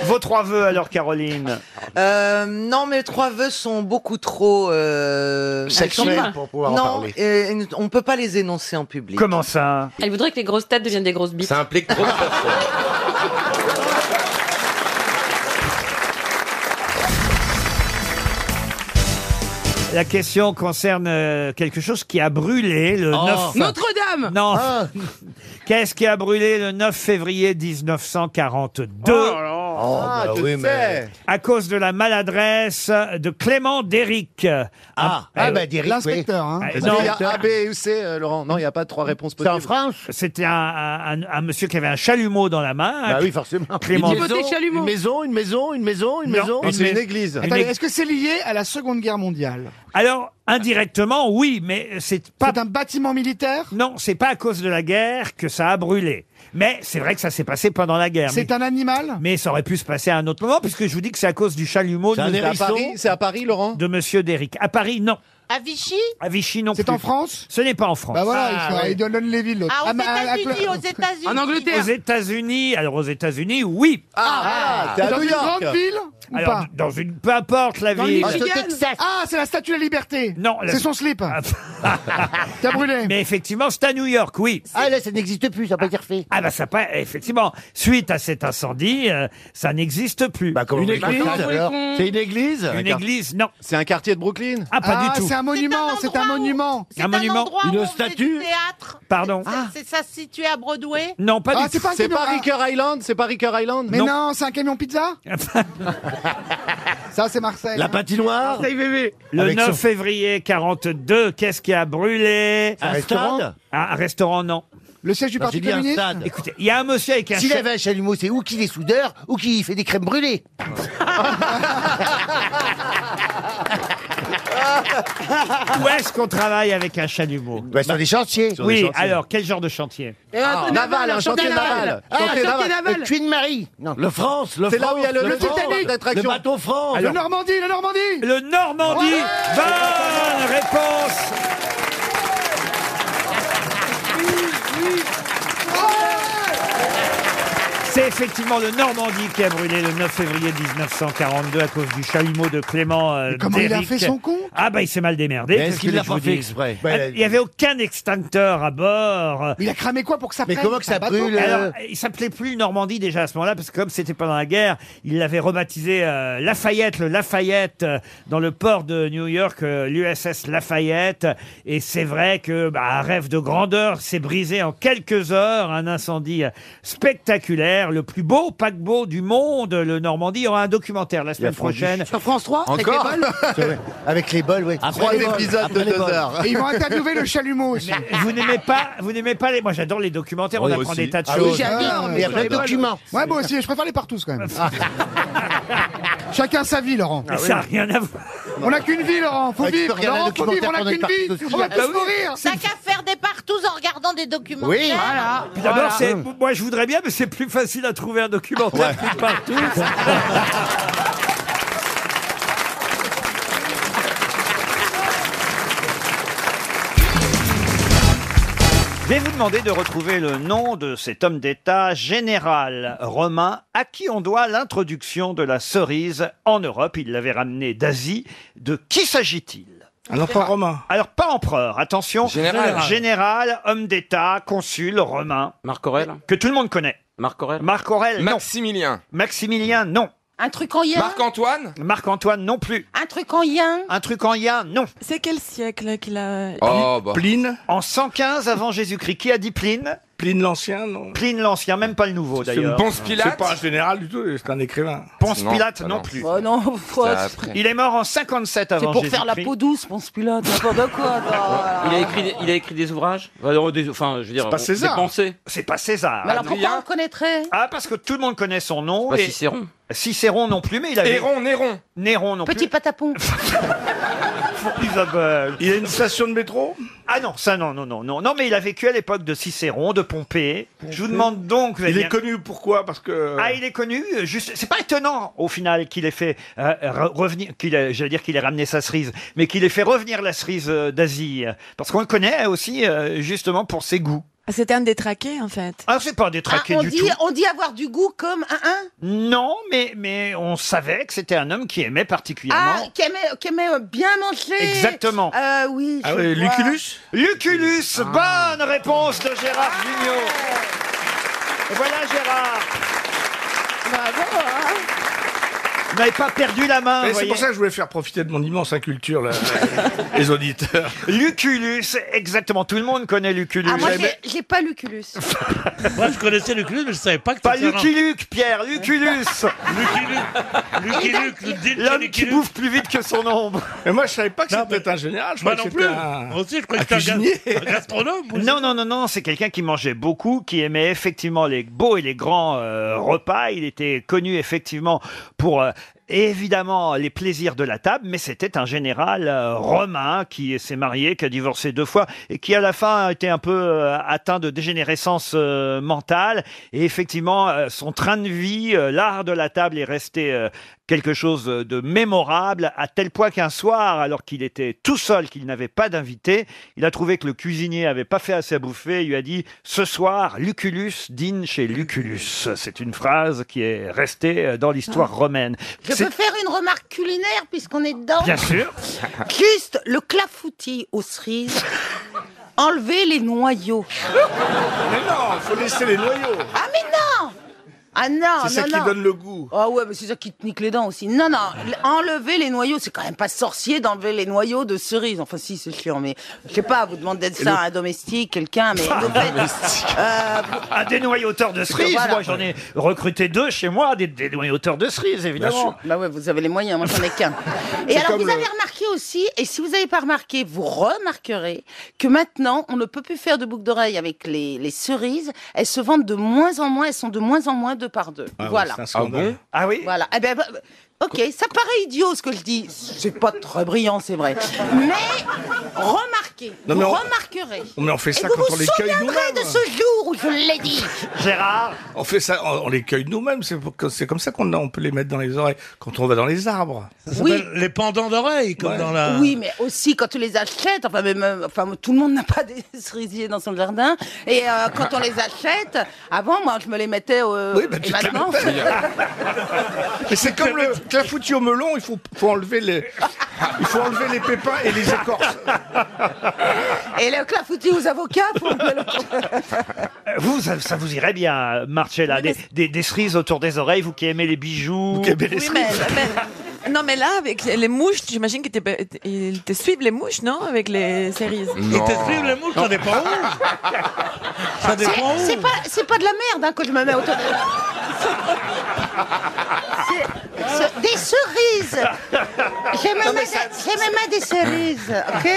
Speaker 1: Vos trois vœux alors, Caroline
Speaker 2: Euh, non, mes trois vœux sont beaucoup trop euh,
Speaker 1: Sexuels
Speaker 2: elles sont pas-
Speaker 1: pour pouvoir en
Speaker 2: non,
Speaker 1: parler.
Speaker 2: euh, on peut pas les énoncer en public.
Speaker 1: Comment
Speaker 22: Ah,
Speaker 1: ça
Speaker 3: Elle voudrait que les grosses têtes deviennent des grosses bites.
Speaker 2: Ça implique trop de
Speaker 1: La question concerne euh, quelque chose qui a brûlé le
Speaker 8: Oh.
Speaker 1: 9...
Speaker 8: Notre-Dame
Speaker 1: Non
Speaker 8: Ah.
Speaker 1: Qu'est-ce qui a brûlé le 9 février 1942
Speaker 4: Oh,
Speaker 8: Ah, bah je oui, sais. mais-
Speaker 1: À cause de la maladresse de Clément Déric. Ah,
Speaker 4: ah, bah, Déric, oui. L'inspecteur, hein. Parce qu'il y a A, B
Speaker 1: ou C,
Speaker 4: euh,
Speaker 1: Laurent. Non, il n'y a pas trois réponses
Speaker 4: C'est en
Speaker 1: C'est en France C'était un, un- un- un monsieur qui avait un chalumeau dans la main. hein.
Speaker 4: Bah oui, forcément.
Speaker 1: Clément
Speaker 4: Une maison, une maison, une maison, une maison, une
Speaker 1: Non.
Speaker 4: maison.
Speaker 1: Non, c'est une église. Une
Speaker 21: Attendez,
Speaker 1: église.
Speaker 21: est-ce que c'est lié à la Seconde Guerre mondiale
Speaker 1: Alors, indirectement, oui, mais c'est pas... d'un bâtiment militaire Non, c'est pas à cause de la guerre que ça a brûlé. Mais c'est vrai que ça s'est passé pendant la guerre.
Speaker 21: C'est
Speaker 1: Mais-
Speaker 21: un animal
Speaker 1: Mais ça aurait pu se passer à un autre moment, puisque je vous dis que c'est à cause du chalumeau
Speaker 4: C'est
Speaker 1: de
Speaker 4: un
Speaker 1: Monsieur-
Speaker 4: hérisson
Speaker 1: C'est à Paris, Laurent De Monsieur Déric. À Paris, non.
Speaker 7: À Vichy
Speaker 1: À Vichy, non. C'est en France Ce n'est pas en France.
Speaker 21: Bah voilà, il, faut- il donne les villes. l'autre.
Speaker 7: Ah, aux
Speaker 9: euh,
Speaker 21: mais- à- à-
Speaker 7: États-Unis, aux États-Unis.
Speaker 1: Aux États-Unis, alors aux États-Unis, oui.
Speaker 7: Ah,
Speaker 21: ah, c'est à Dans New une York. grande ville ou
Speaker 1: Alors,
Speaker 21: pas
Speaker 1: dans une, peu importe la
Speaker 21: Dans le
Speaker 1: ville.
Speaker 21: Michigan Ah, c'est la Statue de la Liberté.
Speaker 1: Non,
Speaker 21: c'est son slip.
Speaker 1: T'as brûlé. Ah, Mais effectivement, c'est à New York, oui.
Speaker 4: Ah là, ça n'existe plus, ça n'a pas été refait.
Speaker 1: Ah bah ça pas effectivement suite à cet incendie euh, ça n'existe plus.
Speaker 4: Bah, comment Une vous église, dites ça, alors C'est une église Un
Speaker 1: Une
Speaker 4: quart-
Speaker 1: église non.
Speaker 4: C'est un quartier de Brooklyn
Speaker 1: Ah pas du tout.
Speaker 21: C'est un monument, c'est un monument.
Speaker 1: un monument
Speaker 7: Une statue théâtre.
Speaker 1: Pardon.
Speaker 9: Ah.
Speaker 7: C'est ça se situe à Broadway
Speaker 1: Non pas
Speaker 4: Ah,
Speaker 1: du
Speaker 4: c'est
Speaker 1: tout.
Speaker 4: pas un C'est camion- pas ah. Ricker
Speaker 1: Island, c'est pas Ricker Island.
Speaker 21: Mais non, c'est un camion pizza Ça, c'est Marseille. hein.
Speaker 1: Le
Speaker 21: Avec
Speaker 1: 9
Speaker 21: son-
Speaker 1: février 42, qu'est-ce qui a brûlé
Speaker 4: Un Un restaurant stade
Speaker 1: Ah, Un restaurant, non. Le siège
Speaker 4: du
Speaker 15: Bah,
Speaker 4: Non, Parti j'ai dit un communiste stade.
Speaker 1: Écoutez, il y a un monsieur avec un
Speaker 4: S'il
Speaker 1: cha-
Speaker 4: avait un chalumeau, c'est ou qu'il est soudeur ou qu'il fait des crèmes brûlées.
Speaker 1: Où est-ce qu'on travaille avec un chalumeau
Speaker 4: Bah, sur des chantiers. Sur des
Speaker 1: Oui,
Speaker 4: chantiers.
Speaker 1: alors, quel genre de chantier
Speaker 4: Ah, naval, un chantier naval.
Speaker 1: Ah, un chantier naval.
Speaker 4: Le Queen Marie. Non.
Speaker 1: Le France, le
Speaker 4: C'est là
Speaker 1: France,
Speaker 4: où il y a le,
Speaker 1: le France,
Speaker 4: Titanic.
Speaker 1: l'attraction.
Speaker 4: Le bateau France.
Speaker 1: Alors-
Speaker 21: Le Normandie, le Normandie
Speaker 1: Le Normandie Bonne réponse C'est effectivement le Normandie qui a brûlé le 9 février 1942 à cause du chalumeau de Clément euh,
Speaker 21: comment il a
Speaker 1: Déric.
Speaker 21: fait son compte
Speaker 1: Ah bah il s'est mal démerdé.
Speaker 4: Mais est-ce
Speaker 1: qu'est-ce
Speaker 4: qu'il
Speaker 1: que
Speaker 4: l'a
Speaker 1: je vous
Speaker 4: pas fait
Speaker 1: dise
Speaker 4: exprès
Speaker 1: Ah, Il n'y avait aucun extincteur à bord.
Speaker 21: Il a cramé quoi pour que ça euh prenne Un bateau
Speaker 1: Alors, il s'appelait plus Normandie déjà à ce moment-là, parce que comme c'était pendant la guerre, il l'avait rebaptisé euh, Lafayette, le Lafayette, euh, dans le port de New York, euh, l'USS Lafayette. Et c'est vrai que, bah, un rêve de grandeur s'est brisé en quelques heures. Un incendie euh, spectaculaire, le plus beau paquebot du monde, le Normandie. Il y aura un documentaire la semaine
Speaker 4: fondu.
Speaker 1: prochaine.
Speaker 4: Sur
Speaker 21: France 3
Speaker 4: Encore C'est vrai. Avec les bols, oui.
Speaker 1: Après les bols. Après les bols.
Speaker 21: Et ils vont interviewer le chalumeau aussi.
Speaker 1: Mais vous n'aimez pas, vous n'aimez pas les. Moi, j'adore les documentaires.
Speaker 4: Oui,
Speaker 1: on apprend
Speaker 4: aussi.
Speaker 1: des tas de
Speaker 4: Ah oui,
Speaker 1: choses.
Speaker 4: j'adore, mais Il y a plein de sur les documents.
Speaker 21: Ouais, moi aussi, je préfère les partous quand même. Chacun sa vie, Laurent.
Speaker 1: Ah. Mais ça a rien à voir.
Speaker 21: On n'a qu'une vie, Laurent. Faut
Speaker 4: Ouais, tu peux
Speaker 21: vivre,
Speaker 4: regarder
Speaker 21: Laurent,
Speaker 4: un
Speaker 21: faut vivre, on n'a
Speaker 4: documentaire
Speaker 21: qu'une
Speaker 4: pendant une
Speaker 21: vie.
Speaker 4: partie de
Speaker 21: On
Speaker 9: Oh,
Speaker 4: film.
Speaker 21: va
Speaker 4: Ah
Speaker 9: bah
Speaker 21: tous
Speaker 4: oui.
Speaker 21: mourir.
Speaker 7: T'as qu'à faire des partous en regardant des documentaires.
Speaker 4: Oui.
Speaker 7: Voilà.
Speaker 1: Puis D'abord,
Speaker 7: Voilà.
Speaker 1: c'est- moi je voudrais bien, mais c'est plus facile à trouver un documentaire que partout. Je vais vous demander de retrouver le nom de cet homme d'État général romain à qui on doit l'introduction de la cerise en Europe. Il l'avait ramenée d'Asie. De qui s'agit-il un empereur romain. Alors pas empereur, attention.
Speaker 27: Général.
Speaker 1: Général, homme d'État, consul romain.
Speaker 27: Marc Aurel
Speaker 1: Que tout le monde connaît.
Speaker 27: Marc Aurel
Speaker 1: Marc Aurel, non.
Speaker 14: Maximilien.
Speaker 1: Maximilien, non.
Speaker 7: Un truc en yin
Speaker 14: Marc-Antoine
Speaker 1: Marc-Antoine, non plus.
Speaker 7: Un truc en yin
Speaker 1: Un truc en yin, non.
Speaker 19: C'est quel siècle qu'il a
Speaker 14: Oh, bah.
Speaker 1: Pline En 115 avant Jésus-Christ. Qui a dit Pline Pline l'Ancien, non Pline l'Ancien, même pas le nouveau d'ailleurs.
Speaker 22: Ponce Pilate. C'est pas un général du tout, c'est un écrivain.
Speaker 1: Ponce Pilate non, plus.
Speaker 7: Oh,
Speaker 9: non,
Speaker 1: Oh, Il est mort en 57 avant
Speaker 9: C'est pour
Speaker 1: Jésus-Christ.
Speaker 9: faire la peau douce, pense pilote, n'importe quoi. quoi.
Speaker 27: Il a écrit, des- il a écrit des ouvrages. Enfin, non, Euh, des- Enfin, je veux dire,
Speaker 1: pas
Speaker 27: on-
Speaker 1: César.
Speaker 27: des pensées.
Speaker 1: C'est pas César.
Speaker 7: Mais alors pourquoi on le connaîtrait
Speaker 1: Ah, parce que tout le monde connaît son nom.
Speaker 27: Pas
Speaker 1: et-
Speaker 27: Cicéron.
Speaker 1: Cicéron non plus, mais il avait...
Speaker 22: Néron, Néron.
Speaker 1: Néron non
Speaker 7: Petit
Speaker 1: plus.
Speaker 7: patapon.
Speaker 1: Isabelle.
Speaker 22: Il a une station de métro
Speaker 1: Ah non, ça non, non, non, non. Non, mais il a vécu à l'époque de Cicéron, de Pompée. Je vous demande donc...
Speaker 22: Il est
Speaker 1: Damien-
Speaker 22: connu pourquoi Parce que.
Speaker 1: Ah, il est connu. euh, Juste, c'est pas étonnant au final qu'il ait fait euh, re- revenir, qu'il, ait- j'allais dire qu'il ait ramené sa cerise, mais qu'il ait fait revenir la cerise euh, d'Asie, euh, parce qu'on le connaît aussi euh, justement pour ses goûts.
Speaker 22: C'était un détraqué, en fait.
Speaker 1: Ah, c'est pas un détraqué
Speaker 9: Ah, on,
Speaker 1: du
Speaker 9: dit,
Speaker 1: tout.
Speaker 9: on dit avoir du goût comme un un
Speaker 1: Non, mais, mais on savait que c'était un homme qui aimait
Speaker 9: Ah,
Speaker 1: particulièrement.
Speaker 9: qui aimait, qui aimait euh, bien manger.
Speaker 1: Exactement.
Speaker 9: Euh, oui. je vois.
Speaker 1: Lucullus, bonne réponse de Gérard
Speaker 9: Ah.
Speaker 1: Jugnot. Et voilà Gérard.
Speaker 9: Bravo. hein.
Speaker 1: Vous n'avez pas perdu la main.
Speaker 8: Mais
Speaker 1: vous
Speaker 8: c'est pour
Speaker 1: voyez.
Speaker 8: ça que je voulais faire profiter de mon immense inculture, là, les auditeurs.
Speaker 1: Lucullus, exactement. Tout le monde connaît Lucullus.
Speaker 9: Ah, moi, j'ai- j'ai pas l'uculus.
Speaker 1: Moi, je connaissais Lucullus, mais je savais pas que Pas
Speaker 8: c'était un-
Speaker 1: Lucky Luke, Pierre, Lucullus.
Speaker 8: Lucky
Speaker 9: Luke, le
Speaker 8: dit
Speaker 1: L'homme qui bouffe plus vite que son ombre.
Speaker 8: Mais moi, je savais pas que c'était un général. Je
Speaker 1: Moi
Speaker 8: croyais que
Speaker 1: non
Speaker 8: c'était
Speaker 1: plus.
Speaker 8: un-
Speaker 1: Moi aussi, je croyais
Speaker 8: un
Speaker 1: que c'était un
Speaker 8: cuisinier.
Speaker 1: Non, non, non, non, c'est quelqu'un qui mangeait beaucoup, qui aimait effectivement les beaux et les grands euh, repas. Il était connu effectivement pour... euh, Évidemment, les plaisirs de la table, mais c'était un général euh, romain qui s'est marié, qui a divorcé deux fois et qui à la fin a été un peu euh, atteint de dégénérescence euh, mentale. Et effectivement, euh, son train de vie, euh, l'art de la table est resté euh, quelque chose de mémorable, à tel point qu'un soir, alors qu'il était tout seul, qu'il n'avait pas d'invité, il a trouvé que le cuisinier avait pas fait assez à bouffer, il lui a dit « Ce soir, Lucullus dîne chez Lucullus ». C'est une phrase qui est restée euh, dans l'histoire romaine.
Speaker 9: Je
Speaker 1: C'est-
Speaker 9: peux faire une remarque culinaire puisqu'on est dedans.
Speaker 1: Bien sûr
Speaker 9: Juste le clafoutis aux cerises. Enlever les noyaux.
Speaker 8: Mais non, faut laisser les noyaux.
Speaker 9: Ah mais non Ah non, non,
Speaker 8: C'est ça qui
Speaker 9: non.
Speaker 8: donne le goût.
Speaker 9: Ah ouais, mais c'est ça qui te nique les dents aussi. Non, non, l- enlever les noyaux, c'est quand même pas sorcier d'enlever les noyaux de cerises. Enfin si, c'est chiant, mais je sais pas, vous demandez
Speaker 1: Et
Speaker 9: ça
Speaker 1: le-
Speaker 9: à un domestique, quelqu'un, mais...
Speaker 1: Un
Speaker 9: de fait,
Speaker 1: domestique.
Speaker 9: euh,
Speaker 1: Ah, Un dénoyauteur de cerises,
Speaker 9: Voilà.
Speaker 1: moi j'en ai recruté deux chez moi, des dénoyauteurs de cerises évidemment.
Speaker 9: Bah ouais, vous avez les moyens, moi j'en ai qu'un. Et
Speaker 1: C'est
Speaker 9: alors
Speaker 1: comme
Speaker 9: vous
Speaker 1: le-
Speaker 9: avez remarqué aussi, et si vous n'avez pas remarqué, vous remarquerez que maintenant on ne peut plus faire de boucles d'oreilles avec les, les cerises. Elles se vendent de moins en moins, elles sont de moins en moins deux par deux.
Speaker 8: Ah ouais,
Speaker 9: voilà.
Speaker 8: c'est un scandale. Ah bon
Speaker 1: Ah oui.
Speaker 9: Voilà. Eh ben, bah, ok, ça paraît idiot ce que je dis. C'est pas très brillant, c'est vrai. Mais remarquez,
Speaker 8: Non, mais
Speaker 9: vous
Speaker 8: on-
Speaker 9: remarquerez.
Speaker 8: Non, mais on fait
Speaker 9: Et
Speaker 8: ça
Speaker 9: vous
Speaker 8: quand
Speaker 9: vous
Speaker 8: on les cueille
Speaker 9: souviendrez de
Speaker 8: nous-mêmes.
Speaker 9: ce jour où je l'ai dit.
Speaker 1: Gérard
Speaker 8: On fait ça, on, on les cueille nous-mêmes. C'est pour- c'est comme ça qu'on a- on peut les mettre dans les oreilles quand on va dans les arbres.
Speaker 9: s'appelle Oui.
Speaker 8: les pendants d'oreilles,
Speaker 16: comme dans la-
Speaker 9: Oui, mais aussi quand tu les achètes, enfin, même, euh, enfin tout le monde n'a pas des cerisiers dans son jardin. Et euh, quand on les achète, avant, moi, je me les mettais. euh,
Speaker 8: Oui, bah,
Speaker 9: et
Speaker 8: tu te la
Speaker 9: maintenant,
Speaker 8: mets pas. Mais c'est comme le clafoutis au melon, il faut, faut enlever les, il faut enlever les pépins et les écorces.
Speaker 9: et le clafoutis aux avocats, faut enlever
Speaker 1: Euh, Vous, ça, ça vous irait bien, Marcella, des, des- des cerises autour des oreilles, vous qui aimez les bijoux. Vous qui aimez les
Speaker 22: Oui, mais, mais- non, mais là, avec les mouches, j'imagine qu'ils te, ils te suivent les mouches, non Avec les cerises.
Speaker 8: Non. Ils te suivent, les mouches, ça dépend
Speaker 22: où.
Speaker 9: le- C'est- C'est pas, c'est pas de la merde hein, que je me mets autour de. C'est- c'est- Des cerises J'ai même, à des- j'ai même à des cerises, ok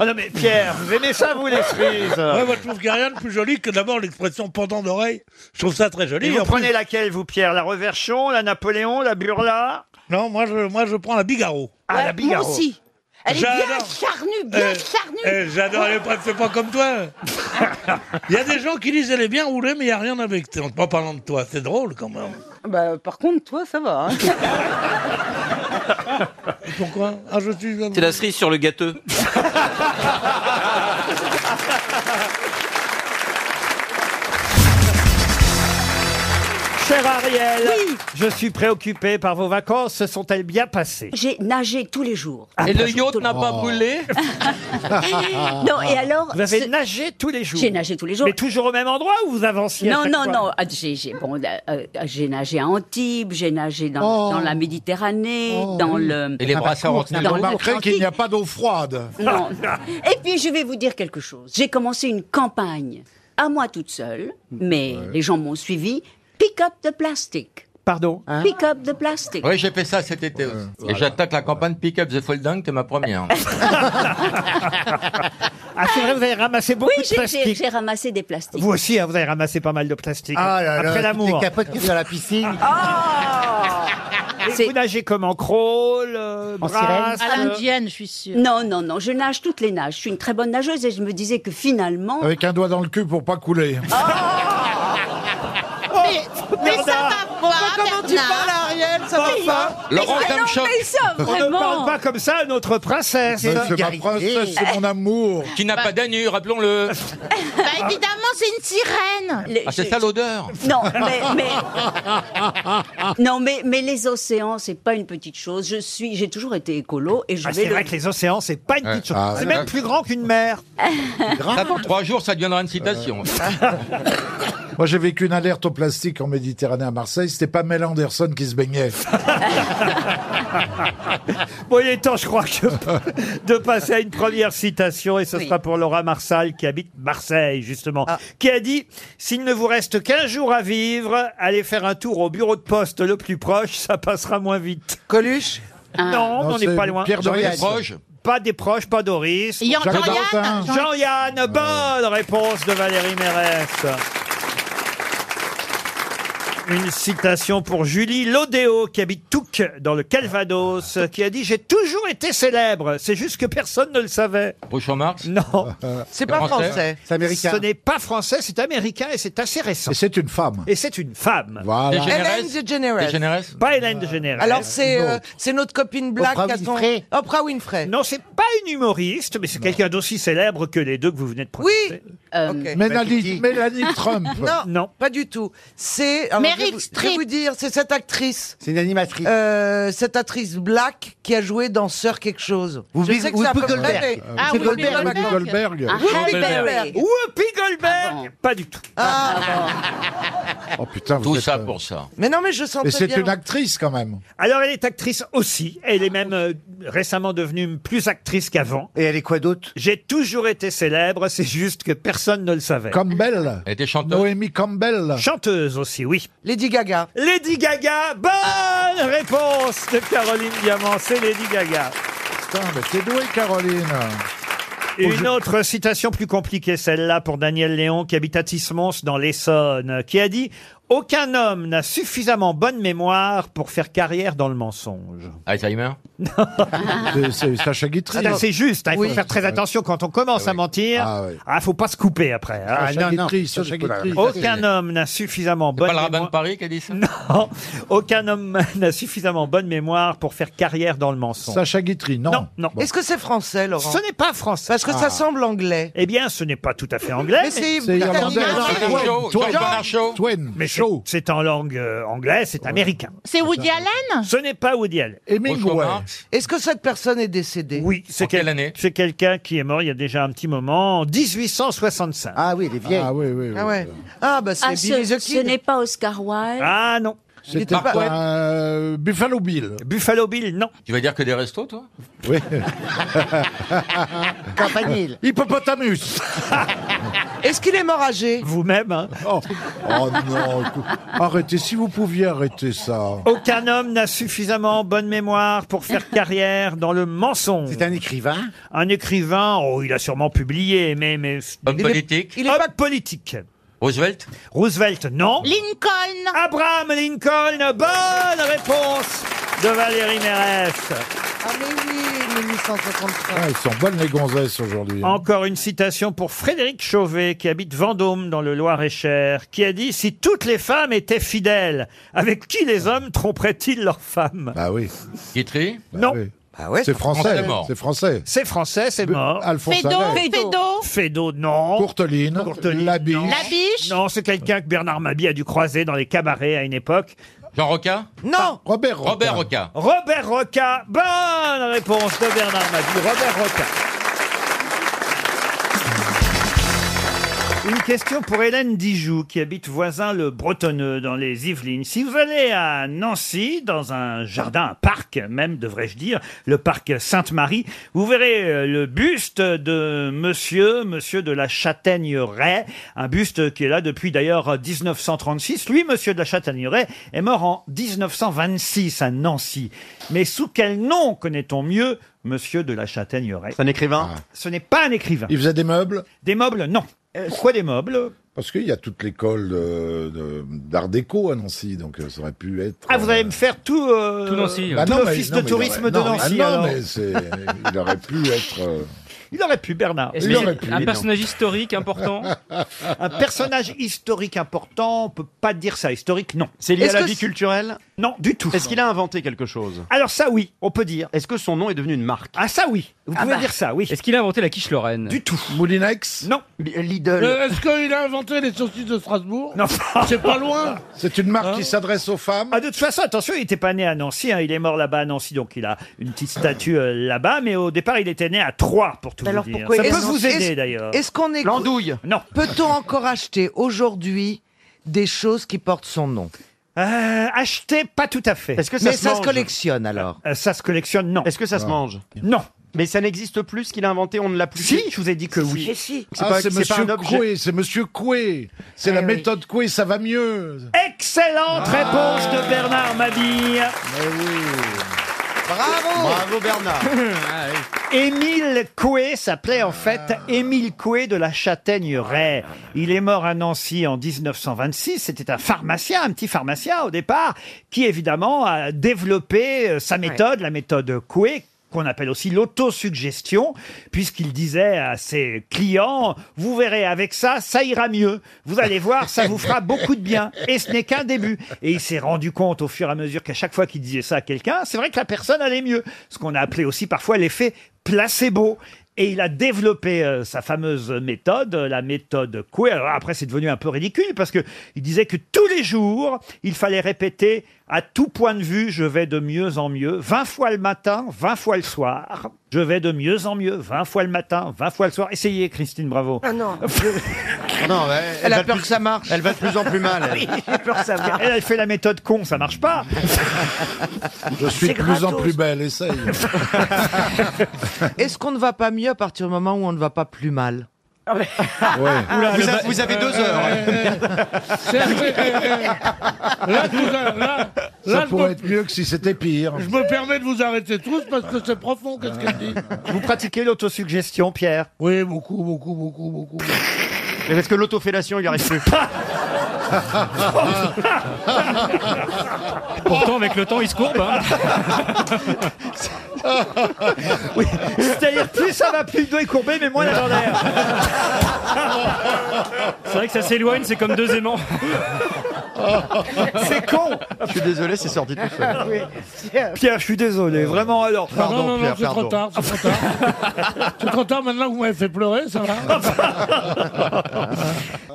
Speaker 1: Oh non, mais Pierre, vous aimez ça, vous, les cerises
Speaker 16: Ouais, moi, je trouve qu'il n'y a rien de plus joli que d'abord l'expression pendant d'oreille. Je trouve ça très joli.
Speaker 1: Et vous
Speaker 16: En plus-
Speaker 1: prenez laquelle, vous, Pierre La Reverchon, la Napoléon, la Burla
Speaker 16: Non, moi je, moi, je prends la Bigarro.
Speaker 1: Ah, la Bigarro.
Speaker 9: Moi aussi Elle est bien
Speaker 16: J'adore.
Speaker 9: charnue, bien
Speaker 16: Euh,
Speaker 9: charnue
Speaker 16: euh, J'adore, les preuves, c'est pas comme toi. Il y a des gens qui disent elle est bien roulée, mais il n'y a rien avec. En en parlant de toi, c'est drôle quand même.
Speaker 9: Bah, par contre, toi, ça va. hein.
Speaker 16: Pourquoi Ah, je suis.
Speaker 27: C'est la cerise sur le gâteau.
Speaker 1: Cher Ariel, je suis préoccupé par vos vacances. Se sont-elles bien passées
Speaker 7: J'ai nagé tous les jours.
Speaker 1: Et le yacht n'a pas brûlé
Speaker 7: Non, et alors.
Speaker 1: Vous avez
Speaker 7: ce-
Speaker 1: nagé tous les jours
Speaker 7: J'ai nagé tous les jours.
Speaker 1: Mais toujours au même endroit ou vous avanciez à
Speaker 7: Non,
Speaker 1: chaque
Speaker 7: non,
Speaker 1: fois
Speaker 7: non. Ah, J'ai j'ai- bon, euh, euh, j'ai nagé à Antibes, j'ai nagé dans,
Speaker 1: Oh. Ah,
Speaker 7: dans la Méditerranée, dans le. Ah, bah, dans le-
Speaker 17: n'y a pas d'eau froide.
Speaker 7: Non. Et puis, je vais vous dire quelque chose. J'ai commencé une campagne à moi toute seule,
Speaker 14: Hmm.
Speaker 7: mais les gens m'ont suivi. Pick up the plastic.
Speaker 1: Pardon hein
Speaker 7: Pick up the plastic.
Speaker 14: Oui, j'ai fait ça cet été aussi. Et j'attaque la campagne Pick Up the Folding, t'es ma première.
Speaker 1: Ah, c'est vrai, vous avez ramassé beaucoup
Speaker 7: oui,
Speaker 1: de
Speaker 7: j'ai- j'ai
Speaker 1: plastique.
Speaker 7: j'ai ramassé des plastiques.
Speaker 1: Vous aussi, hein, vous avez ramassé pas mal de plastique. hein,
Speaker 7: Ah là là,
Speaker 1: Après
Speaker 7: toutes
Speaker 1: l'amour.
Speaker 7: les capotes qu'il y a
Speaker 1: dans la piscine.
Speaker 7: Ah. C'est-
Speaker 1: vous nagez comment Crawl euh, brasse,
Speaker 7: À
Speaker 1: euh,
Speaker 7: l'indienne, je suis sûre. Non, non, non, je nage toutes les nages. Je suis une très bonne nageuse et je me disais que finalement.
Speaker 17: Avec un doigt dans le cul pour pas couler.
Speaker 7: Oh
Speaker 1: Oh,
Speaker 9: Mais, mais ça va pas,
Speaker 2: Comment tu
Speaker 9: Bernard.
Speaker 2: parles, Ariel
Speaker 1: Ça
Speaker 36: oui.
Speaker 1: Laurent,
Speaker 36: Mais-
Speaker 1: ça me
Speaker 36: ah non,
Speaker 1: choque.
Speaker 36: mais ça,
Speaker 1: On ne parle
Speaker 36: vraiment.
Speaker 1: pas comme ça à notre princesse.
Speaker 17: Mais c'est ma princesse, c'est mon amour.
Speaker 14: Qui n'a pas d'anus, rappelons-le.
Speaker 9: Bah évidemment, c'est une sirène.
Speaker 14: Ah, c'est ça l'odeur.
Speaker 7: Non, mais, mais- non, mais, mais les océans, c'est pas une petite chose. Je suis, j'ai toujours été écolo et je
Speaker 1: Ah,
Speaker 7: vais.
Speaker 1: c'est vrai que les océans, c'est pas une petite chose.
Speaker 14: Ah,
Speaker 1: c'est
Speaker 14: ouais.
Speaker 1: même plus grand qu'une mer.
Speaker 7: Ah,
Speaker 14: Ça, dans trois jours, ça deviendra une citation.
Speaker 17: Moi, j'ai vécu une alerte au plastique en Méditerranée à Marseille. C'était pas Mel Anderson qui se baignait.
Speaker 1: Bon, il est temps, je crois, que de passer à une première citation, et ce sera pour Laura Marsal, qui habite Marseille, justement, qui a dit « S'il ne vous reste qu'un jour à vivre, allez faire un tour au bureau de poste le plus proche, ça passera moins vite. » Coluche Ah. Non,
Speaker 37: Non,
Speaker 1: on n'est
Speaker 37: c'est
Speaker 1: pas loin.
Speaker 37: Pierre Jean-Yann Doris. Desproges
Speaker 1: Pas des proches, pas Doris.
Speaker 37: Yann- Jacques Jean-Yann Martin.
Speaker 1: Jean-Yann, bonne réponse de Valérie Mérès. Une citation pour Julie Lodéo, qui habite Touc, dans le Calvados, qui a dit « J'ai toujours été célèbre, c'est juste que personne ne le savait. »
Speaker 14: Bruchon Marx
Speaker 1: Non.
Speaker 14: C'est pas Français français.
Speaker 1: C'est américain. Ce n'est pas français, c'est américain et c'est assez récent. Et
Speaker 17: c'est une femme.
Speaker 1: Et c'est une femme.
Speaker 17: Voilà.
Speaker 2: Hélène DeGeneres.
Speaker 1: Pas Hélène DeGeneres.
Speaker 2: Alors c'est euh, c'est notre copine Black
Speaker 1: Oprah
Speaker 2: qui a son-
Speaker 1: Winfrey.
Speaker 2: Oprah Winfrey.
Speaker 1: Non, c'est pas une humoriste, mais c'est quelqu'un d'aussi célèbre que les deux que vous venez de
Speaker 2: Oui. Ok.
Speaker 1: prononcer.
Speaker 17: Euh, Mélanie- Mélanie Trump.
Speaker 2: non,
Speaker 1: Non.
Speaker 2: pas du tout. C'est alors,
Speaker 9: Meryl
Speaker 2: je vais vous- Je vais
Speaker 9: Streep.
Speaker 2: vous dire, c'est cette actrice.
Speaker 8: C'est une animatrice.
Speaker 2: Euh, cette actrice Black qui a joué dans Sœur quelque chose.
Speaker 8: Vous-
Speaker 2: je sais que
Speaker 8: vous-
Speaker 2: c'est à peu
Speaker 8: Whoopi
Speaker 2: près,
Speaker 8: Goldberg.
Speaker 2: mais-
Speaker 8: Ah, C'est Whoopi Goldberg. Whoopi Goldberg. Ah,
Speaker 2: Whoopi
Speaker 8: Goldberg.
Speaker 2: Goldberg. Ah,
Speaker 1: Whoopi Goldberg Pas du tout.
Speaker 17: Oh putain, vous
Speaker 14: Tout
Speaker 17: êtes,
Speaker 14: ça
Speaker 17: euh,
Speaker 14: pour ça.
Speaker 2: Mais non, mais je sens
Speaker 17: Et c'est
Speaker 1: hein.
Speaker 17: une actrice quand même.
Speaker 1: Alors elle est actrice aussi. Elle est même euh, récemment devenue plus actrice qu'avant.
Speaker 8: Ah. Et elle est quoi d'autre
Speaker 1: J'ai toujours été célèbre, c'est juste que personne ne le savait.
Speaker 17: Campbell.
Speaker 1: Elle était chanteuse.
Speaker 17: Noémie Campbell.
Speaker 1: Chanteuse aussi, oui.
Speaker 2: Lady Gaga.
Speaker 1: Lady Gaga, bonne réponse de Caroline Diamant, c'est Lady Gaga.
Speaker 17: Putain, mais t'es doué, Caroline.
Speaker 1: Et Une autre citation plus compliquée, celle-là, pour Daniel Léon, qui habite à Tismons, dans l'Essonne, qui a dit « Aucun homme n'a suffisamment bonne mémoire pour faire carrière dans le mensonge.
Speaker 14: Alzheimer
Speaker 17: C'est- C'est Sacha » Guitry.
Speaker 1: C'est assez juste, hein, il faut
Speaker 17: Oui.
Speaker 1: faire très attention quand on commence à mentir. Ah, faut pas se couper après. hein.
Speaker 17: Sacha Guitry, Sacha Guitry.
Speaker 1: Aucun homme n'a suffisamment bonne
Speaker 14: Pas le rabbin de
Speaker 1: mémoire.
Speaker 14: Paris qui a dit ça
Speaker 1: Non. Aucun homme n'a suffisamment bonne mémoire pour faire carrière dans le mensonge.
Speaker 17: Sacha Guitry, non.
Speaker 1: Non, non.
Speaker 2: Est-ce que c'est français, Laurent
Speaker 1: Ce n'est pas français.
Speaker 2: Parce que ça
Speaker 1: Ah.
Speaker 2: semble anglais.
Speaker 1: Eh bien, ce n'est pas tout à fait anglais.
Speaker 2: Mais c'est
Speaker 17: C'est irlandais.
Speaker 2: Bernard
Speaker 17: Twain,
Speaker 2: Shaw,
Speaker 17: Twain.
Speaker 2: Jean
Speaker 17: Twain.
Speaker 1: Mais c'est- c'est en langue euh, anglaise, c'est américain.
Speaker 9: C'est Woody Allen
Speaker 1: Ce n'est pas Woody Allen.
Speaker 2: Est-ce que cette personne est décédée
Speaker 1: Oui, c'est quel- C'est quelqu'un qui est mort il y a déjà un petit moment, en 1865.
Speaker 8: Ah oui, les
Speaker 1: vieilles.
Speaker 17: Ah oui, oui. oui.
Speaker 2: Ah ouais. Ah bah c'est
Speaker 7: Ah, ce,
Speaker 2: Billy the
Speaker 7: ce
Speaker 2: Kid.
Speaker 7: n'est pas Oscar Wilde.
Speaker 1: Ah non.
Speaker 17: C'était
Speaker 2: était pas-
Speaker 17: pas, euh, Buffalo Bill.
Speaker 1: Buffalo Bill, non.
Speaker 14: Tu vas dire que des restos, toi
Speaker 17: Oui.
Speaker 8: Campanile.
Speaker 17: Hippopotamus.
Speaker 2: Est-ce qu'il est mort âgé
Speaker 1: Vous-même. hein.
Speaker 17: Oh. Oh non, écou- arrêtez, si vous pouviez arrêter ça.
Speaker 1: Aucun homme n'a suffisamment bonne mémoire pour faire carrière dans le mensonge. C'est
Speaker 8: un écrivain
Speaker 1: Un écrivain, oh, il a sûrement publié, mais... mais
Speaker 14: Homme
Speaker 1: Il est-
Speaker 14: politique
Speaker 1: Il est Homme politique.
Speaker 14: Roosevelt
Speaker 1: Roosevelt, non.
Speaker 9: Lincoln.
Speaker 1: Abraham Lincoln, bonne réponse de Valérie Mérès.
Speaker 2: Ah mais oui, 1853.
Speaker 17: Ah, ils sont bonnes les gonzesses aujourd'hui.
Speaker 1: Encore une citation pour Frédéric Chauvet, qui habite Vendôme, dans le Loir-et-Cher, qui a dit « Si toutes les femmes étaient fidèles, avec qui les hommes tromperaient-ils leurs femmes
Speaker 17: Bah oui. Bah
Speaker 14: Guitry
Speaker 1: Non. Bah
Speaker 17: C'est
Speaker 14: Français
Speaker 17: français.
Speaker 14: mort.
Speaker 17: C'est français.
Speaker 1: C'est français, c'est mort.
Speaker 17: Alphonse
Speaker 9: Fédo,
Speaker 17: Allais.
Speaker 9: Fédo.
Speaker 1: Fédo, non.
Speaker 17: Courteline. Labi.
Speaker 1: non.
Speaker 9: La biche.
Speaker 1: Non, c'est quelqu'un que Bernard Mabie a dû croiser dans les cabarets à une époque.
Speaker 14: Jean Roca
Speaker 2: Non
Speaker 17: Ah, Robert Roca.
Speaker 14: Robert Roca.
Speaker 1: Robert Roca, bonne réponse de Bernard Mabie, Robert Roca. Une question pour Hélène Dijoux, qui habite voisin le Bretonneux, dans les Yvelines. Si vous allez à Nancy, dans un jardin, un parc même, devrais-je dire, le parc Sainte-Marie, vous verrez euh, le buste de monsieur, monsieur de la Châtaigneraie, un buste qui est là depuis d'ailleurs 1936. Lui, monsieur de la Châtaigneraie, est mort en 1926 à Nancy. Mais sous quel nom connaît-on mieux monsieur de la Châtaigneraie
Speaker 5: Un écrivain
Speaker 1: Ce n'est pas un écrivain.
Speaker 17: Il faisait des meubles
Speaker 1: Des meubles, non. Euh, Pourquoi des meubles
Speaker 17: Parce qu'il y a toute l'école de- de- d'art déco à Nancy, donc euh, ça aurait pu être.
Speaker 1: Ah, vous allez me faire tout, euh,
Speaker 17: Bah
Speaker 1: tout
Speaker 17: non, mais-
Speaker 1: l'office
Speaker 17: non,
Speaker 1: de
Speaker 17: mais il
Speaker 1: tourisme
Speaker 17: aurait-
Speaker 1: de
Speaker 17: non, mais-
Speaker 1: Nancy.
Speaker 17: ah non,
Speaker 1: alors.
Speaker 17: mais c'est- il aurait pu être. euh,
Speaker 1: Il aurait pu, Bernard.
Speaker 17: Il aurait pu.
Speaker 38: un
Speaker 17: non.
Speaker 38: personnage historique important
Speaker 1: Un personnage historique important, on peut pas dire ça. Historique, non.
Speaker 5: C'est lié
Speaker 1: Est-ce
Speaker 5: à la
Speaker 1: que
Speaker 5: vie
Speaker 1: c'est-
Speaker 5: culturelle
Speaker 1: Non, du tout.
Speaker 5: Est-ce qu'il a inventé quelque chose
Speaker 1: Alors ça, oui, on peut dire.
Speaker 5: Est-ce que son nom est devenu une marque
Speaker 1: Ah ça, oui. Vous
Speaker 5: Ah
Speaker 1: pouvez
Speaker 5: bah.
Speaker 1: dire ça, oui.
Speaker 5: Est-ce qu'il a inventé la quiche Lorraine
Speaker 1: Du tout.
Speaker 17: Moulinex
Speaker 1: Non.
Speaker 17: Lidl.
Speaker 16: Euh, Est-ce qu'il a inventé les saucisses de Strasbourg
Speaker 1: Non.
Speaker 17: Ah,
Speaker 16: C'est pas loin.
Speaker 17: C'est une marque qui s'adresse aux femmes.
Speaker 1: Hein Ah, de toute façon, attention, il n'était pas né à Nancy. hein, il est mort là-bas à Nancy, donc il a une petite statue euh, là-bas. Mais au départ, il était né à Troyes, pour tout
Speaker 2: Alors
Speaker 1: vous dire.
Speaker 2: pourquoi
Speaker 1: Ça
Speaker 2: il est
Speaker 1: peut
Speaker 2: né à
Speaker 1: vous
Speaker 2: Nancy
Speaker 1: aider
Speaker 2: Est-ce-
Speaker 1: d'ailleurs.
Speaker 2: est-ce qu'on est- L'andouille.
Speaker 1: Non.
Speaker 2: Peut-on encore acheter aujourd'hui des choses qui portent son nom
Speaker 1: Euh, acheter, pas tout à fait.
Speaker 2: Est-ce que ça
Speaker 1: Mais
Speaker 2: se mange
Speaker 1: collectionne alors Ça se collectionne, non.
Speaker 5: Est-ce que ça se mange
Speaker 1: Non.
Speaker 5: Mais ça n'existe plus ce qu'il a inventé, on ne l'a plus.
Speaker 1: Si, je vous ai dit que oui.
Speaker 17: C'est ah, c'est Monsieur Coué, c'est Monsieur Coué.
Speaker 1: Eh
Speaker 17: C'est la méthode Coué, ça va mieux.
Speaker 1: Excellente
Speaker 17: Ah.
Speaker 1: réponse de Bernard Mabille.
Speaker 5: Bravo Bravo Bernard
Speaker 1: Ah Émile Coué s'appelait en fait Émile Coué de la Châtaigneraie. Il est mort à Nancy en 1926. C'était un pharmacien, un petit pharmacien au départ, qui évidemment a développé euh, sa méthode, la méthode Coué qu'on appelle aussi l'autosuggestion, puisqu'il disait à ses clients, vous verrez avec ça, ça ira mieux. Vous allez voir, ça vous fera beaucoup de bien. Et ce n'est qu'un début. Et il s'est rendu compte au fur et à mesure qu'à chaque fois qu'il disait ça à quelqu'un, c'est vrai que la personne allait mieux. Ce qu'on a appelé aussi parfois l'effet placebo. Et il a développé euh, sa fameuse méthode, euh, la méthode Coué. Alors après, c'est devenu un peu ridicule parce que il disait que tous les jours, il fallait répéter à tout point de vue, je vais de mieux en mieux, 20 fois le matin, 20 fois le soir. Je vais de mieux en mieux, 20 fois le matin, 20 fois le soir. Essayez, Christine Bravo.
Speaker 39: Ah non.
Speaker 1: non,
Speaker 39: elle Elle a va de peur plus- que ça
Speaker 1: marche.
Speaker 39: elle va de plus en plus mal, elle.
Speaker 1: oui, j'ai peur que ça marche. Elle, elle fait la méthode con, ça marche pas.
Speaker 17: Je suis
Speaker 1: C'est
Speaker 17: de plus en
Speaker 1: gratos.
Speaker 17: plus belle, essaye.
Speaker 2: Est-ce qu'on ne va pas mieux à partir du moment où on ne va pas plus mal
Speaker 40: Ah
Speaker 5: Vous avez- vous
Speaker 40: Euh,
Speaker 5: avez deux
Speaker 16: Là, vous a- là- là,
Speaker 17: Ça
Speaker 16: je,
Speaker 17: pourrait
Speaker 16: me,
Speaker 17: être mieux que si c'était pire.
Speaker 16: je me permets de vous arrêter tous parce que c'est profond. Qu'est-ce qu'elle
Speaker 17: Euh,
Speaker 16: dit
Speaker 1: Vous pratiquez l'autosuggestion, Pierre
Speaker 16: Oui, beaucoup, beaucoup, beaucoup, beaucoup.
Speaker 5: Mais parce que l'autofellation, il n'y reste plus.
Speaker 8: Pourtant, avec le temps, il se courbe. hein.
Speaker 1: Oui, C'est-à-dire, plus ça va, plus le dos est courbé, mais moins la journée.
Speaker 8: C'est vrai que ça s'éloigne, c'est comme deux aimants.
Speaker 1: C'est con
Speaker 5: Je suis désolé, c'est sorti tout seul.
Speaker 1: Pierre, je suis désolé, vraiment alors.
Speaker 16: non, non, non, c'est trop tard, c'est trop tard. c'est trop tard maintenant que vous m'avez fait pleurer, ça va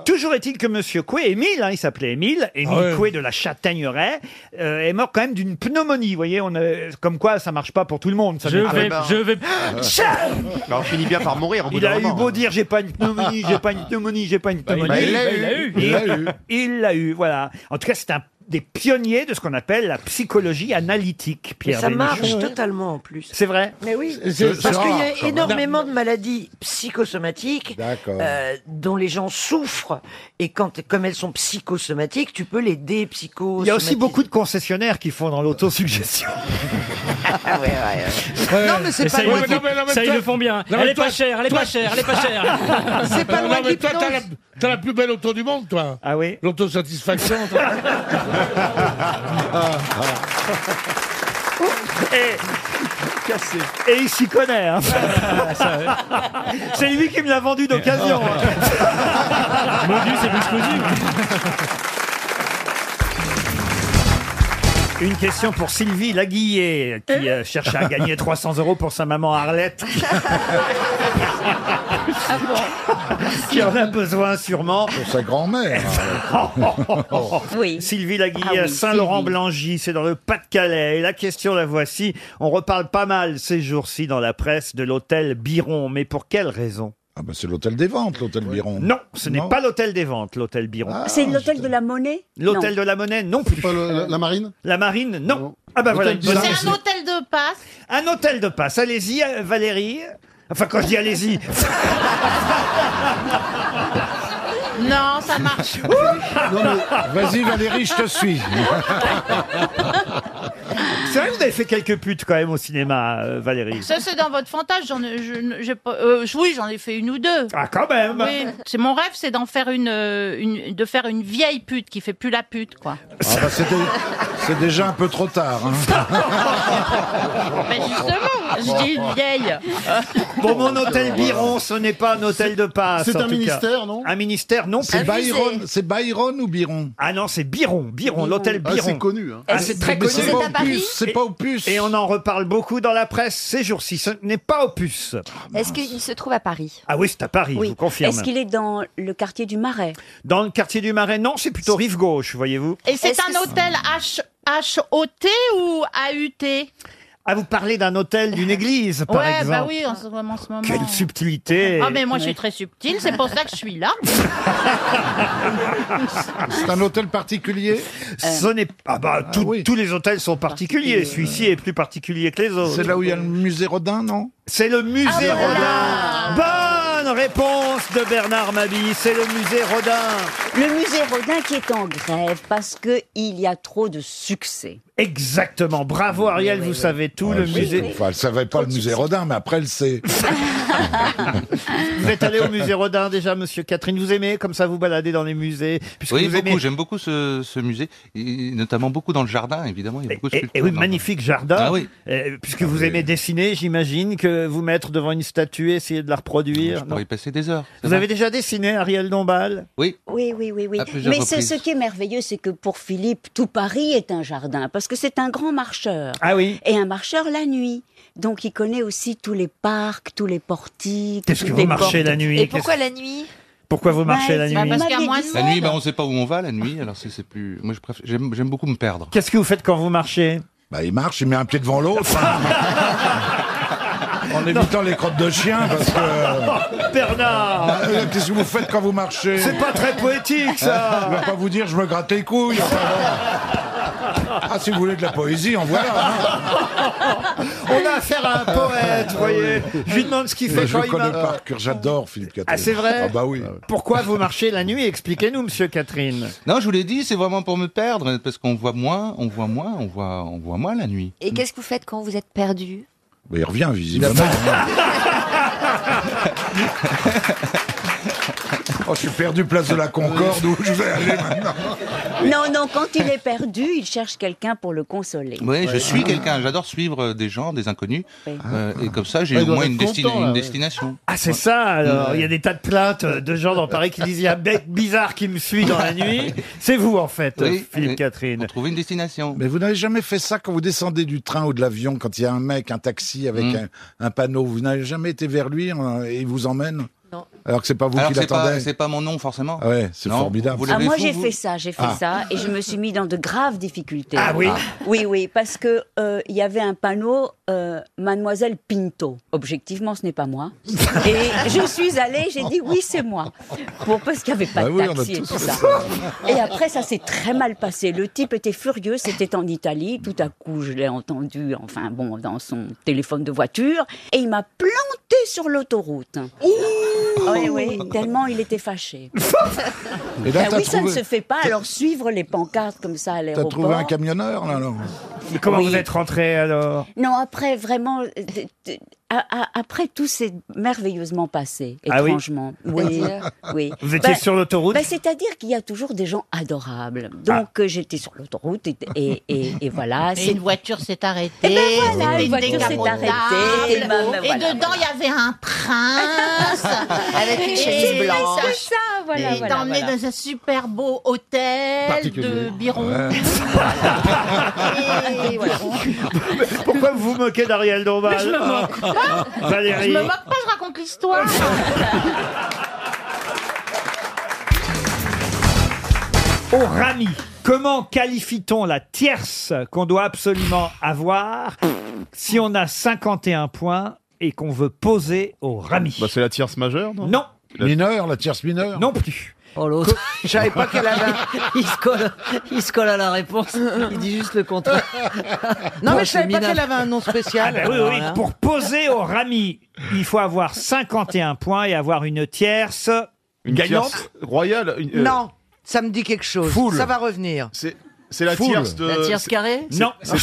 Speaker 1: Toujours est-il que Monsieur Coué, Émile, hein, il s'appelait Émile, Émile
Speaker 16: Ah ouais.
Speaker 1: Coué de la Châtaigneraie, euh, est mort quand même d'une pneumonie. Vous voyez, on, euh, comme quoi ça marche pas pour tout le monde. ça
Speaker 5: Je
Speaker 1: m'étonne.
Speaker 5: vais- je vais-
Speaker 1: Tcha-
Speaker 5: Bah, Ah ben, on finit bien par mourir au bout
Speaker 1: Il
Speaker 5: d'un
Speaker 1: a eu
Speaker 5: moment.
Speaker 1: beau dire j'ai pas une pneumonie, j'ai pas une pneumonie, j'ai pas une
Speaker 5: Bah, il
Speaker 1: pneumonie.
Speaker 5: l'a eu, bah,
Speaker 1: Il-
Speaker 5: il l'a eu.
Speaker 1: Il l'a eu, voilà. En tout cas, c'est un des pionniers de ce qu'on appelle la psychologie analytique,
Speaker 9: Mais
Speaker 1: Pierre
Speaker 9: ça
Speaker 1: Bénichou.
Speaker 9: marche
Speaker 41: euh,
Speaker 9: totalement en plus.
Speaker 1: C'est vrai
Speaker 9: Mais oui,
Speaker 1: C'est- c'est
Speaker 9: parce qu'il y
Speaker 1: rare, quand
Speaker 9: a
Speaker 1: même.
Speaker 9: énormément de maladies psychosomatiques
Speaker 1: D'accord.
Speaker 9: euh, dont les gens souffrent. Et quand, comme elles sont psychosomatiques, tu peux les dépsychosomatiser.
Speaker 1: Il y a aussi beaucoup de concessionnaires qui font dans l'autosuggestion.
Speaker 9: Ah ouais, ouais, ouais.
Speaker 1: Non, mais c'est
Speaker 8: Euh, Et
Speaker 1: pas
Speaker 8: ça, ils
Speaker 1: loin
Speaker 8: le
Speaker 1: qu'il-
Speaker 8: font-
Speaker 1: Non, mais
Speaker 8: ça, ils
Speaker 1: toi-
Speaker 8: le font bien.
Speaker 1: Non, mais
Speaker 8: elle est
Speaker 1: toi-
Speaker 8: pas chère, elle est
Speaker 1: toi-
Speaker 8: pas chère, elle est pas chère.
Speaker 16: Non, mais toi, t'as la, t'as la plus belle auto-du-monde, toi.
Speaker 1: Ah oui
Speaker 16: L'autosatisfaction, toi.
Speaker 1: Cassé. Et il s'y connaît. hein.
Speaker 9: Ah,
Speaker 1: c'est lui qui me l'a vendu d'occasion. hein.
Speaker 8: Modus et plus
Speaker 1: Une question pour Sylvie Laguillet, qui euh, cherche à gagner 300 euros pour sa maman Arlette.
Speaker 9: Ah
Speaker 1: qui en a besoin sûrement.
Speaker 17: Pour sa grand-mère. hein.
Speaker 1: Sylvie Laguille
Speaker 9: Ah oui,
Speaker 1: à Saint-Laurent-Blangy, c'est dans le Pas-de-Calais. Et la question, la voici. On reparle pas mal ces jours-ci dans la presse de l'hôtel Biron. Mais pour quelle raison
Speaker 17: Ah ben c'est l'hôtel des ventes, l'hôtel Biron.
Speaker 1: Non, ce n'est
Speaker 17: Non. Ah.
Speaker 1: pas l'hôtel des ventes, l'hôtel Biron.
Speaker 7: C'est l'hôtel de la monnaie
Speaker 1: L'hôtel
Speaker 7: Non.
Speaker 1: de la Monnaie, non plus. la, marine La marine, non. Ah bah voilà. une bonne
Speaker 41: C'est un
Speaker 1: réponse.
Speaker 41: hôtel de passe.
Speaker 1: Un hôtel de passe. Allez-y, euh, Valérie. Enfin, quand je dis allez-y.
Speaker 41: Non, ça marche.
Speaker 17: Vas-y Valérie, je te suis.
Speaker 1: C'est vrai que vous avez fait quelques putes quand même au cinéma, euh, Valérie.
Speaker 41: Ça, c'est dans votre fantasme. J'en ai- je, j'ai pas- euh, oui, j'en ai fait une ou deux.
Speaker 1: Ah, quand même.
Speaker 41: Oui. C'est mon rêve, c'est d'en faire une, euh, une- de faire une vieille pute qui fait plus la pute, quoi.
Speaker 17: Ah bah, c'est dé- c'est déjà un peu trop tard. hein.
Speaker 9: Mais justement, je dis une vieille.
Speaker 1: Bon, mon hôtel Biron, ce n'est pas un hôtel de passe.
Speaker 8: c'est
Speaker 1: en
Speaker 8: un
Speaker 1: tout cas.
Speaker 8: ministère, non
Speaker 1: Un ministère, non.
Speaker 8: C'est
Speaker 1: plus.
Speaker 8: Byron- c'est Byron ou Biron
Speaker 1: Ah non, c'est Biron, Biron,
Speaker 8: Biron.
Speaker 1: l'hôtel
Speaker 8: Ah,
Speaker 1: Biron.
Speaker 8: c'est connu, hein.
Speaker 1: Ah, c'est très
Speaker 8: Mais
Speaker 1: connu.
Speaker 8: c'est pas C'est à Opus, Paris c'est pas
Speaker 1: Opus. Et on en reparle beaucoup dans la presse ces jours-ci. Ce n'est pas Opus.
Speaker 8: Ah,
Speaker 7: Est-ce qu'il se trouve à Paris
Speaker 1: Ah oui, c'est à Paris, je vous confirme.
Speaker 7: Est-ce qu'il est dans le quartier du Marais
Speaker 1: Dans le quartier du Marais, non, c'est plutôt rive gauche, voyez-vous.
Speaker 7: Et c'est
Speaker 9: un hôtel H H-O-T ou A-U-T
Speaker 1: Ah, vous parlez d'un hôtel, d'une église, par
Speaker 9: Ouais,
Speaker 1: exemple.
Speaker 9: bah oui, en ce moment. en ce moment.
Speaker 1: Quelle subtilité
Speaker 9: Ah, mais moi, je suis très subtile, c'est pour ça que je suis là.
Speaker 1: C'est un hôtel particulier
Speaker 8: Euh.
Speaker 1: Ce n'est ah bah, tout- tous les hôtels sont particuliers. Celui-ci est plus particulier que les autres.
Speaker 8: C'est là où il y a le musée Rodin, non
Speaker 1: C'est le musée
Speaker 9: Ah,
Speaker 1: Rodin. Bonne réponse de Bernard Mabille. C'est le musée Rodin.
Speaker 7: Le musée Rodin qui est en grève parce que il y a trop de succès.
Speaker 1: Exactement. Bravo Ariel, vous savez tout.
Speaker 17: Ouais,
Speaker 1: le
Speaker 17: je-
Speaker 1: musée.
Speaker 17: Ah,
Speaker 1: Oh,
Speaker 17: Enfin, elle savait pas le musée Rodin, mais après elle sait.
Speaker 1: Vous êtes allé au musée Rodin déjà, monsieur Catherine. Vous aimez comme ça vous balader dans les musées puisque
Speaker 3: Oui,
Speaker 1: vous
Speaker 3: beaucoup.
Speaker 1: aimez-
Speaker 3: J'aime beaucoup ce, ce musée, et notamment beaucoup dans le jardin, évidemment. Ah, Il y a beaucoup de
Speaker 1: Et,
Speaker 3: sculptures
Speaker 1: et oui,
Speaker 3: dans-
Speaker 1: magnifique jardin.
Speaker 3: Ah oui.
Speaker 1: Euh, Puisque vous aimez dessiner, j'imagine que vous mettre devant une statue et essayer de la reproduire.
Speaker 3: Je
Speaker 1: non
Speaker 3: pourrais y passer des heures.
Speaker 1: Vous avez déjà dessiné Ariel Dombal
Speaker 3: Oui.
Speaker 7: Oui, oui, oui, oui.
Speaker 3: À plusieurs
Speaker 7: Mais c'est
Speaker 3: reprises.
Speaker 7: ce qui est merveilleux, c'est que pour Philippe, tout Paris est un jardin, parce que c'est un grand marcheur.
Speaker 1: Ah oui.
Speaker 7: Et un marcheur la nuit. Donc il connaît aussi tous les parcs, tous les portiques.
Speaker 1: Qu'est-ce que
Speaker 7: toutes
Speaker 1: vous
Speaker 7: les
Speaker 1: marchez
Speaker 7: portes.
Speaker 1: la nuit Et pourquoi
Speaker 7: la nuit
Speaker 1: Pourquoi vous marchez la
Speaker 7: Ouais,
Speaker 1: nuit
Speaker 7: bah parce qu'il y a Vous moins de m'aviez
Speaker 3: La
Speaker 7: dit
Speaker 3: nuit,
Speaker 7: ça.
Speaker 3: bah, on ne sait pas où on va la nuit, alors c'est c'est plus. Moi, je préfère- j'aime j'aime beaucoup me perdre.
Speaker 1: Qu'est-ce que vous faites quand vous marchez
Speaker 17: Bah, il marche, il met un pied devant l'autre. hein. en évitant les crottes de chien, parce que.
Speaker 1: Bernard
Speaker 17: Bah, euh, Qu'est-ce que vous faites quand vous marchez Hein
Speaker 1: C'est pas très poétique, ça.
Speaker 17: Je vais pas vous dire, je me gratte les couilles. enfin, bon. Ah, si vous voulez de la poésie, en voilà. hein.
Speaker 1: On a affaire à un poète, vous voyez. Euh, Je lui demande ce qu'il fait
Speaker 17: Ah, Bah, je
Speaker 1: quand
Speaker 17: le
Speaker 1: il
Speaker 17: connais
Speaker 1: marche.
Speaker 17: par cœur, j'adore Philippe Catherine.
Speaker 1: Ah, c'est vrai
Speaker 17: Ah, bah oui.
Speaker 1: Pourquoi vous marchez la nuit Expliquez-nous, monsieur Catherine.
Speaker 3: Non, je vous l'ai dit, c'est vraiment pour me perdre, parce qu'on voit moins, on voit moins, on voit, on voit moins la nuit.
Speaker 42: Et qu'est-ce que vous faites quand vous êtes perdu
Speaker 17: Bah, il revient, visiblement. oh, je suis perdu, place de la
Speaker 1: Ah,
Speaker 17: Concorde, où je vais aller maintenant
Speaker 7: Non, non, quand il est perdu, il cherche quelqu'un pour le consoler.
Speaker 3: Oui, je suis quelqu'un. J'adore suivre euh, des gens, des inconnus, euh,
Speaker 17: Ah.
Speaker 3: et comme ça, j'ai
Speaker 1: Ouais,
Speaker 3: au
Speaker 1: il doit
Speaker 3: moins
Speaker 1: être
Speaker 3: une, desti-
Speaker 1: content, là,
Speaker 3: une
Speaker 1: ouais.
Speaker 3: destination.
Speaker 1: Ah, c'est ça, alors.
Speaker 3: Ouais.
Speaker 1: Il y a des tas de plaintes euh, de gens dans Paris qui disent il y a un mec bizarre qui me suit dans la nuit. C'est vous, en fait,
Speaker 3: Oui,
Speaker 1: Philippe
Speaker 3: oui.
Speaker 1: Catherine.
Speaker 3: Trouver une destination.
Speaker 17: Mais vous n'avez jamais fait ça quand vous descendez du train ou de l'avion, quand il y a un mec, un taxi avec
Speaker 3: Mm.
Speaker 17: un, un panneau. Vous n'avez jamais été vers lui hein, et il vous emmène
Speaker 7: Non.
Speaker 17: Alors que c'est pas vous
Speaker 3: Alors
Speaker 17: qui
Speaker 3: que c'est pas,
Speaker 17: l'attendez
Speaker 3: c'est pas mon nom forcément.
Speaker 17: Ah ouais, c'est
Speaker 3: Non,
Speaker 17: formidable.
Speaker 3: vous
Speaker 7: Ah,
Speaker 3: l'avez
Speaker 7: moi
Speaker 3: fait,
Speaker 7: j'ai
Speaker 3: vous
Speaker 7: fait ça, j'ai fait
Speaker 17: Ah.
Speaker 7: ça et je me suis mis dans de graves difficultés.
Speaker 3: Ah oui Ah.
Speaker 7: Oui, oui, parce que euh, il y avait un panneau euh, Mademoiselle Pinto. Objectivement, ce n'est pas moi. Et je suis allée, j'ai dit oui, c'est moi. Pour, parce qu'il n'y avait pas
Speaker 17: Bah
Speaker 7: de
Speaker 17: oui, on a
Speaker 7: taxi et
Speaker 17: tous
Speaker 7: tout
Speaker 17: fait
Speaker 7: ça. Et après, ça s'est très mal passé. Le type était furieux, c'était en Italie. Tout à coup, je l'ai entendu, enfin bon, dans son téléphone de voiture. Et il m'a planté sur l'autoroute. Ah Oui, oui, tellement il était fâché.
Speaker 17: Et là,
Speaker 7: Bah
Speaker 17: t'as
Speaker 7: oui,
Speaker 17: trouvé-
Speaker 7: ça ne se fait pas. Alors suivre les pancartes comme ça à
Speaker 17: T'as
Speaker 7: l'aéroport.
Speaker 17: trouvé un camionneur là alors
Speaker 1: Mais comment vous êtes rentré alors
Speaker 7: Non, après vraiment, euh, de- de- a- a- après tout s'est merveilleusement passé,
Speaker 1: Ah oui
Speaker 7: étrangement. oui, oui.
Speaker 1: Vous étiez
Speaker 7: Bah,
Speaker 1: sur l'autoroute Ah.
Speaker 7: bah, C'est-à-dire qu'il y a toujours des gens adorables. Donc euh, j'étais sur l'autoroute et, et, et- et voilà.
Speaker 9: Et
Speaker 7: c'est-
Speaker 9: une voiture s'est arrêtée.
Speaker 7: Eh ben voilà,
Speaker 9: C'était
Speaker 7: une voiture s'est
Speaker 9: décapotable.
Speaker 7: arrêtée, et ben, ben
Speaker 9: Et
Speaker 7: voilà.
Speaker 9: dedans, il y avait un prince.
Speaker 7: Avec une
Speaker 9: Et
Speaker 7: chemise blanche.
Speaker 9: C'est ça, voilà.
Speaker 7: Et
Speaker 9: Il
Speaker 7: voilà,
Speaker 9: t'emmenait
Speaker 7: voilà.
Speaker 9: dans un super beau hôtel de Biron. Et voilà.
Speaker 1: Pourquoi vous vous moquez d'Ariel Dombal
Speaker 9: Mais je me moque pas.
Speaker 1: Valérie.
Speaker 9: Je me moque pas, je raconte l'histoire.
Speaker 1: Oh, Rami, comment qualifie-t-on la tierce qu'on doit absolument avoir si on a 51 points et qu'on veut poser au Rami
Speaker 2: Bah, c'est la tierce majeure, non
Speaker 1: Non.
Speaker 2: Mineure, la tierce mineure
Speaker 1: Non plus.
Speaker 2: Oh l'autre.
Speaker 1: Je savais pas qu'elle avait-
Speaker 2: il, se colle, il se colle à la réponse. Il dit juste le contraire.
Speaker 40: Non,
Speaker 2: Oh,
Speaker 40: mais je
Speaker 2: c'est
Speaker 40: savais pas
Speaker 2: minable.
Speaker 40: qu'elle avait un nom spécial. hein.
Speaker 1: Ah bah oui, oui, Pour poser au Rami, il faut avoir 51 points et avoir une tierce
Speaker 2: Une tierce royale une- euh,
Speaker 40: Non, ça me dit quelque chose.
Speaker 2: Foule.
Speaker 40: Ça va revenir.
Speaker 2: C'est c'est la
Speaker 40: Foule.
Speaker 2: tierce de.
Speaker 40: La tierce carrée
Speaker 2: Euh, c'est-
Speaker 40: Non.
Speaker 2: c'est-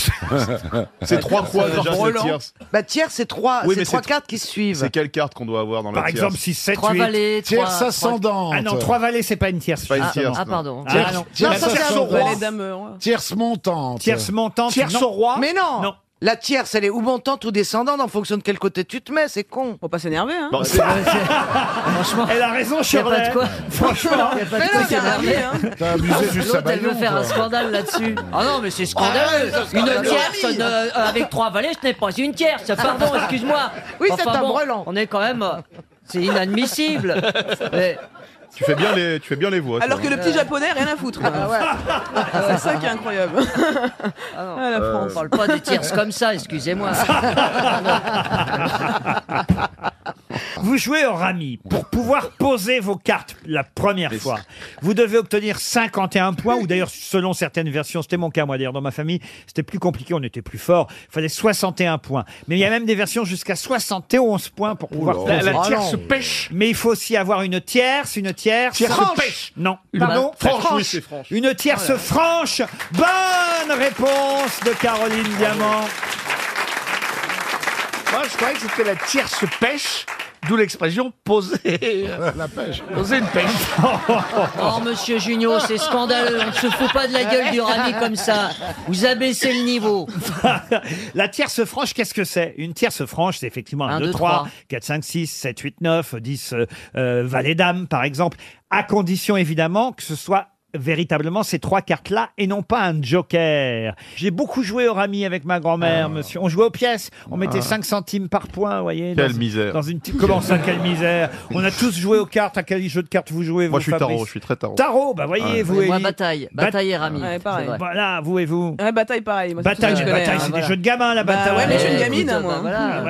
Speaker 2: C'est trois quoi déjà cette
Speaker 40: Roland.
Speaker 2: tierce
Speaker 40: Bah tierce, c'est trois,
Speaker 2: Oui,
Speaker 40: c'est
Speaker 2: mais
Speaker 40: trois
Speaker 2: c'est-
Speaker 40: cartes qui se suivent.
Speaker 2: C'est quelle carte qu'on doit avoir dans la
Speaker 1: Par
Speaker 2: tierce
Speaker 1: exemple, 6, 7, 8. Ah non, 3 vallées, c'est pas une tierce.
Speaker 2: pas une
Speaker 1: justement.
Speaker 2: tierce, Ah, non. pardon.
Speaker 1: Ah,
Speaker 2: Tierce-
Speaker 1: non.
Speaker 2: tierce
Speaker 1: La tierce au
Speaker 2: ascendante.
Speaker 1: roi.
Speaker 2: Vallée d'Ameur,
Speaker 17: Tierce montante.
Speaker 1: Tierce montante.
Speaker 17: Tierce
Speaker 1: non.
Speaker 17: au roi
Speaker 1: Mais non.
Speaker 2: La tierce, elle est ou montante ou descendante en fonction de quel côté tu te mets, c'est con. Faut pas s'énerver, hein.
Speaker 22: Bon, c'est-
Speaker 43: Franchement, elle a raison, Shirley. Franchement,
Speaker 22: Y a pas
Speaker 2: Mais
Speaker 22: de
Speaker 2: non,
Speaker 22: quoi
Speaker 2: c'est
Speaker 22: s'énerver, Ah,
Speaker 2: vrai, hein.
Speaker 22: T'as abusé du
Speaker 9: L'autre, elle veut
Speaker 22: Sabayon,
Speaker 9: faire un
Speaker 22: quoi.
Speaker 9: scandale là-dessus. Ah non, mais c'est
Speaker 22: Ah ouais,
Speaker 9: scandaleux.
Speaker 22: ça, c'est
Speaker 9: une
Speaker 22: scandaleux.
Speaker 9: tierce
Speaker 22: Camille.
Speaker 9: euh, avec trois valets, ce n'est pas une tierce. Pardon, excuse-moi.
Speaker 22: Oui, c'est un
Speaker 9: brelan. On est quand même. euh, C'est inadmissible. Mais- euh,
Speaker 8: Tu fais bien les, tu fais bien les voix.
Speaker 6: Alors que
Speaker 8: toi,
Speaker 6: le
Speaker 1: Euh,
Speaker 8: hein.
Speaker 6: petit japonais, rien à foutre.
Speaker 22: Ah,
Speaker 6: Ah, C'est ça qui est incroyable. Ah, la
Speaker 9: Euh,
Speaker 6: France.
Speaker 9: On parle pas des tierces comme ça, excusez-moi.
Speaker 1: Vous jouez au rami. Pour pouvoir poser vos cartes la première fois, vous devez obtenir 51 points, ou d'ailleurs, selon certaines versions, c'était mon cas, moi d'ailleurs, dans ma famille, c'était plus compliqué, on était plus fort, il fallait 61 points. Mais il y a même des versions jusqu'à 71 points pour pouvoir
Speaker 22: Oula. La- la
Speaker 1: poser.
Speaker 22: tierce Ah non.
Speaker 1: pêche. Mais il faut aussi avoir une tierce, une tierce.
Speaker 22: Tierce
Speaker 1: Franche.
Speaker 22: pêche.
Speaker 1: Non.
Speaker 22: Une
Speaker 1: Pardon
Speaker 22: franche, oui, c'est franche. Ah
Speaker 1: Une tierce franche. Bonne réponse de Caroline Diamant.
Speaker 16: Ah Moi, je croyais que c'était la tierce pêche, d'où l'expression poser la pêche. Poser une pêche.
Speaker 9: Oh, monsieur Junio, c'est scandaleux. On ne se fout pas de la gueule du rami comme ça. Vous abaissez le niveau.
Speaker 1: La tierce franche, qu'est-ce que c'est Une tierce franche, c'est effectivement 1,
Speaker 9: Un,
Speaker 1: 2,
Speaker 9: deux,
Speaker 1: 3,
Speaker 9: trois.
Speaker 1: 4, 5, 6, 7, 8, 9, 10 euh, euh, valets dames, par exemple, à condition évidemment que ce soit véritablement ces trois cartes-là et non pas un joker. J'ai beaucoup joué au rami avec ma grand-mère, monsieur. On jouait aux pièces, on mettait
Speaker 8: Ah.
Speaker 1: 5 centimes par point, vous voyez.
Speaker 8: Quelle
Speaker 1: dans une-
Speaker 8: misère.
Speaker 1: Dans une petite... Comment ça, quelle misère On a tous joué aux cartes, à quel jeu de cartes vous jouez
Speaker 8: Moi,
Speaker 1: vous,
Speaker 8: je suis
Speaker 1: Fabrice
Speaker 8: tarot, je suis très tarot.
Speaker 1: Tarot, bah voyez,
Speaker 8: Ouais.
Speaker 1: vous.
Speaker 8: Et moi,
Speaker 1: Élie.
Speaker 9: bataille.
Speaker 1: Bat-
Speaker 9: Bataille et rami.
Speaker 6: Ouais, pareil.
Speaker 9: C'est vrai.
Speaker 1: Voilà, vous et vous.
Speaker 6: Ouais, bataille, pareil. moi, c'est
Speaker 1: Bataille,
Speaker 6: tout ce que je connais,
Speaker 1: bataille,
Speaker 6: hein,
Speaker 1: c'est
Speaker 6: voilà.
Speaker 1: des jeux de gamins, la bataille.
Speaker 6: Bah ouais, mais je suis une
Speaker 1: Eh,
Speaker 6: gamine, hein, moi. Bah,
Speaker 9: bah voilà.
Speaker 1: Ah,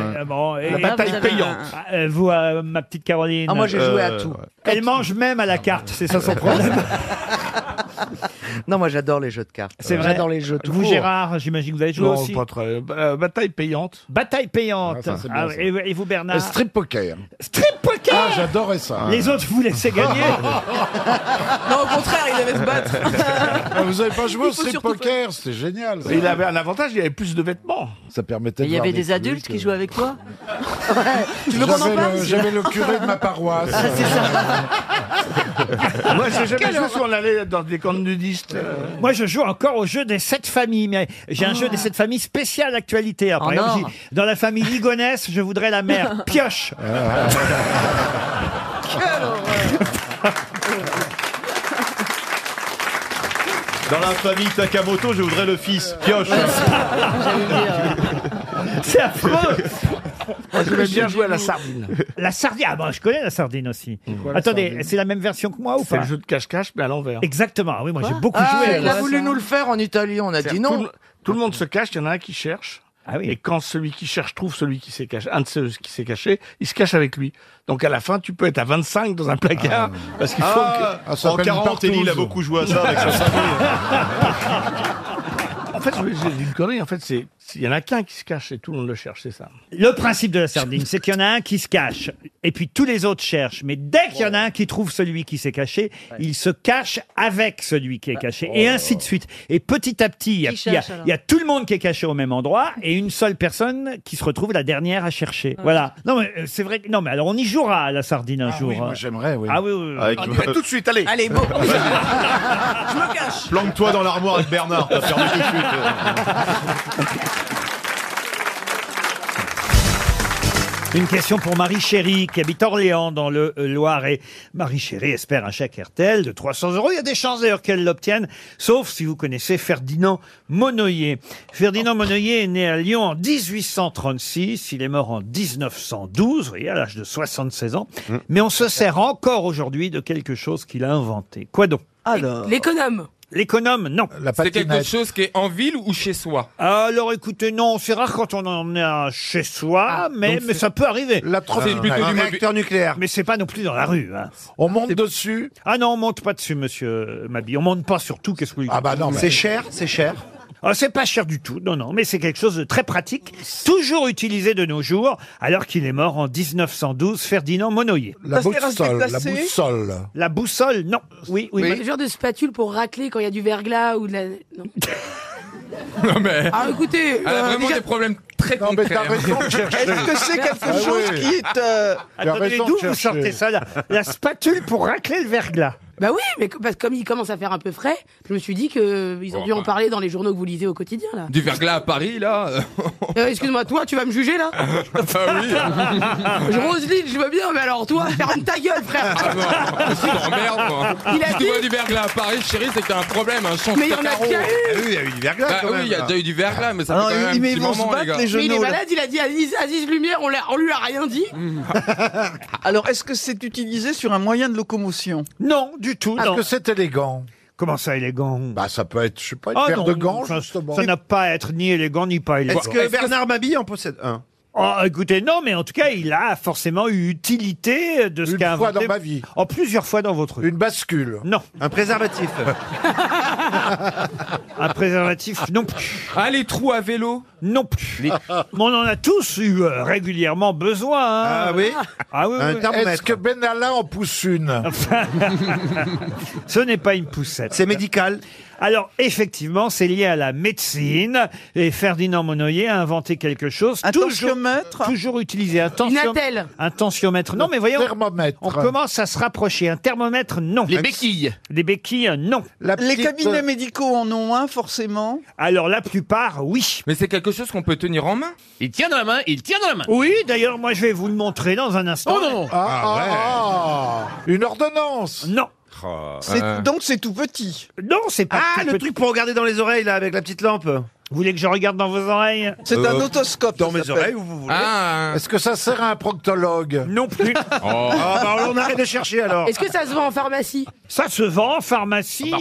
Speaker 1: voilà, euh, bon, et-
Speaker 9: La
Speaker 1: et-
Speaker 9: bataille
Speaker 1: vous avez
Speaker 9: payante.
Speaker 1: un- Ah, euh, vous, euh, ma petite Caroline.
Speaker 9: Ah, moi, j'ai joué à Euh, tout. ouais.
Speaker 1: Elle mange même
Speaker 16: Ah,
Speaker 1: à la carte, c'est ça son problème.
Speaker 16: non, moi, j'adore les jeux de cartes.
Speaker 1: C'est vrai.
Speaker 16: J'adore les jeux tout
Speaker 1: Vous,
Speaker 16: court.
Speaker 1: Gérard, j'imagine que vous avez joué
Speaker 16: Non,
Speaker 1: aussi.
Speaker 16: pas très. Euh, bataille payante.
Speaker 1: Bataille payante.
Speaker 16: Ah, ça, c'est bien,
Speaker 1: Ah,
Speaker 16: ça.
Speaker 1: et, et vous, Bernard
Speaker 16: Euh, strip
Speaker 1: poker. Strip poker
Speaker 17: Ah, j'adorais ça.
Speaker 1: Les autres vous laissez gagner.
Speaker 6: Non, au contraire, il devait se battre.
Speaker 17: Ah, Vous avez pas joué au
Speaker 16: Il faut
Speaker 17: strip
Speaker 16: surtout
Speaker 17: poker, c'était génial. ça.
Speaker 16: Il avait un avantage, il avait plus de vêtements.
Speaker 17: Ça permettait.
Speaker 16: Mais il y
Speaker 17: de voir
Speaker 16: avait des adultes
Speaker 17: trucs,
Speaker 16: qui
Speaker 17: euh.
Speaker 16: jouaient
Speaker 9: Avec toi
Speaker 17: J'avais le- J'avais le curé de ma
Speaker 16: Ah,
Speaker 17: paroisse.
Speaker 8: Ah,
Speaker 16: Moi, j'ai jamais joué si on allait dans des camps de nudistes. euh.
Speaker 1: Moi, je joue encore au jeu des sept familles, mais j'ai un jeu
Speaker 6: Ah.
Speaker 1: des sept familles spécial actualité. hein. Par
Speaker 16: En
Speaker 1: exemple,
Speaker 16: or.
Speaker 1: j'ai- dans la famille Ligonesse, je voudrais la mère pioche.
Speaker 16: Ah,
Speaker 6: Ah,
Speaker 8: Dans la famille Takamoto, je voudrais le fils. Pioche.
Speaker 1: Ah, C'est affreux.
Speaker 16: Moi, j'aimais bien jouer à la sardine.
Speaker 1: La sardine, ah bon, je connais la sardine aussi.
Speaker 16: quoi, la
Speaker 1: Attendez,
Speaker 16: sardine
Speaker 1: c'est la même version que moi ou
Speaker 16: C'est
Speaker 1: pas
Speaker 16: le jeu de cache-cache, mais à l'envers.
Speaker 1: Exactement, oui, moi j'ai beaucoup
Speaker 2: Ah,
Speaker 1: joué.
Speaker 2: il a voulu nous le faire en Italie, on a dit
Speaker 16: C'est-à-dire, Tout,
Speaker 2: non.
Speaker 16: le- tout le monde se cache, il y en a un qui cherche. Et quand celui qui cherche trouve celui qui s'est caché, un de ceux qui s'est caché, il se cache avec lui. Donc à la fin, tu peux être à 25 dans un placard parce qu'il faut
Speaker 8: Ah,
Speaker 16: que-
Speaker 8: en 40, Ellie, il a beaucoup joué à ça avec sa
Speaker 16: En fait, je- j'ai dit une connerie. En fait, c'est il y en a qu'un qui se cache et tout le monde le cherche, c'est ça.
Speaker 1: Le principe de la sardine, c'est qu'il y en a un qui se cache, et puis tous les autres cherchent. Mais dès qu'il y en a un qui trouve celui qui s'est caché, il se cache avec celui qui est caché,
Speaker 16: Oh
Speaker 1: et ainsi de suite. Et petit à petit, il y a-
Speaker 16: Qui
Speaker 1: il y, a-
Speaker 16: cherche, alors
Speaker 1: il y a tout le monde qui est caché au même endroit, et une seule personne qui se retrouve la dernière à chercher. Voilà. Non, mais euh, c'est vrai. que- Non, mais alors on y jouera à la sardine un jour.
Speaker 17: oui, moi,
Speaker 1: j'aimerais, oui. Ah oui, oui. oui.
Speaker 8: On y va tout de
Speaker 16: suite, allez.
Speaker 2: Allez, bon.
Speaker 8: Planque-toi dans l'armoire avec Bernard, t'as perdu tout de suite.
Speaker 1: Une question pour Marie Chéry, qui habite Orléans, dans le euh, Loiret. Marie Chéry espère un chèque RTL de 300 euros. Il y a des chances d'ailleurs qu'elle l'obtienne, sauf si vous connaissez Ferdinand Monoyer. Ferdinand Monoyer est né à Lyon en 1836. Il est mort en 1912, vous voyez, à l'âge de 76 ans. Mais on se sert encore aujourd'hui de quelque chose qu'il a inventé. Quoi donc Alors
Speaker 14: L'économe.
Speaker 1: L'économe, non.
Speaker 14: C'est quelque chose qui est en ville ou chez soi
Speaker 1: Alors écoutez, non, c'est rare quand on en a chez soi, mais,
Speaker 14: Ah, donc
Speaker 1: mais
Speaker 14: c'est-
Speaker 1: ça peut arriver. La
Speaker 14: trompette. C'est plutôt du réacteur
Speaker 1: nucléaire. Mais c'est pas non plus dans la rue. hein. On monte dessus Ah non, on monte pas dessus, monsieur Mabi. On monte pas sur tout, qu'est-ce que vous Ah bah
Speaker 16: non, mais- C'est
Speaker 1: cher, c'est cher. Ah, c'est pas cher du tout, non, non, mais c'est quelque chose de très pratique, toujours utilisé de nos jours, alors qu'il est mort en 1912, Ferdinand Monoyer.
Speaker 17: La Ça, c'est boussole, resté la classé boussole.
Speaker 1: La boussole, non. Oui, oui.
Speaker 14: Le genre de spatule pour racler quand il y a du verglas ou de la. Non. Non, mais. Ah, écoutez. Elle a euh, vraiment déjà- des problèmes très hein. contraires.
Speaker 2: Est-ce que c'est quelque
Speaker 14: Ah
Speaker 2: chose
Speaker 14: oui.
Speaker 2: qui est... euh,
Speaker 1: Attendez, d'où vous sortez ça, la, la spatule pour racler le verglas
Speaker 9: Bah oui, mais co- parce que comme il commence à faire un peu frais, je me suis dit que euh, ils ont
Speaker 14: Bon,
Speaker 9: dû en
Speaker 14: bah.
Speaker 9: parler dans les journaux que vous lisez au quotidien là.
Speaker 14: Du verglas à Paris, là
Speaker 9: Euh, Excuse-moi, toi, tu vas me juger là
Speaker 14: Ah oui
Speaker 9: Je Roselyne, je veux bien, mais alors toi, ferme ta gueule, frère.
Speaker 14: Ah, Je t'emmerde, moi.
Speaker 9: Il a
Speaker 14: Si tu vois du verglas à Paris, chérie, c'est que t'as un problème, un champ
Speaker 9: Mais il y en a déjà eu. Ah
Speaker 14: oui, il y a eu du verglas
Speaker 4: quand
Speaker 14: Oui,
Speaker 4: même,
Speaker 14: il y a
Speaker 4: là.
Speaker 14: déjà eu du verglas, mais ça
Speaker 4: Ah
Speaker 14: fait
Speaker 4: non,
Speaker 14: quand même
Speaker 4: mais
Speaker 14: un
Speaker 4: ils
Speaker 14: petit
Speaker 4: vont se
Speaker 14: moment,
Speaker 4: battre,
Speaker 14: les gars.
Speaker 4: les
Speaker 9: Mais il est malade, il a dit Aziz, Aziz Lumière, on, l'a- on lui a rien dit.
Speaker 21: Alors, est-ce que c'est utilisé sur un moyen de locomotion
Speaker 1: Non, du tout.
Speaker 17: Est-ce que c'est élégant
Speaker 1: Comment ça, élégant
Speaker 17: Bah, ça peut être, je sais pas, une
Speaker 1: Ah
Speaker 17: paire
Speaker 1: non,
Speaker 17: de gants,
Speaker 1: ça-
Speaker 17: justement.
Speaker 1: Ça n'a pas à être ni élégant ni pas élégant.
Speaker 44: Est-ce que Bernard Mabille en possède un
Speaker 1: Oh, écoutez, non, mais en tout cas, il a forcément eu utilité de ce qu'a
Speaker 17: fois
Speaker 1: inventé-
Speaker 17: dans ma vie.
Speaker 1: En plusieurs fois dans votre vie.
Speaker 17: Une bascule.
Speaker 1: Non.
Speaker 44: Un préservatif.
Speaker 1: Un préservatif, non plus. Ah, les trous à vélo Non plus. Mais on en a tous eu euh, régulièrement besoin. hein.
Speaker 17: Ah oui
Speaker 1: Ah oui, oui.
Speaker 17: Est-ce que Benalla en pousse une
Speaker 1: Ce n'est pas une poussette. C'est médical. Alors, effectivement, c'est lié à la médecine. Et Ferdinand Monnoyer a inventé quelque chose. Un
Speaker 21: tensiomètre
Speaker 1: Toujours utilisé. Un
Speaker 21: Une
Speaker 1: tensiomètre.
Speaker 21: attelle.
Speaker 1: Un tensiomètre. Non, mais voyons. Thermomètre. On commence à se rapprocher. Un thermomètre, non. Les béquilles. Les béquilles, non.
Speaker 21: Les cabinets
Speaker 17: euh,
Speaker 21: médicaux en ont un, forcément.
Speaker 1: Alors, la plupart, oui.
Speaker 4: Mais c'est quelque chose qu'on peut tenir en main.
Speaker 1: Il tient dans la main, il tient dans la main. Oui, d'ailleurs, moi, je vais vous le montrer dans un instant. Oh non
Speaker 44: Ah,
Speaker 4: Ah,
Speaker 17: Une ordonnance
Speaker 1: Non.
Speaker 8: Oh, hein.
Speaker 21: C'est-
Speaker 4: Ah.
Speaker 21: Donc, c'est tout petit.
Speaker 1: Non, c'est pas
Speaker 44: Ah, le truc pour regarder dans les oreilles, là, avec la petite lampe.
Speaker 1: Vous voulez que je regarde dans vos oreilles
Speaker 21: C'est un otoscope.
Speaker 44: Dans
Speaker 21: ça
Speaker 44: mes
Speaker 21: s'appelle. Ah.
Speaker 44: oreilles, vous, vous voulez
Speaker 17: Est-ce que ça sert à un proctologue
Speaker 1: Non plus.
Speaker 4: Oh.
Speaker 8: Oh.
Speaker 44: Ah, bah, on arrête de chercher, alors.
Speaker 9: Est-ce que ça se vend en pharmacie
Speaker 1: Ça se vend en pharmacie.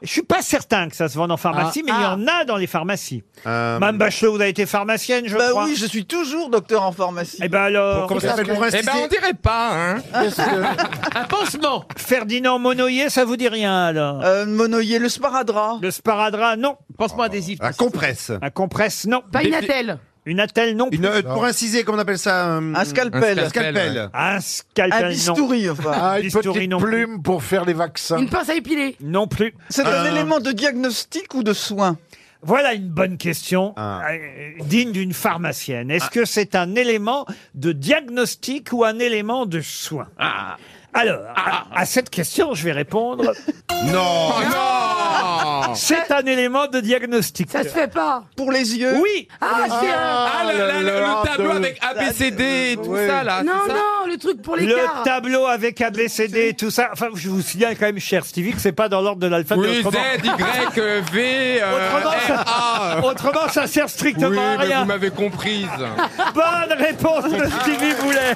Speaker 1: Je suis pas certain que ça se vende en
Speaker 21: Ah.
Speaker 1: pharmacie, mais il y en a dans les pharmacies.
Speaker 44: Euh,
Speaker 1: Mme Bachelot, vous avez été pharmacienne, je
Speaker 21: Bah
Speaker 1: crois.
Speaker 21: oui, je suis toujours docteur en pharmacie.
Speaker 1: Eh ben alors.
Speaker 21: Comment ça s'appelle pour
Speaker 4: Eh ben on dirait pas, hein
Speaker 1: Un pansement. Ferdinand Monoyer, ça vous dit rien alors
Speaker 21: Monoyer, le sparadrap.
Speaker 1: Le sparadrap, non.
Speaker 21: Pansement adhésif.
Speaker 44: Un compresse.
Speaker 1: Un compresse, non.
Speaker 9: Pas une attelle.
Speaker 1: Une attelle, non.
Speaker 44: Une, euh,
Speaker 1: Non.
Speaker 44: pour inciser, comment on appelle ça euh,
Speaker 21: Un scalpel.
Speaker 44: Un scalpel.
Speaker 1: Un scalpel, non.
Speaker 17: Ah, une
Speaker 1: Bistouri,
Speaker 17: petite
Speaker 1: non plus.
Speaker 17: plume pour faire les vaccins.
Speaker 9: Une pince à épiler.
Speaker 1: Non plus.
Speaker 21: C'est un élément de diagnostic ou de soin
Speaker 1: Euh, Voilà une bonne question,
Speaker 4: Ah.
Speaker 1: euh, digne d'une pharmacienne. Est-ce que c'est un élément de diagnostic ou un élément de soin
Speaker 4: Ah.
Speaker 1: Alors, à, à cette question, je vais répondre. non
Speaker 4: Ah.
Speaker 1: C'est un élément de diagnostic.
Speaker 9: Ça se fait pas.
Speaker 21: Pour les yeux
Speaker 1: Oui
Speaker 9: Ah, c'est un.
Speaker 4: Ah, le, le- le tableau avec ABCD et tout ça, là
Speaker 9: Non,
Speaker 4: c'est ça
Speaker 9: non, le truc pour les
Speaker 1: Le
Speaker 9: cars.
Speaker 1: tableau avec ABCD et tout ça. Enfin, je vous signale quand même, cher Stevie, que c'est pas dans l'ordre de l'alphabet.
Speaker 4: Oui, Z,
Speaker 1: autrement-
Speaker 4: Y, euh, V, euh,
Speaker 1: Autrement, ça-
Speaker 4: R, A.
Speaker 1: autrement, Ah, ça sert strictement
Speaker 4: Oui,
Speaker 1: à
Speaker 4: mais
Speaker 1: rien.
Speaker 4: vous m'avez comprise.
Speaker 1: Bonne réponse de Stevie Boulet.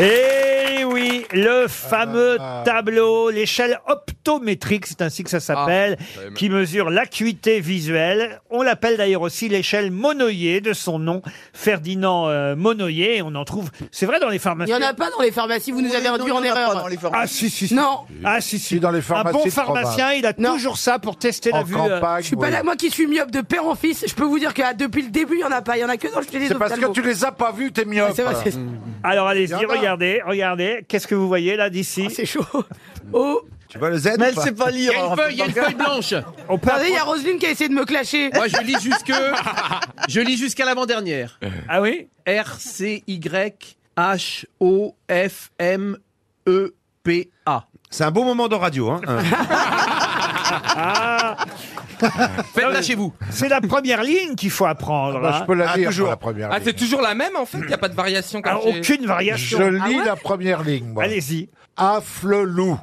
Speaker 1: Et Eh oui, le fameux tableau, l'échelle optométrique, c'est ainsi que ça s'appelle,
Speaker 4: Ah, ouais, mais-
Speaker 1: qui mesure l'acuité visuelle. On l'appelle d'ailleurs aussi l'échelle Monoyer, de son nom, Ferdinand euh, Monoyer. Et On en trouve, c'est vrai, dans
Speaker 9: Il
Speaker 1: les
Speaker 9: y
Speaker 1: pharmacies.
Speaker 9: en a pas dans les pharmacies, vous nous avez induit en erreur.
Speaker 1: Ah si, si, si.
Speaker 9: Non.
Speaker 1: Ah si, si.
Speaker 17: Dans les
Speaker 1: Un
Speaker 17: pharmacies
Speaker 1: bon
Speaker 17: de
Speaker 1: pharmacien,
Speaker 17: province.
Speaker 1: il a toujours ça pour tester la
Speaker 17: En
Speaker 1: vue. euh,
Speaker 17: campagne,
Speaker 9: Je suis pas
Speaker 17: oui.
Speaker 9: là, moi qui suis myope de père en fils, je peux vous dire que ah, depuis le début, il y en a pas, il y en a que dans le télé
Speaker 17: C'est parce que tu les as pas vus, t'es
Speaker 44: Ah,
Speaker 17: myope.
Speaker 9: c'est vrai, c'est-
Speaker 44: Mm,
Speaker 1: Alors allez-y,
Speaker 17: Il y en a.
Speaker 1: regardez, regardez. Qu'est-ce que vous voyez là d'ici
Speaker 9: C'est chaud. Oh,
Speaker 44: Tu vois le Z
Speaker 21: Mais elle sait pas lire.
Speaker 1: hein,
Speaker 21: alors, donc-
Speaker 8: blanche.
Speaker 1: On peut
Speaker 9: regardez, il y a Roselyne qui a essayé de me clasher.
Speaker 8: Moi, je lis jusque, je lis jusqu'à l'avant-dernière.
Speaker 1: Ah oui
Speaker 8: R C Y H O F M E P A.
Speaker 44: C'est un beau moment de radio. Hein.
Speaker 1: Ah.
Speaker 8: Faites-la chez vous.
Speaker 1: C'est la première ligne qu'il faut apprendre.
Speaker 17: Ah bah, je peux la
Speaker 1: hein.
Speaker 17: lire, la première
Speaker 4: Ah,
Speaker 17: ligne.
Speaker 4: c'est toujours la même en fait Il n'y a pas de variation comme
Speaker 1: Ah,
Speaker 4: chez-
Speaker 1: aucune variation.
Speaker 17: Je
Speaker 14: Ah
Speaker 9: Ah
Speaker 17: lis la première ligne, moi.
Speaker 1: Allez-y.
Speaker 17: Affle-loup.